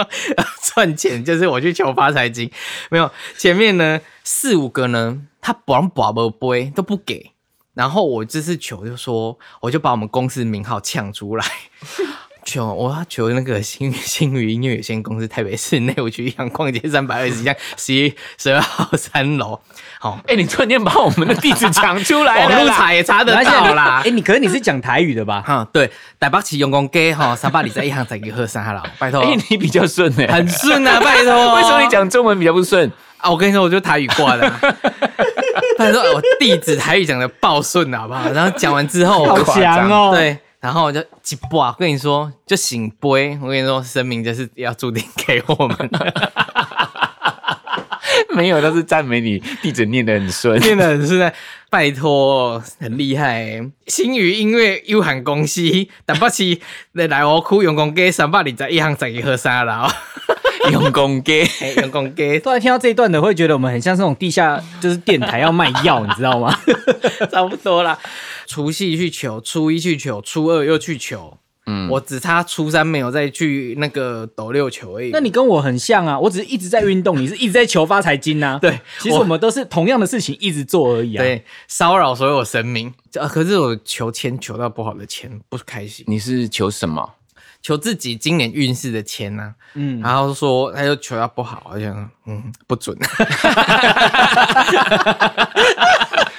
Speaker 5: 赚钱就是我去求发财金。没有，前面呢四五个呢，他卜卜不杯都不给。然后我这次求就说，我就把我们公司名号呛出来， 求我要求那个新新宇音乐有限公司台北市内务区阳光街三百二十巷十一十二号三楼。好，
Speaker 3: 哎、你突然间把我们的地址讲出来
Speaker 5: 网
Speaker 3: 了
Speaker 5: 路
Speaker 3: 啦。
Speaker 5: 啊查也查得到 啦
Speaker 4: 哎，。你可是你是讲台语的吧？
Speaker 5: 哈、对，台北市用工街 哈，三百二十一巷十一号三 楼，拜托，
Speaker 3: 哎、你比较顺哎、
Speaker 5: 很顺 啊，拜托。
Speaker 3: 为什么你讲中文比较不顺？
Speaker 5: 啊？我跟你说，我就台语挂 的、啊。他说哎我地址台语讲的爆顺，好不 好？然后讲完之后，
Speaker 4: 好
Speaker 5: 我
Speaker 4: 强哦！，
Speaker 5: 对，然后我就一把，跟你说就醒杯，我跟你说，生命就是要注定给我们，
Speaker 3: 没有，他是赞美你地址念得很顺。
Speaker 5: 真的是啊在拜托，很厉害欸。新宇音乐有限公司，台北市的来我区用工街三百二十一巷十一号三楼，
Speaker 3: 用功给
Speaker 5: 嘿用工街
Speaker 4: 突然听到这一段的，会觉得我们很像这种地下就是电台要卖药，你知道吗？
Speaker 5: 差不多啦。除夕去求，初一去求，初二又去求。嗯，我只差初三没有再去那个斗六球而已。
Speaker 4: 那你跟我很像啊，我只是一直在运动，你是一直在求发财金 呐、啊。
Speaker 5: 对
Speaker 4: 其实
Speaker 5: 我
Speaker 4: 我们都是同样的事情一直做而已啊。，
Speaker 5: 对骚扰所有神明，呃，可是我求签求到不好的签，不开心。
Speaker 3: 你是求什么？
Speaker 5: 求自己今年运势的签呐、
Speaker 4: 嗯，
Speaker 5: 然后说他就求到不好，我就想嗯不 准，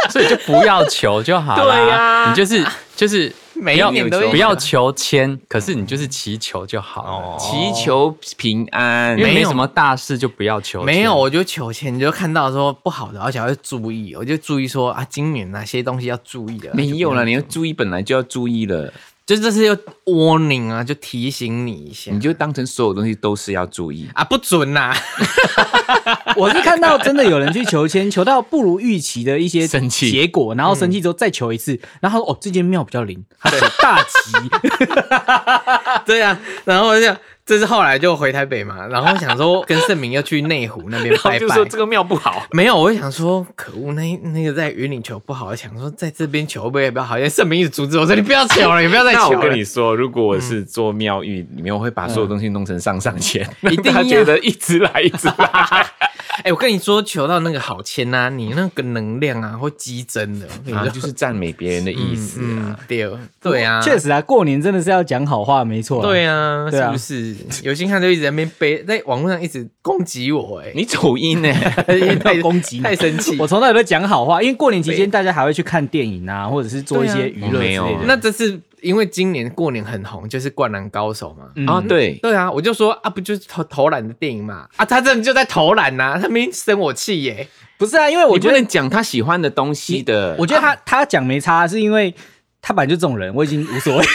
Speaker 6: 所以就不要求就好了。对呀、你就是就是
Speaker 5: 每一
Speaker 6: 不要
Speaker 5: 年都一样哦
Speaker 6: 不要求签，可是你就是祈求就好了。
Speaker 3: 祈求平安
Speaker 6: 因。为
Speaker 5: 没
Speaker 6: 没
Speaker 5: 有
Speaker 6: 什么大事就不要求签。
Speaker 5: 没有我就求签，就看到说不好的，而且要注意，我就注意说啊今年哪些东西要注意的，
Speaker 3: 没有
Speaker 5: 了，
Speaker 3: 了，你要注意，本来就要注意了，
Speaker 5: 就这是要 warning 啊，就提醒你一下，
Speaker 3: 你就当成所有东西都是要注意。
Speaker 5: 啊不准呐、
Speaker 4: 我是看到真的有人去求签，求到不如预期的一些
Speaker 3: 生气嗯
Speaker 4: 结果，然后生气之后再求一次，然后哦这间庙比较灵，他写大吉，
Speaker 5: 对啊，然后我就想这是后来就回台北嘛，然后想说跟盛明要去内湖 那边 拜拜，
Speaker 3: 个庙不好，
Speaker 5: 没有，我就想说，可恶，那那个在云岭球不好，我想说在这边球会不会也不好，因为盛明一直阻止我说你不要球了，你不要 再
Speaker 3: 那
Speaker 5: 球
Speaker 3: 我跟
Speaker 5: 了
Speaker 3: 你。说，嗯如果我是做庙宇里面，我会把所有东西弄成上上签， 让
Speaker 5: 一定
Speaker 3: 他
Speaker 5: 要
Speaker 3: 觉得嗯一直来，一直 来。
Speaker 5: 哎、我跟你说，求到那个好签呐、你那个能量啊会激增的，我跟你
Speaker 3: 啊，
Speaker 5: 说，
Speaker 3: 就是赞美别人的意思
Speaker 5: 嗯
Speaker 3: 啊。，
Speaker 5: 对哦，对啊，
Speaker 4: 确。实啊，过年真的是要讲好话，没错、
Speaker 5: 对
Speaker 4: 啊，
Speaker 5: 啊，
Speaker 4: 对啊
Speaker 5: 是不是？有心看就一直在那边背，在网络上一直攻击我、
Speaker 3: 你走音呢？
Speaker 5: 哎，因为太
Speaker 4: 要攻击你
Speaker 5: 太生气。
Speaker 4: 我从来都讲好话，因为过年期间大家还会去看电影啊，或者是做一些娱乐之类
Speaker 3: 对啊我没有
Speaker 4: 的。
Speaker 5: 那这次因为今年过年很红，就是《灌篮高手》嘛，
Speaker 4: 嗯
Speaker 3: 啊，对，
Speaker 5: 对啊，我就说啊，不就是投投篮的电影嘛？啊，他真的就在投篮呐、他没生我气耶、
Speaker 4: 不是啊，因为我
Speaker 3: 我
Speaker 4: 觉
Speaker 3: 不
Speaker 4: 得
Speaker 3: 能啊讲他喜欢的东西的。
Speaker 4: 我觉得他他讲没差，啊是因为他本来就这种人，我已经无所谓。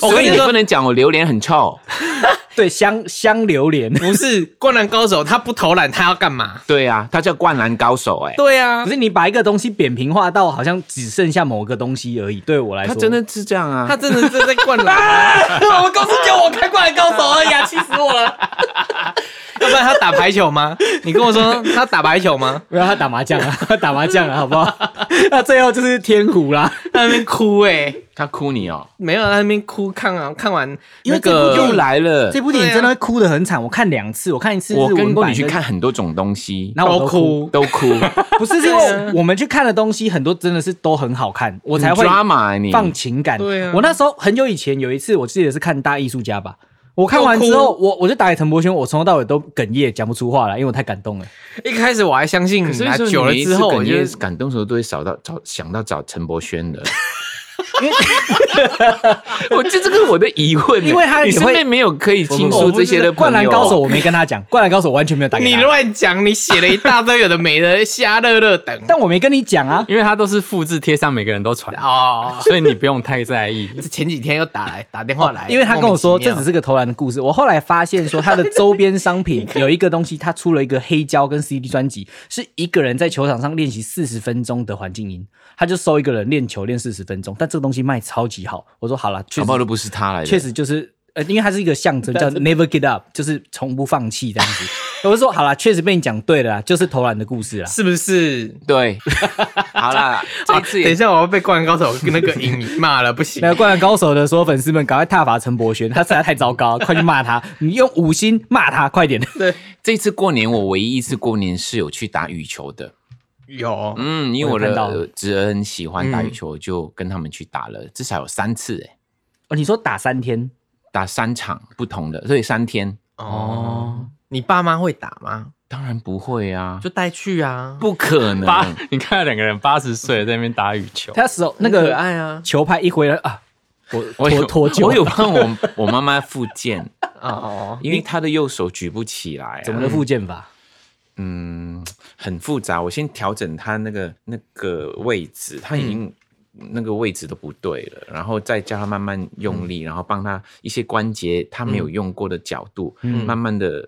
Speaker 3: 我跟你不能讲我榴莲很臭，
Speaker 4: 对香香榴莲，
Speaker 5: 不是《灌篮高手》，他不投篮，他要干嘛？
Speaker 3: 对啊，他叫灌篮高手哎、
Speaker 5: 对啊
Speaker 4: 可，是你把一个东西扁平化到好像只剩下某个东西而已，对我来
Speaker 3: 他
Speaker 4: 说，
Speaker 3: 真的是这样啊，
Speaker 5: 他真的是在灌篮。 我们公司叫我开《灌篮高手》而 已啊，气死我了。要不然他打排球吗？你跟我说他打排球吗？
Speaker 4: 没有他打麻将啊，他打麻将啊，好 不好？那最后就是天胡啦，
Speaker 5: 他在那边哭哎、
Speaker 3: 他哭你哦，
Speaker 5: 没有他在那边哭，看啊看完
Speaker 4: 因为
Speaker 5: 那
Speaker 4: 这部
Speaker 5: 个
Speaker 3: 又来了
Speaker 4: 这。部
Speaker 5: 啊
Speaker 4: 电影真的会哭得很惨，我看两次，我看一次
Speaker 3: 我
Speaker 4: 日文
Speaker 3: 跟
Speaker 4: 版
Speaker 3: 宫，你去看，很多种东西，
Speaker 4: 然后我
Speaker 5: 都
Speaker 4: 哭，
Speaker 5: 哭，
Speaker 3: 都哭，
Speaker 4: 不是是 因
Speaker 5: 啊
Speaker 4: 为我们去看的东西很多真的是都很好看，我才会
Speaker 3: 抓马欸你。
Speaker 4: 放情感。
Speaker 5: 对啊
Speaker 4: 我那时候很久以前有一次，我记得是看《大艺术家》吧。我看完之后，我我就打给陈柏轩，我从头到尾都哽咽，讲不出话来，因为我太感动了。
Speaker 5: 一开始我还相信
Speaker 3: 可
Speaker 5: 你
Speaker 3: 是
Speaker 5: 啊，
Speaker 3: 就是
Speaker 5: 久了
Speaker 3: 每一
Speaker 5: 之
Speaker 3: 次
Speaker 5: 后我
Speaker 3: 哽
Speaker 5: 就
Speaker 3: 咽感动的时候，都会找到找想到找陈柏轩的。 因为我这这个我的疑问呢，
Speaker 4: 因为他
Speaker 3: 你
Speaker 4: 也
Speaker 3: 身
Speaker 4: 会
Speaker 3: 边没有可以倾
Speaker 4: 我
Speaker 3: 诉
Speaker 4: 不
Speaker 3: 这些
Speaker 4: 知
Speaker 3: 的
Speaker 4: 道灌篮
Speaker 3: 朋友
Speaker 4: 高手，我没跟他讲，灌篮高手我完全没有打给
Speaker 5: 你
Speaker 4: 他，
Speaker 5: 乱讲，你写了一大堆有的没的，瞎乐乐等。
Speaker 4: 但我没跟你讲啊。
Speaker 6: 因为他都是复制贴上，每个人都传，
Speaker 5: 哦，
Speaker 6: 所以你不用太在意。
Speaker 5: 前几天又打来打电话来，
Speaker 4: 因为他跟我说
Speaker 5: 哎莫名其
Speaker 4: 这
Speaker 5: 妙
Speaker 4: 只是个投篮的故事，我后来发现说他的周边商 品有一个东西，他出了一个黑胶跟 CD 专辑，是一个人在球场上练习四十分钟的环境音，他就收一个人练球练四十分钟，但这个东西卖超级好。我说好了，确
Speaker 3: 搞
Speaker 4: 实
Speaker 3: 不好都不是他来 的，
Speaker 4: 确实就是。呃，因为它是一个象征，叫 never get up，就是从不放弃这样 子。我就说好啦，确实被你讲对了啦，就是投篮的故事啦。
Speaker 5: 是不是？哦
Speaker 3: 对。好啦，这一次
Speaker 5: 等一
Speaker 3: 也
Speaker 5: 下，我要被灌篮高手那个影迷骂了，不行
Speaker 4: 那。个灌篮高手的说，粉丝们赶快踏伐陈柏轩，他实在太糟糕了， 快去骂他，你用五星骂他，快点。
Speaker 3: 这次过年我唯一一次过年是有去打羽球的。
Speaker 5: 有，
Speaker 3: 嗯，因为
Speaker 4: 我
Speaker 3: 我
Speaker 4: 有看到
Speaker 3: 的侄儿很喜欢打羽球，我就跟他们去打了，至少有三次哎、
Speaker 4: 哦，你说打三天，
Speaker 3: 打三场不同的，所以三天。
Speaker 5: 哦，你爸妈会打吗？
Speaker 3: 当然不会啊，
Speaker 5: 就带去啊。
Speaker 3: 不可能。
Speaker 6: 八，你看两个人八十岁在那边打羽球，
Speaker 4: 他手那
Speaker 5: 很可
Speaker 4: 个
Speaker 5: 爱 啊
Speaker 4: 球拍一挥了啊，
Speaker 3: 我
Speaker 4: 脱
Speaker 3: 有
Speaker 4: 脱臼
Speaker 3: 我有帮我 我妈妈复健，
Speaker 5: 哦，
Speaker 3: 因为她的右手举不起来、啊，
Speaker 4: 怎么的复健法？
Speaker 3: 嗯，很复杂。我先调整他那个那个位置，他已经、那个位置都不对了，然后再叫他慢慢用力，然后帮他一些关节他没有用过的角度，慢慢的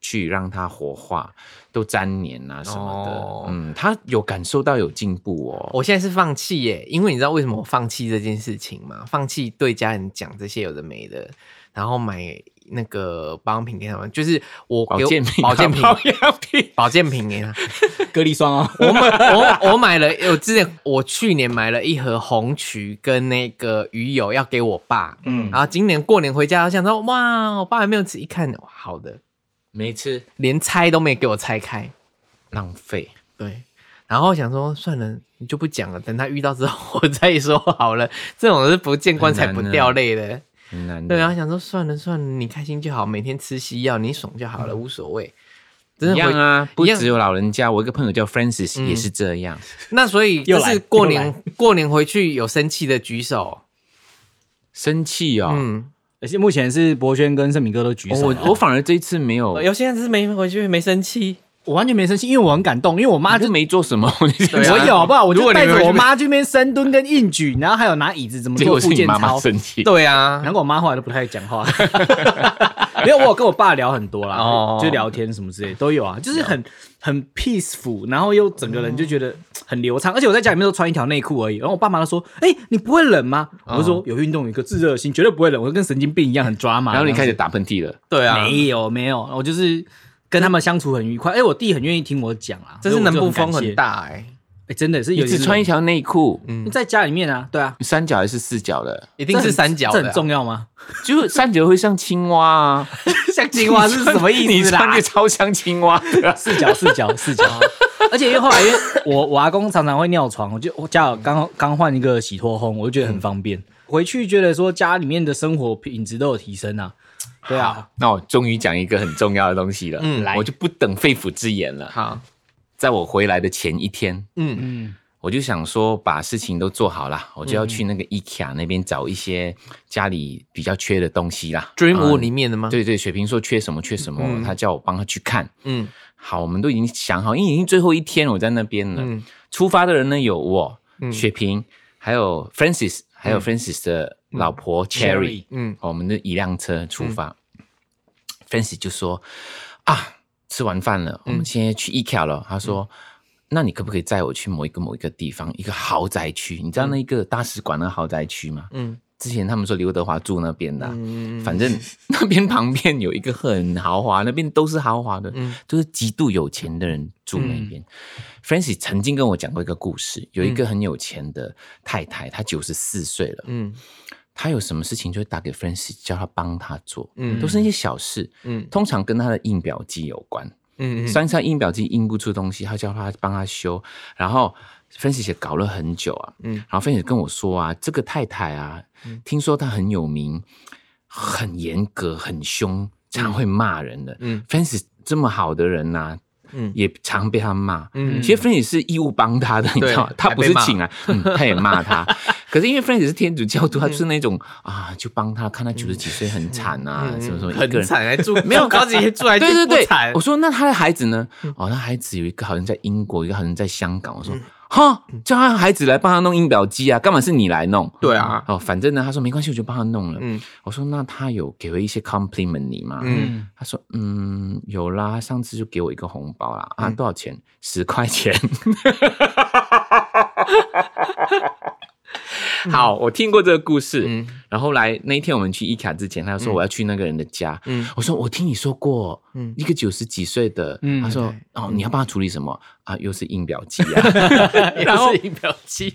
Speaker 3: 去让它活化，都粘黏啊什么的。
Speaker 5: 哦
Speaker 3: 嗯，他有感受到有进步哦。
Speaker 5: 我现在是放弃耶，因为你知道为什么我放弃这件事情吗？放弃对家人讲这些有的没的，然后买那个保养品给他们，就是我
Speaker 3: 保
Speaker 5: 给我
Speaker 3: 健品啊，
Speaker 5: 保健品，
Speaker 3: 保养品，
Speaker 5: 保健品给他。
Speaker 4: 隔离霜 哦，
Speaker 5: 我买我我买了，我之前我去年买了一盒红曲跟那个鱼油要给我爸，嗯，然后今年过年回家，我想说哇，我爸还没有吃，一看哇好的，
Speaker 3: 没吃，
Speaker 5: 连拆都没给我拆开，
Speaker 3: 浪费。
Speaker 5: 对，然后我想说算了，你就不讲了，等他遇到之后 我再说好了，这种是不见棺材不掉泪的，
Speaker 3: 很难
Speaker 5: 对，
Speaker 3: 的，
Speaker 5: 啊然后想说算了算了，你开心就好，每天吃西药你爽就好了，无所谓，真
Speaker 3: 一
Speaker 5: 的
Speaker 3: 样
Speaker 5: 回
Speaker 3: 啊，不
Speaker 5: 一样
Speaker 3: 只有老人家，我一个朋友叫 Francis
Speaker 5: 嗯
Speaker 3: 也是这样，
Speaker 5: 那所以
Speaker 4: 又
Speaker 5: 就
Speaker 4: 来
Speaker 5: 是过
Speaker 4: 又
Speaker 5: 年过年回去有生气的举手，
Speaker 3: 生气哦。
Speaker 5: 嗯。哦
Speaker 4: 而且目前是博轩跟盛敏哥都举啊手
Speaker 3: 我
Speaker 4: 了，
Speaker 3: 我反而这一次没哦有，
Speaker 5: 有些人只是没回去，没生气。
Speaker 4: 我完全没生气，因为我很感动，因为我妈
Speaker 3: 他
Speaker 4: 就
Speaker 3: 就没做什么， 我就
Speaker 5: 对啊
Speaker 4: 我有好不好？我
Speaker 5: 如
Speaker 4: 就
Speaker 5: 果你
Speaker 4: 带
Speaker 5: 没
Speaker 4: 着
Speaker 5: 有
Speaker 4: 我妈去那边深蹲跟硬举，然后还有拿椅子怎么
Speaker 3: 结
Speaker 4: 做
Speaker 3: 果是
Speaker 4: 复
Speaker 3: 你
Speaker 4: 健
Speaker 3: 妈妈
Speaker 4: 操。
Speaker 3: 生气，
Speaker 5: 对啊
Speaker 4: 难，怪我妈后来都不太讲 话。没有，我有跟我爸聊很多啦，
Speaker 5: 哦
Speaker 4: 就聊天什么之类都有啊，就是很很 peaceful，然后又整个人就觉
Speaker 5: 嗯
Speaker 4: 得很流畅，而且我在家里面都穿一条内裤而已。然后我爸妈都说：“哎、你不会冷吗？”
Speaker 5: 哦
Speaker 4: 我就说：“有运动，有一个炙热的心，绝对不会冷。”我就跟神经病一样，很抓马。
Speaker 3: 然后你开始
Speaker 4: 始
Speaker 3: 打喷嚏了，
Speaker 5: 对啊
Speaker 4: 没有没有，我就是跟他们相处很愉快。哎、我弟很愿意听我讲啊，
Speaker 5: 真是能
Speaker 4: 能
Speaker 5: 不风很。大哎、
Speaker 4: 哎、真的是
Speaker 3: 你
Speaker 4: 有
Speaker 3: 只
Speaker 4: 时
Speaker 3: 穿一条内裤，
Speaker 5: 嗯
Speaker 4: 在家里面啊，对啊，
Speaker 3: 三角还是四角的？
Speaker 5: 一定是三角
Speaker 4: 这
Speaker 5: 的、
Speaker 4: 很
Speaker 5: 啊
Speaker 4: 重要吗？
Speaker 3: 就三角会像青蛙啊，
Speaker 5: 像青蛙是什么
Speaker 3: 你
Speaker 5: 意思
Speaker 3: 穿
Speaker 5: 啦
Speaker 3: 就？超像青蛙的
Speaker 4: 四角四 角四角。而且因为后来，因为我我阿公常常会尿床，我就我家有刚刚换一个洗脱烘，我就觉得很方便。
Speaker 5: 嗯
Speaker 4: 回去觉得说家里面的生活品质都有提升啊，对啊，
Speaker 3: 那我终于讲一个很重要的东西了，
Speaker 5: 嗯来
Speaker 3: 我就不等肺腑之言了。
Speaker 5: 好，
Speaker 3: 在我回来的前一天，
Speaker 5: 嗯，
Speaker 3: 我就想说把事情都做好了，我就要
Speaker 5: 嗯
Speaker 3: 去那个 IKEA 那边找一些家里比较缺的东西啦。啊
Speaker 5: 《Dream w o r l 里面的吗？，
Speaker 3: 对对，雪萍说缺什么缺什么，他叫我帮他去看。
Speaker 5: 嗯
Speaker 3: 好，我们都已经想好，因为已经最后一天我在那边了。
Speaker 5: 嗯
Speaker 3: 出发的人呢有我、雪萍，还有
Speaker 5: 嗯
Speaker 3: Francis，还有 Francis 哦的老婆 Cherry，、
Speaker 5: 嗯
Speaker 3: 我们的一辆车出发。 Fancy 就说啊，吃完饭了，我们现在去 IKEA 了。他说。那你可不可以载我去某一个某一个地方，一个豪宅区？你知道那一个大使馆的豪宅区吗？
Speaker 5: 嗯
Speaker 3: 嗯，之前他们说刘德华住那边的啊、反正 那边旁边有一个很豪华，那边都是豪华的，
Speaker 5: 嗯
Speaker 3: 都是极度有钱的人住那边。Francis 曾经跟我讲过一个故事，有一个很有钱的太太，她九十四岁了，
Speaker 5: 嗯
Speaker 3: 她有什么事情就会打给 Francis 叫她帮她做，
Speaker 5: 嗯
Speaker 3: 都是那些小事，
Speaker 5: 嗯
Speaker 3: 通常跟她的印表机有关。
Speaker 5: 嗯嗯
Speaker 3: 山上印表机印不出东西，他叫他帮他修，然后分析姐搞了很久啊，嗯，
Speaker 5: 嗯
Speaker 3: 然后分析姐跟我说啊，这个太太啊，听说她很有名，很严格，很凶，常会骂人的，
Speaker 5: 嗯
Speaker 3: 嗯，分析这么好的人呐、啊
Speaker 5: 嗯
Speaker 3: 也常被他骂，
Speaker 5: 嗯
Speaker 3: 嗯，其实芬姐是义务帮他的，你知道吗
Speaker 5: 对？
Speaker 3: 他不
Speaker 5: 还
Speaker 3: 是
Speaker 5: 被骂
Speaker 3: 请来，嗯，他也骂 他。可是因为芬姐是天主教徒，他
Speaker 5: 嗯
Speaker 3: 就是那种啊，就帮他看他九十几岁很惨啊，什么什么，一个
Speaker 5: 嗯很
Speaker 3: 人
Speaker 5: 惨，还住 没有高级住还
Speaker 3: 对对
Speaker 5: 不
Speaker 3: 对
Speaker 5: 惨，嗯
Speaker 3: 我，说那他的孩子呢？哦，那孩子有一个好像在英国，一个好像在香港。我说哈，
Speaker 5: 嗯
Speaker 3: 叫他孩子来帮他弄印表机啊，干嘛是你来弄？
Speaker 5: 对啊，
Speaker 3: 哦，反正呢，他说没关系，我就帮他弄了。
Speaker 5: 嗯
Speaker 3: 我说那他有给我一些 compliment 你吗？
Speaker 5: 嗯
Speaker 6: 嗯，
Speaker 3: 他说嗯，有啦，他上次就给我一个红包啦，
Speaker 5: 嗯
Speaker 3: 啊，多少钱？十块钱。 好，我听过这个故事。
Speaker 5: 嗯
Speaker 3: 然后后来那一天我们去伊卡之前，他说我要去那个人的家，
Speaker 5: 嗯
Speaker 3: 我说我听你说过，
Speaker 5: 嗯
Speaker 3: 一个九十几岁的，
Speaker 6: 嗯
Speaker 3: 他说
Speaker 5: 对
Speaker 3: 哦你要帮他处理什么啊？又是印表机 啊， 然后
Speaker 5: 印表机，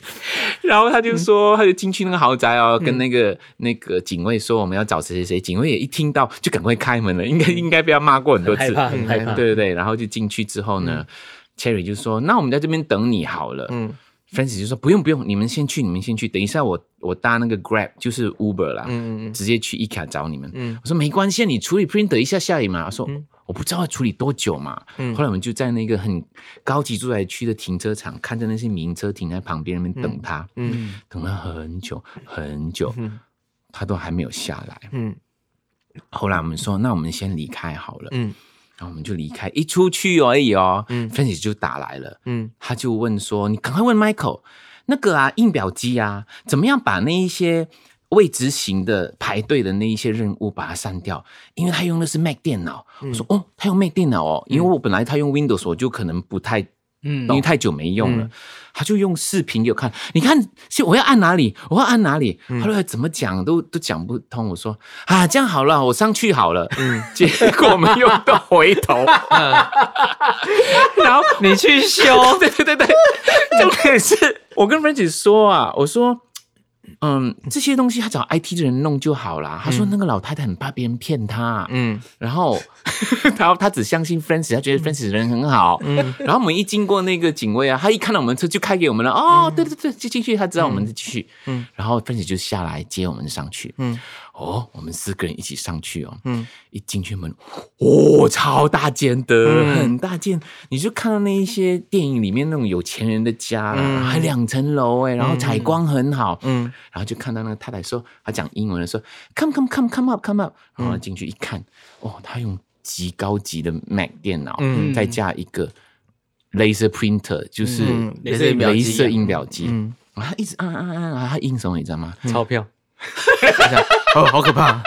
Speaker 3: 然后他就
Speaker 4: 嗯
Speaker 3: 说他就进去那个豪宅哦，跟那个那个警卫说我们要找谁谁谁，警卫也一听到就赶快开门了，应该应该被他骂过很多
Speaker 4: 害
Speaker 3: 次，嗯
Speaker 4: 怕，嗯很害怕。嗯
Speaker 3: 对对对，然后就进去之后呢，Cherry 就说那我们在这边等你好了，
Speaker 5: 嗯
Speaker 3: Francis 就说不用不用，你们先去，你们先去，等一下我我搭那个 Grab 就是 Uber 啦，
Speaker 5: 嗯嗯嗯
Speaker 3: 直接去 IKEA 找你们。
Speaker 5: 嗯
Speaker 3: 我说没关系，啊你处理 printer 一下下来嘛。他说、我不知道要处理多久嘛。
Speaker 5: 嗯
Speaker 3: 后来我们就在那个很高级住宅区的停车场，看着那些名车停在旁边那边等他，
Speaker 5: 嗯
Speaker 3: 等了很久很久，他都还没有下来。
Speaker 5: 嗯
Speaker 3: 后来我们说，那我们先离开好了。
Speaker 5: 嗯
Speaker 3: 然后我们就离开，一出去而已哦，
Speaker 5: 嗯
Speaker 3: f r a n c i s 就打来了。
Speaker 5: 嗯
Speaker 3: 他就问说：“你赶快问 Michael，那个啊，印表机啊，怎么样把那一些未执行的排队的那一些任务把它删掉？因为他用的是 Mac 电脑。我说：“哦，他用 Mac 电脑哦，因为我本来他用 Windows，我就可能不太。”
Speaker 6: 嗯
Speaker 3: 因为太久没用了，他就用视频给我看。你看，是我要按哪里，我要按哪里。后来怎么讲都都讲不通。我说啊，这样好了，我上去好了。 结果我们又到回头，然后
Speaker 5: 你去修，
Speaker 3: 对对对对，重点是 我跟 Francis 说啊，我说。嗯，这些东西他找 IT 的人弄就好啦。他说那个老太太很怕别人骗他，啊
Speaker 5: 嗯
Speaker 3: 然 后他他只相信 Francis，他觉得 Francis 人很好。
Speaker 5: 嗯
Speaker 3: 然后我们一经过那个警卫啊，他一看到我们车就开给我们了。哦，对对对，就进去，他知道我们是继续。
Speaker 5: 嗯
Speaker 3: 然后 Francis 就下来接我们上去。
Speaker 5: 嗯
Speaker 3: 哦，我们四个人一起上去哦。
Speaker 5: 嗯
Speaker 3: 一进去门，哦，超大间的，
Speaker 5: 嗯
Speaker 3: 很大间，你就看到那一些电影里面那种有钱人的家啦，
Speaker 5: 嗯
Speaker 3: 还两层楼哎，然后采光很好，
Speaker 5: 嗯
Speaker 3: 然后就看到那个太太说，她讲英文的说，come come come come up come up，然
Speaker 5: 嗯
Speaker 3: 后进去一看，哦，她用极高级的 Mac 电脑，
Speaker 5: 嗯
Speaker 3: 再加一个 laser printer，就是
Speaker 5: 嗯
Speaker 3: 镭
Speaker 5: 镭射印表机
Speaker 3: 镭射印表机，
Speaker 5: 嗯，
Speaker 3: 然后她一直按啊按按按，她印什么你知道吗？
Speaker 6: 钞票
Speaker 5: 哦，好可怕，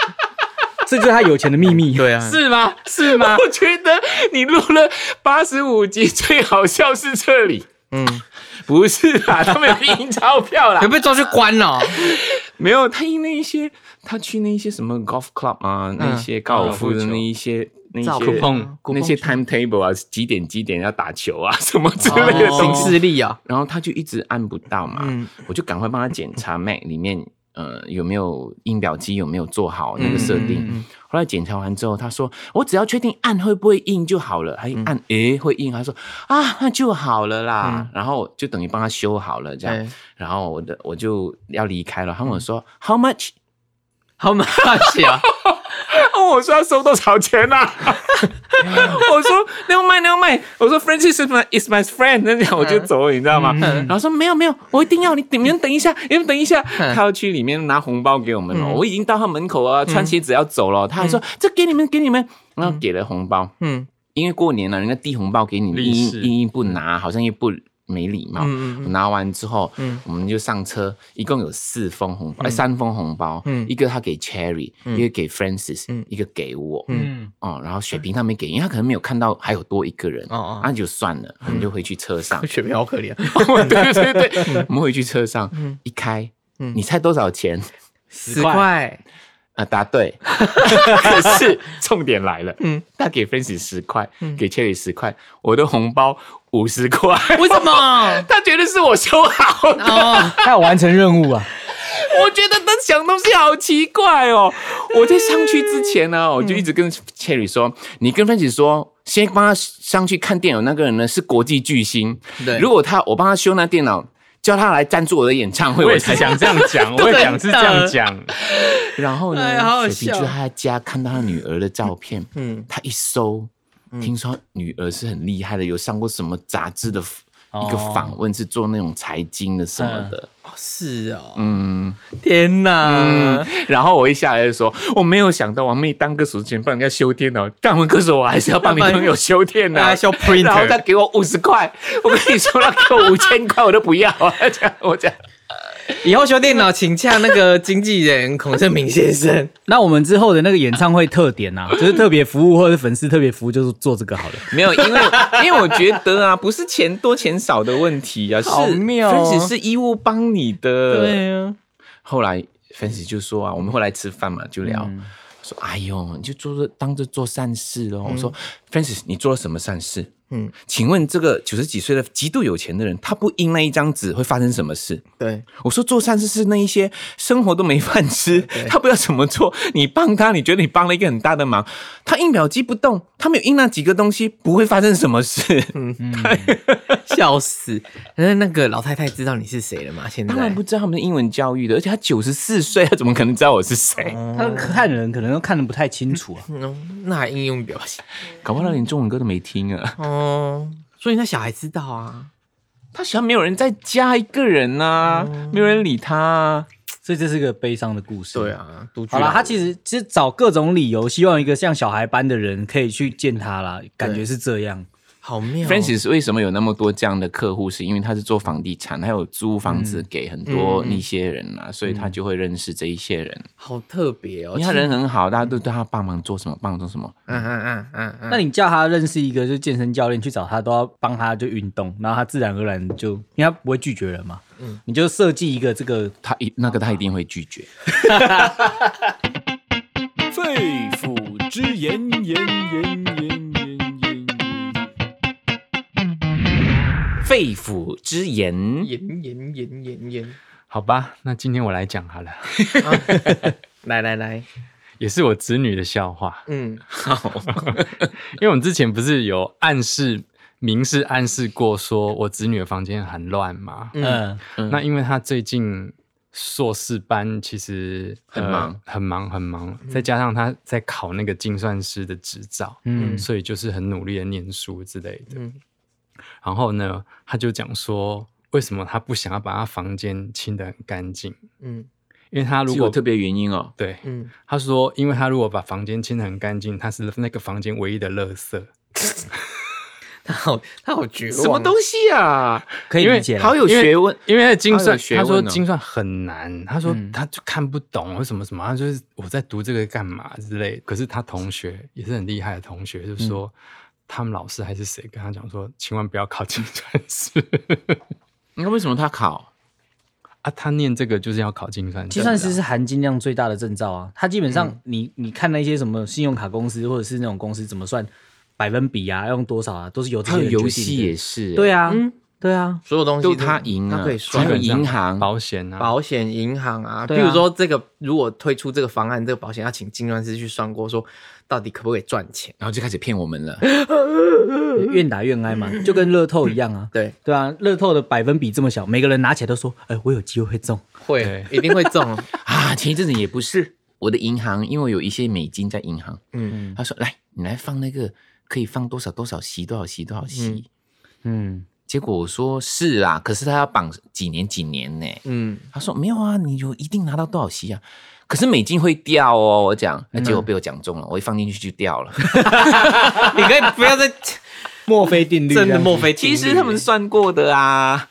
Speaker 4: 这就是他有钱的秘密。
Speaker 5: 对啊，
Speaker 3: 是吗？是吗？ 我觉得你录了八十五集，最好笑是这里。
Speaker 5: 嗯，
Speaker 3: 不是啦，他没有印钞票啦
Speaker 5: 有，被抓去关哦了，
Speaker 3: 没有，他印那一些，他去那一些什么 golf club 啊，那些高尔夫的那一些。那一
Speaker 5: 照
Speaker 3: 些
Speaker 6: 片
Speaker 3: 那些 timetable 啊，几点几点要打球啊，什么之类的
Speaker 5: 行
Speaker 3: 东西，
Speaker 5: 事力啊，
Speaker 3: 然后他就一直按不到嘛，
Speaker 5: 嗯
Speaker 3: 我就赶快帮他检查 Mac 里面呃有没有印表机有没有做好那个设定。
Speaker 5: 嗯嗯嗯
Speaker 3: 后来检查完之后，他说我只要确定按会不会印就好了。
Speaker 5: 嗯
Speaker 3: 他一按诶、会印，他说啊那就好了啦。然后就等于帮他修好了这样。
Speaker 5: 嗯对嗯
Speaker 3: 然后我的我就要离开了，他问我说、How much？
Speaker 5: 好麻烦 啊，
Speaker 3: 哦，我说要收多少钱呐、我说 Never mind, never mind。我说 Francis is my is my friend，那样我就走了，你知道吗？然后说没有没有，我一定要你，你们等一下，你们等一下。他要去里面拿红包给我们了，我已经到他门口了，穿鞋子要走了，他还说这给你们给你们，然后给了红包。
Speaker 5: 嗯
Speaker 3: 因为过年了，人家递红包给你，
Speaker 6: 利
Speaker 3: 硬
Speaker 6: 是
Speaker 3: 硬硬不拿，好像又不没礼貌。
Speaker 5: 嗯嗯嗯
Speaker 3: 我拿完之后，
Speaker 5: 嗯
Speaker 3: 我们就上车，一共有四封红包，哎三封红包，
Speaker 5: 嗯
Speaker 3: 一个他给 Cherry，、一个给 Francis，、
Speaker 5: 嗯
Speaker 3: 一个给我，
Speaker 6: 嗯，
Speaker 3: 哦，然后雪萍他没给，因为他可能没有看到还有多一个人，
Speaker 5: 哦哦
Speaker 3: 那就算了，我们就回去车上，
Speaker 5: 雪萍好可 怜，
Speaker 3: 对对对对， 我们回去车上一开，
Speaker 5: 嗯
Speaker 3: 你猜多少钱？
Speaker 5: 十块，
Speaker 3: 啊，答 对，可是 重点来了，
Speaker 5: 嗯
Speaker 3: 嗯，他给 Francis 十块
Speaker 5: 嗯，
Speaker 3: 给 Cherry 十块，我的红包五十块，
Speaker 5: 为什么？
Speaker 3: 他觉得是我修好的，
Speaker 5: 哦，
Speaker 4: 他有完成任务啊，
Speaker 3: 我觉得他想东西好奇怪哦。我在上去之前呢、我就一直跟 Cherry 说，你跟 Francis 说。先帮他上去看电脑那个人呢是国际巨星，
Speaker 5: 对
Speaker 3: 如果他我帮他修那电脑，叫他来赞助我的演唱会，
Speaker 6: 我也
Speaker 3: 才
Speaker 6: 是想这样讲，我也想是这样讲，
Speaker 3: 然后呢，
Speaker 5: 哎呀好好
Speaker 3: 水瓶
Speaker 5: 笑
Speaker 3: 就他在家看到他女儿的照片，
Speaker 5: 嗯
Speaker 3: 嗯，他一搜，听说女儿是很厉害的，有上过什么杂志的 f-
Speaker 5: 哦
Speaker 3: 一个访问，是做那种财经的什么的，
Speaker 5: 是哦，
Speaker 3: 嗯
Speaker 5: 天哪
Speaker 3: 嗯，。然后我一下来就说，我没有想到王妹当歌手之前帮人家修电脑，当完歌手我还是要帮你朋友修电 脑
Speaker 5: 大。家笑
Speaker 3: 然后他
Speaker 5: printer，
Speaker 3: 给我五十块，我跟你说，他给我五千块我都不要， 我讲我讲，
Speaker 5: 以后修电脑请洽那个经纪人孔正明先 生。
Speaker 4: 那我们之后的那个演唱会特点 啊，就是特别服务或者粉丝特别服务，就是做这个好了。
Speaker 3: 没有，因为 因为我觉得啊，不是钱多钱少的问题啊，是
Speaker 5: 好妙哦
Speaker 3: Francis 是义务帮你的。，
Speaker 5: 啊，
Speaker 3: 后来 Francis 就说啊，我们后来吃饭嘛，就聊。
Speaker 5: 嗯
Speaker 3: 说哎呦，你就做做当着做善事咯。我说，Francis，你做了什么善事？
Speaker 5: 嗯
Speaker 3: 嗯，请问这个九十几岁的极度有钱的人，他不印那一张纸会发生什么事？
Speaker 5: 对，
Speaker 3: 我说做善事是那一些生活都没饭吃， 他不知道怎么做，你帮他，你觉得你帮了一个很大的忙，他印表机不动，他没有印那几个东西，不会发生什么事。
Speaker 5: 笑死。那那个老太太知道你是谁了吗？现在
Speaker 3: 当然不知道他们的英文教育的，而且他九十四岁，他怎么可能知道我是谁？
Speaker 4: 他看人可能都看得不太清楚啊。
Speaker 5: 嗯，那还应用表情
Speaker 3: 搞不好他连中文歌都没听啊！
Speaker 5: 哦。所以那小孩知道啊，
Speaker 3: 他喜欢没有人在家一个人啊，没有人理他、啊。
Speaker 4: 所以这是个悲伤的故事。
Speaker 5: 对。啊，独居
Speaker 4: 好啦，
Speaker 5: 老
Speaker 4: 他
Speaker 5: 人
Speaker 4: 其实其实找各种理由，希望一个像小孩般的人可以去见他啦，感觉是这样。
Speaker 3: 嗯
Speaker 5: 好妙哦。
Speaker 3: Francis 为什么有那么多这样的客户？是因为他是做房地产，还有租房子给很多那些人啊，所以他就会认识这一些人。
Speaker 5: 好特别哦
Speaker 3: 因为。他人很好，大家都对他帮忙做什么，帮忙做什么。
Speaker 5: 嗯嗯嗯嗯嗯，
Speaker 4: 那你叫他认识一个就健身教练，去找他都要帮他就运动，然后他自然而然就，因为他不会拒绝人嘛。
Speaker 3: 嗯
Speaker 4: 你就设计一个这个
Speaker 3: 他一那个他一定会拒绝。
Speaker 2: 肺腑之言，言言言言言言。
Speaker 3: 肺腑之言，
Speaker 5: 演演演演演，
Speaker 6: 好吧，那今天我来讲好了，
Speaker 5: 来来来，
Speaker 6: 也是我子女的笑话，
Speaker 5: 嗯，
Speaker 6: 因为我们之前不是有暗示、明示暗示过，说我子女的房间很乱嘛，
Speaker 5: 呃
Speaker 4: 嗯
Speaker 6: 那因为他最近硕士班其实呃
Speaker 3: 很忙，嗯
Speaker 6: 很忙，很忙，再加上他在考那个精算师的执照，嗯，所以就是很努力的念书之类的。
Speaker 5: 嗯
Speaker 6: 然后呢，他就讲说，为什么他不想要把他房间清得很干净？
Speaker 5: 嗯
Speaker 6: 因为他如
Speaker 3: 是有
Speaker 6: 果
Speaker 3: 特别原因哦。
Speaker 6: 对，
Speaker 5: 嗯，
Speaker 6: 他说，因为他如果把房间清得很干净，他是那个房间唯一的垃圾。
Speaker 5: 他好他好绝望，
Speaker 3: 什么东西啊？
Speaker 4: 可以
Speaker 6: 因为
Speaker 4: 理解啦
Speaker 3: 好有
Speaker 6: 因为
Speaker 3: 学问。
Speaker 6: 因为精
Speaker 3: 他
Speaker 6: 算，
Speaker 3: 有学
Speaker 6: 他
Speaker 3: 问
Speaker 6: 说
Speaker 3: 哦
Speaker 6: 精算很难，他说他就看不懂为什么什么，他就是我在读这个干嘛之类。可是他同学也是很厉害的同学，就说他们老师还是谁跟他讲说，千万不要考精算师
Speaker 3: 那为什么他考？
Speaker 6: 啊！他念这个就是要考精算师，啊
Speaker 4: 计算师是含金量最大的证照啊，它基本上
Speaker 3: 嗯
Speaker 4: 你、你看那些什么信用卡公司或者是那种公司怎么算百分比啊，要用多少啊，都是由这
Speaker 3: 还
Speaker 4: 些
Speaker 3: 有
Speaker 4: 人决
Speaker 3: 游
Speaker 4: 定
Speaker 3: 戏
Speaker 4: 的
Speaker 3: 也是、
Speaker 4: 对
Speaker 3: 啊，
Speaker 4: 啊，对啊，
Speaker 5: 所有东西
Speaker 3: 都他赢
Speaker 5: 他
Speaker 3: 啊
Speaker 5: 可
Speaker 3: 还
Speaker 5: 以，算
Speaker 3: 有
Speaker 6: 基本上
Speaker 3: 银行。
Speaker 6: 保险啊，
Speaker 5: 保险、银行啊，比
Speaker 4: 对啊
Speaker 5: 如说这个，如果推出这个方案，这个保险要请精算师去算过，说到底可不可以赚钱？
Speaker 3: 然后就开始骗我们了，嗯
Speaker 4: 愿打愿挨嘛，就跟乐透一样啊。
Speaker 5: 对，
Speaker 4: 对啊，乐透的百分比这么小，每个人拿起来都说：“哎、我有机会会中。
Speaker 5: 会一定会中。
Speaker 3: 啊！前一阵子也不是我的银行，因为我有一些美金在银行，
Speaker 5: 嗯，
Speaker 3: 他说来你来放那个可以放多少多少息多少息多少息，”
Speaker 4: 嗯，
Speaker 3: 结果我说是啦，可是他要绑几年几年呢、
Speaker 5: 嗯，
Speaker 3: 他说没有啊，你有一定拿到多少息啊？可是美金会掉哦，我讲，哎结果被我讲中了，我一放进去就掉了。
Speaker 5: 你可以不要再，
Speaker 4: 墨菲定律这样
Speaker 5: 真
Speaker 4: 子，
Speaker 5: 的墨菲定 律
Speaker 3: 其实他们算过的啊。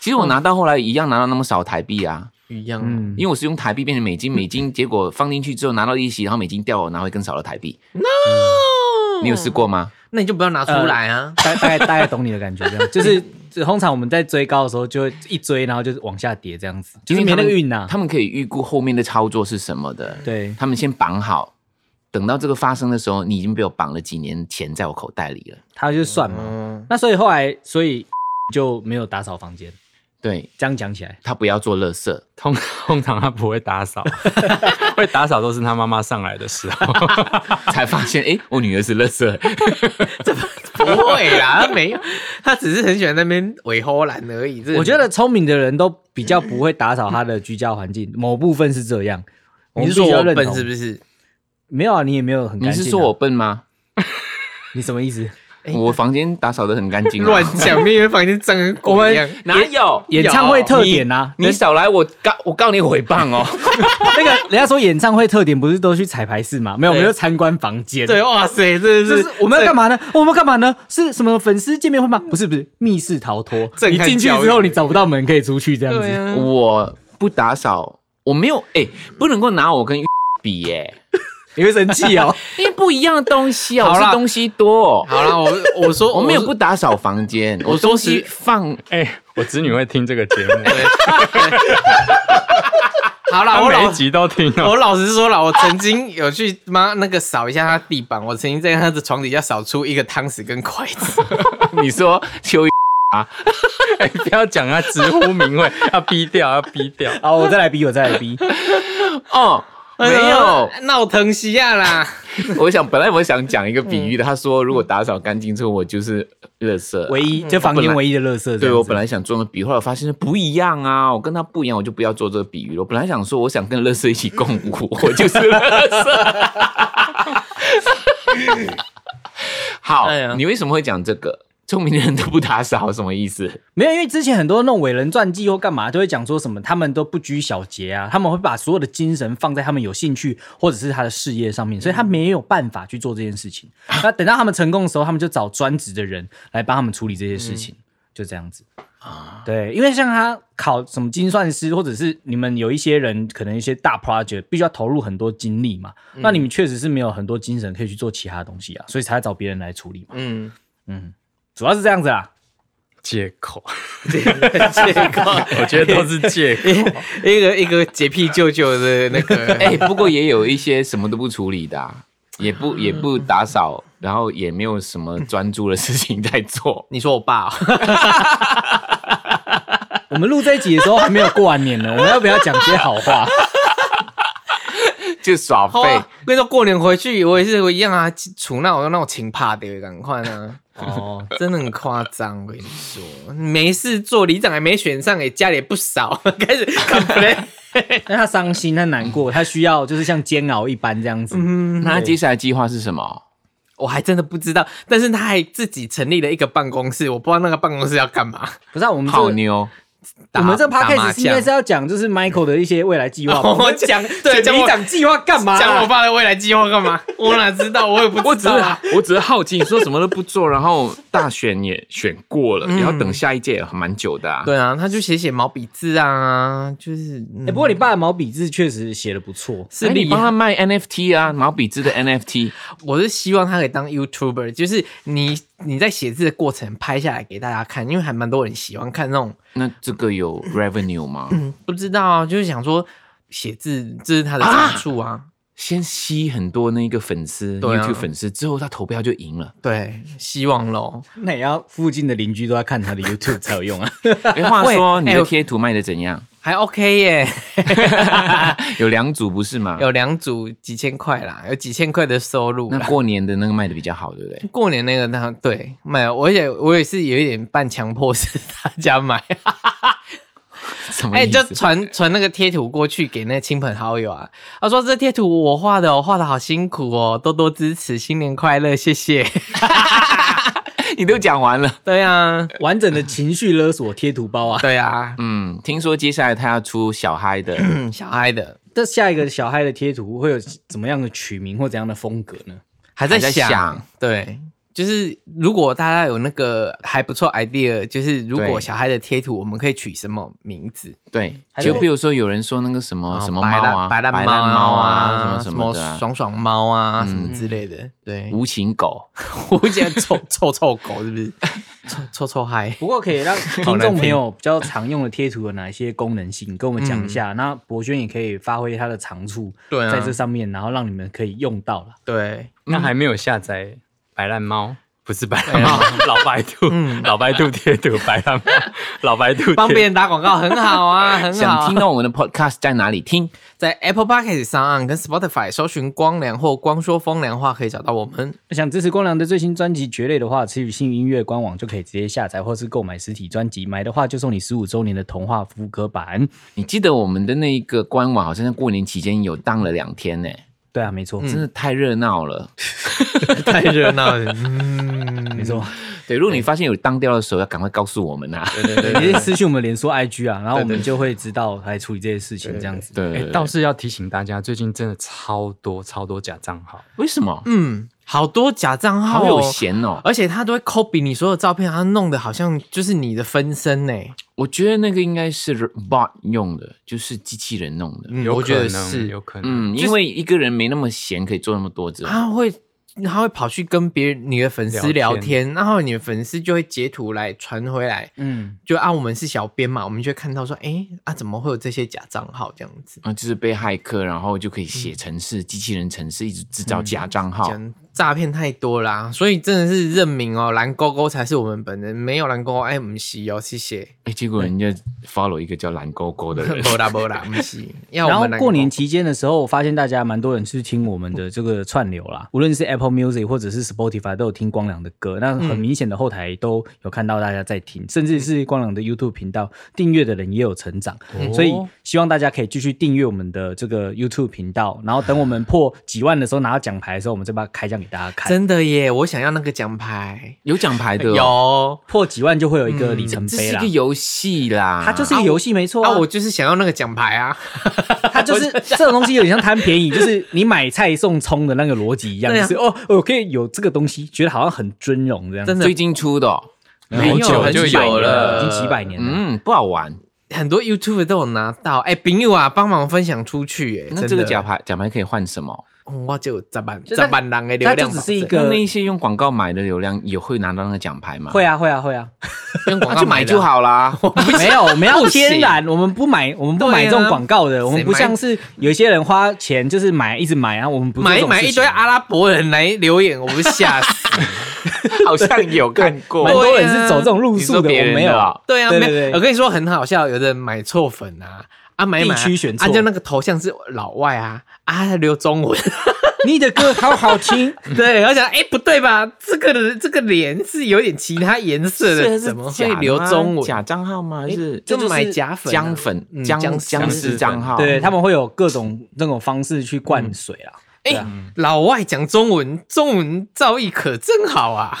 Speaker 3: 其实我拿到后来一样拿到那么少台币啊，
Speaker 5: 一样啊，
Speaker 4: 嗯，
Speaker 3: 因为我是用台币变成美金，美金结果放进去之后拿到利息，然后美金掉了，我拿回更少的台币。No，你有试过吗？
Speaker 5: 那你就不要拿出来啊。
Speaker 4: 大大概大概懂你的感觉，这 样就是通常我们在追高的时候，就会一追，然后就是往下跌这样子，就是
Speaker 3: 因
Speaker 4: 没
Speaker 3: 为他
Speaker 4: 那
Speaker 3: 们
Speaker 4: 个运呐、
Speaker 3: 他们可以预估后面的操作是什么的。
Speaker 4: 对，
Speaker 3: 他们先绑好，等到这个发生的时候，你已经被我绑了几年钱在我口袋里了。
Speaker 4: 他就算嘛。
Speaker 5: 嗯，
Speaker 4: 那所以后来，所以就没有打扫房间。
Speaker 3: 对
Speaker 4: 这样讲起来，
Speaker 3: 他不要做垃圾，
Speaker 6: 通通常他不会打扫，会打扫都是他妈妈上来的时候。
Speaker 3: 才发现哎、诶我女儿是垃圾。
Speaker 5: 不会啦，他没有， 他只是很喜欢在那边尾后懒而已。这个
Speaker 4: 我觉得聪明的人都比较不会打扫他的居家环境，某部分是这样。
Speaker 5: 你是说我笨是
Speaker 4: 是？
Speaker 5: 不 是？
Speaker 4: 没有啊，你也没有很干
Speaker 3: 你
Speaker 4: 净啊、
Speaker 3: 是说我笨吗？
Speaker 4: 你什么意思？
Speaker 5: 哎
Speaker 3: 我房间打扫的很干 净、啊。
Speaker 5: 乱讲，因为房间脏跟
Speaker 3: 我
Speaker 5: 狗一样
Speaker 3: 们。哪有？
Speaker 4: 演唱会特点啊，
Speaker 3: 你少来我告我告你诽谤哦！
Speaker 4: 那个人家说演唱会特点不是都去彩排室吗？没有，我们就参观房间。
Speaker 5: 对，哇塞，真的
Speaker 4: 就是是我们要干嘛呢？我们要干嘛呢？是什么粉丝见面会吗？不是不是，密室逃脱。
Speaker 5: 震
Speaker 4: 你
Speaker 5: 撼
Speaker 4: 进去
Speaker 5: 教育
Speaker 4: 之后，你找不到门可以出去，这样
Speaker 5: 对
Speaker 4: 子。
Speaker 5: 啊，
Speaker 3: 我不打扫，我没有哎、不能够拿我跟比耶、
Speaker 4: 你会生气哦。
Speaker 3: 因为不一样的东西啊，
Speaker 5: 好
Speaker 3: 我
Speaker 5: 啦
Speaker 3: 是东西多、
Speaker 5: 好了，我我说
Speaker 3: 我没有
Speaker 5: 说
Speaker 3: 不打扫房间，我
Speaker 5: 说
Speaker 3: 东
Speaker 5: 实
Speaker 3: 西放
Speaker 6: 哎、我侄女会听这个节目，
Speaker 5: 好了，
Speaker 6: 她
Speaker 5: 啊我
Speaker 6: 每
Speaker 5: 老
Speaker 6: 一集都听哦、
Speaker 5: 我老实说了，我曾经有去妈那个扫一下他地板，我曾经在他的床底下扫出一个汤匙跟筷 子，
Speaker 3: 你说秋
Speaker 6: 哎不要讲啊，直呼名讳，要逼掉，要逼掉。
Speaker 4: 好，我再来逼，我再来逼。
Speaker 3: 哦，没有，
Speaker 5: 哎闹腾西亚啦，
Speaker 3: 我想本来我想讲一个比喻的，他说如果打扫干净之后，我就是垃
Speaker 5: 嗯
Speaker 3: 圾。
Speaker 4: 嗯唯一就房间唯一的乐色。
Speaker 3: 对我本
Speaker 4: 来
Speaker 3: 来想做那比喻，后来我发现不一样啊，我跟他不一样，我就不要做这个比喻了。我本来想说，我想跟垃圾一起共 舞，我就是垃圾。好，
Speaker 5: 哎呀
Speaker 3: 你为什么会讲这个？聪明的人都不打扫，什么意思？
Speaker 4: 没有，因为之前很多那种伟人传记或干嘛，都会讲说什么他们都不拘小节啊，他们会把所有的精神放在他们有兴趣或者是他的事业上面，所以他没有办法去做这件事情。那等到他们成功的时候，他们就找专职的人来帮他们处理这些事情，就这样子。啊，对，因为像他考什么精算师，或者是你们有一些人可能一些大 project 必须要投入很多精力嘛，那你们确实是没有很多精神可以去做其他东西啊，所以才找别人来处理嘛。
Speaker 5: 嗯，
Speaker 4: 主要是这样子啊啦。
Speaker 6: 借口，
Speaker 5: 结果
Speaker 6: 我觉得都是借 口。
Speaker 5: 一个一个洁癖舅舅的那 个，
Speaker 3: 哎、不过也有一些什么都不处理的、啊，也不也不打扫，然后也没有什么专注的事情在做。
Speaker 5: 你说我爸、哦，
Speaker 4: 我们录这一集的时候还没有过完年呢，我们要不要讲些好 话？
Speaker 3: 就耍
Speaker 5: 好
Speaker 3: 废
Speaker 5: 啊，跟你说过年回去我也是一样啊，处那我那种情怕的，赶快 呢。
Speaker 4: 哦，
Speaker 5: 真的很夸张，我跟你说，没事做，里长还没选上，哎，家里也不少， 开始 complain，
Speaker 4: 那他伤心，他难过，他需要就是像煎熬一般这样子。
Speaker 5: 嗯
Speaker 3: 那他接下来计划是什么？
Speaker 5: 我还真的不知道，但是他还自己成立了一个办公室，我不知道那个办公室要干 嘛。
Speaker 4: 不是、啊、我们这
Speaker 3: 泡
Speaker 4: 个
Speaker 3: 妞？
Speaker 5: 打
Speaker 4: 我们这个
Speaker 5: 打麻
Speaker 4: podcast 应该是
Speaker 5: 将
Speaker 4: 要讲就是 Michael 的一些未来计 划吧。
Speaker 5: 哦
Speaker 4: 我们
Speaker 5: 讲对
Speaker 4: 对
Speaker 5: 讲我
Speaker 4: 你讲计划干嘛啊？
Speaker 5: 讲我爸的未来计划干嘛？ 我哪知道？我也不
Speaker 3: 我
Speaker 5: 知
Speaker 3: 只是
Speaker 5: 道啊。
Speaker 3: 我只是好奇，你说什么都不做，然后大选也选过了，也要等下一届也蛮久的、啊。
Speaker 5: 对啊，他就写写毛笔字啊，就是。嗯
Speaker 4: 哎、不过你爸的毛笔字确实写的不错，
Speaker 5: 是
Speaker 3: 哎你
Speaker 5: 厉
Speaker 3: 帮
Speaker 5: 害，
Speaker 3: 他卖 NFT 啊，毛笔字的 NFT，
Speaker 5: 我是希望他可以当 YouTuber，就是你你在写字的过程拍下来给大家看，因为还蛮多人喜欢看那种，
Speaker 3: 那这个有 revenue 吗？
Speaker 5: 嗯不知道啊，就是想说写字这是他的长处啊，
Speaker 3: 先吸很多那个粉丝、
Speaker 5: 对啊
Speaker 3: YouTube 粉丝之后，他投票就赢 了。
Speaker 5: 对，希望喽。
Speaker 4: 那也要附近的邻居都在看他的 YouTube 才有用 啊。
Speaker 3: 哎，话说
Speaker 5: 喂
Speaker 3: 你
Speaker 5: 哎
Speaker 3: 的
Speaker 5: 我
Speaker 3: 贴图卖的怎样？
Speaker 5: 还 OK 耶，
Speaker 3: 有两组不是吗？
Speaker 5: 有两组几千块啦，有几千块的收入
Speaker 3: 那
Speaker 5: 啦。
Speaker 3: 过年的那个卖的比较好，对不 对？
Speaker 5: 过年那个那对买，我也我也是有一点半强迫是大家买，
Speaker 3: 什么
Speaker 5: 哎、
Speaker 3: 意思？
Speaker 5: 就传传那个贴图过去给那亲朋好友啊，他说这贴图我画的哦，我画的好辛苦哦，多多支持，新年快乐，谢谢。
Speaker 3: 你都讲完了。
Speaker 5: 对啊，
Speaker 4: 完整的情绪勒索贴图包啊！
Speaker 5: 对啊，
Speaker 3: 嗯，听说接下来他要出小嗨的，
Speaker 5: 嗯，小孩的
Speaker 4: 这下一个小嗨的贴图会有怎么样的取名或怎样的风格呢？
Speaker 5: 还
Speaker 3: 在
Speaker 5: 在想，
Speaker 3: 想
Speaker 5: 对，就是如果大家有那个还不错 idea，就是如
Speaker 3: 对
Speaker 5: 果小孩的贴图，我们可以取什么名字？
Speaker 3: 对，
Speaker 4: 还有
Speaker 3: 就比如说有人说那个什么
Speaker 5: 啊
Speaker 3: 什么猫
Speaker 5: 白
Speaker 3: 啊，
Speaker 5: 烂白烂
Speaker 3: 白
Speaker 5: 猫
Speaker 3: 烂猫啊，什么
Speaker 5: 什
Speaker 3: 什么的啊，
Speaker 5: 爽爽猫啊，
Speaker 3: 嗯
Speaker 5: 什么之类的。对，
Speaker 3: 无情狗，
Speaker 5: 我讲臭臭臭狗是 不是？臭臭臭嗨，
Speaker 4: 不过可以 让听众朋友比较常用的贴图有哪一些功能性，跟我们讲一下。那博轩也可以发挥他的长处，
Speaker 5: 嗯对啊
Speaker 4: 在这上面，然后让你们可以用到了。
Speaker 5: 对，
Speaker 6: 那还没有下载白烂猫，不是白烂猫， 嗯老白兔，老白兔贴图，白烂猫， 老白兔 贴
Speaker 5: 帮别人打广告很好 啊，很好。
Speaker 3: 想听到我们的 podcast 在哪里听？
Speaker 5: 在 Apple Podcast 上岸跟 Spotify 搜寻“光良”或“光说风凉话”，可以找到我们。
Speaker 4: 想支持光良的最新专辑《蕨类》的话，词语性音乐官网就可以直接下载或是购买实体专辑，买的话就送你十五周年的童话复刻版。
Speaker 3: 你记得我们的那一个官网好像在过年期间有当了两天呢、
Speaker 5: 嗯
Speaker 4: 对啊，没错，
Speaker 3: 真的太热闹 了。
Speaker 5: 太热闹了，嗯，
Speaker 4: 没错。
Speaker 3: 对，如果你发现有当掉的时候，要赶快告诉我们啊。
Speaker 5: 对
Speaker 4: 你
Speaker 5: 对对
Speaker 4: 可以私信我们连说 IG 啊，然后我们就会知道来处理这些事情，这样子。
Speaker 3: 对
Speaker 6: 哎
Speaker 3: 对，对
Speaker 6: 倒是要提醒大家，最近真的超多超多假账号，
Speaker 3: 为什么？
Speaker 5: 嗯，好多假账号
Speaker 3: 好
Speaker 5: 哦
Speaker 3: 有，闲哦！
Speaker 5: 而且他都会 copy 你所有照片，他弄得好像就是你的分身呢。
Speaker 3: 我觉得那个应该是 bot 用的，就是机器人弄的。
Speaker 5: 嗯，
Speaker 6: 有
Speaker 5: 我
Speaker 6: 可
Speaker 5: 觉
Speaker 6: 能
Speaker 5: 得是
Speaker 6: 有可能。
Speaker 3: 嗯，因为一个人没那么闲，可以做那么多这种。
Speaker 5: 他会他会跑去跟别人你的粉丝
Speaker 6: 聊
Speaker 5: 聊
Speaker 6: 天
Speaker 5: 天，然后你的粉丝就会截图来传回来，
Speaker 4: 嗯，
Speaker 5: 就啊我们是小编嘛，我们就会看到说，哎啊怎么会有这些假账号这样子？
Speaker 3: 啊，就是被骇客，然后就可以
Speaker 5: 嗯
Speaker 3: 写程式，机器人程式一直制造假账号。
Speaker 5: 讲诈骗太多啦，所以真的是认明哦，蓝勾勾才是我们本人，没有蓝勾勾，哎，不是哦，谢谢，
Speaker 3: 哎，结果人家 follow 一个叫蓝勾勾的 人，
Speaker 5: 不啦不 啦，不是。要
Speaker 4: 然后
Speaker 5: 我们蓝勾
Speaker 4: 过
Speaker 5: 勾
Speaker 4: 年期间的时候，我发现大家蛮多人是听我
Speaker 3: 嗯
Speaker 4: 们的这个串流啦，无论是 Apple Music 或者是 Spotify 都有听光良的歌。那很
Speaker 3: 嗯
Speaker 4: 明显的后台都有看到大家在听，甚至是光良的 YouTube 频道订阅的人也有成长，
Speaker 3: 哦
Speaker 4: 所以希望大家可以继续订阅我们的这个 YouTube 频道。然后等我们破几万的时候拿到奖牌的时候，我们再把它开奖给大家看。
Speaker 5: 真的耶，我想要那个奖牌，
Speaker 3: 有奖牌的、哦。
Speaker 5: 有
Speaker 4: 破几万就会有一个里程
Speaker 3: 这是
Speaker 4: 碑
Speaker 3: 一
Speaker 4: 啦
Speaker 3: 个。游戏啦，
Speaker 4: 它就是一个游戏，没错
Speaker 5: 啊，我就是想要那个奖牌 啊，
Speaker 4: 它就是这种东西有点像贪便宜，就是你买菜送葱的那个逻辑一样，
Speaker 5: 对啊
Speaker 4: 就是哦，我可以有这个东西，觉得好像很尊荣这样子。
Speaker 5: 真的
Speaker 3: 最近出的、哦，
Speaker 5: 没有
Speaker 6: 很久
Speaker 5: 很
Speaker 6: 就
Speaker 5: 久
Speaker 6: 有
Speaker 5: 了
Speaker 4: 已经几百年了。
Speaker 3: 嗯，不好玩。
Speaker 5: 很多 YouTube 都有拿到，哎，朋友啊，帮忙分享出去耶，
Speaker 3: 那这个
Speaker 5: 真的
Speaker 3: 奖，牌奖牌可以换什么？
Speaker 5: 哦我就有咋办
Speaker 4: 就
Speaker 5: 咋办人的流
Speaker 4: 它
Speaker 5: 量
Speaker 4: 就
Speaker 5: 保
Speaker 4: 只
Speaker 5: 证，
Speaker 4: 是一
Speaker 3: 那
Speaker 4: 个，
Speaker 3: 那一些用广告买的流量也会拿到那个奖牌吗？
Speaker 4: 会
Speaker 3: 啊，
Speaker 4: 啊会啊会啊，
Speaker 5: 跟广
Speaker 3: 那
Speaker 5: 告
Speaker 3: 就买就
Speaker 5: 好。
Speaker 3: 好啦。
Speaker 5: 啊
Speaker 4: 没 有我们要
Speaker 5: 不行
Speaker 4: 天然，我们不买我们不买
Speaker 5: 对啊
Speaker 4: 这种广告的，我们不
Speaker 5: 谁买
Speaker 4: 像是有一些人花钱就是买一直买啊，我们不做
Speaker 5: 买
Speaker 4: 这
Speaker 5: 一
Speaker 4: 种
Speaker 5: 买
Speaker 4: 事
Speaker 5: 一
Speaker 4: 情
Speaker 5: 堆阿拉伯人来留言，我不是吓死。
Speaker 3: 好像有看过
Speaker 4: 蛮
Speaker 5: 啊对
Speaker 4: 多人是走这种路
Speaker 3: 哦你
Speaker 4: 数
Speaker 3: 说
Speaker 4: 的，
Speaker 3: 别
Speaker 4: 我
Speaker 3: 人
Speaker 4: 没有
Speaker 3: 的啊
Speaker 5: 对啊，
Speaker 4: 对
Speaker 5: 没
Speaker 4: 对对
Speaker 5: 有我跟你说很好笑，有的人买错粉啊，啊买一买啊
Speaker 4: 地区选错
Speaker 5: 啊就那个头像是老外啊，啊他留中文，
Speaker 4: 你的歌好好听，
Speaker 5: 对，我想哎不对吧，这个人这个脸是有点其他颜色的，怎么会留中文？
Speaker 3: 假账号吗？还是
Speaker 5: 这就是买
Speaker 3: 假
Speaker 5: 假粉啊
Speaker 3: 姜粉
Speaker 5: 嗯
Speaker 3: 姜
Speaker 5: 姜
Speaker 3: 姜丝账号？
Speaker 4: 对他们会有各种那种方式去灌水啊。
Speaker 5: 哎、老外讲中文，中文造诣可真好啊！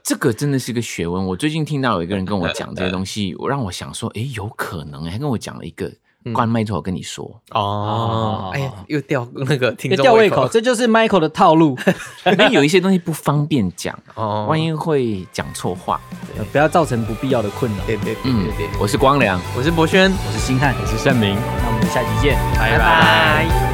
Speaker 3: 这个真的是个学问。我最近听到有一个人跟 我讲这个东西，我让我想说，诶，有可能。还跟我讲了一个，
Speaker 5: 嗯
Speaker 3: 关麦之后跟你说，
Speaker 5: 哦，哎呀，又掉那个听
Speaker 4: 要
Speaker 5: 众
Speaker 4: 吊胃
Speaker 5: 胃
Speaker 4: 口，这就是 Michael 的套路。
Speaker 3: 因为有一些东西不方便讲，
Speaker 5: 哦，
Speaker 3: 万一会讲错话。
Speaker 4: 呃不要造成不必要的困扰。
Speaker 5: 对对对
Speaker 3: 嗯
Speaker 5: 对对，，
Speaker 3: 我是光良。
Speaker 5: 我是博轩，
Speaker 4: 我是星汉，
Speaker 6: 我是盛明。
Speaker 4: 那我们下期见，拜
Speaker 5: 拜拜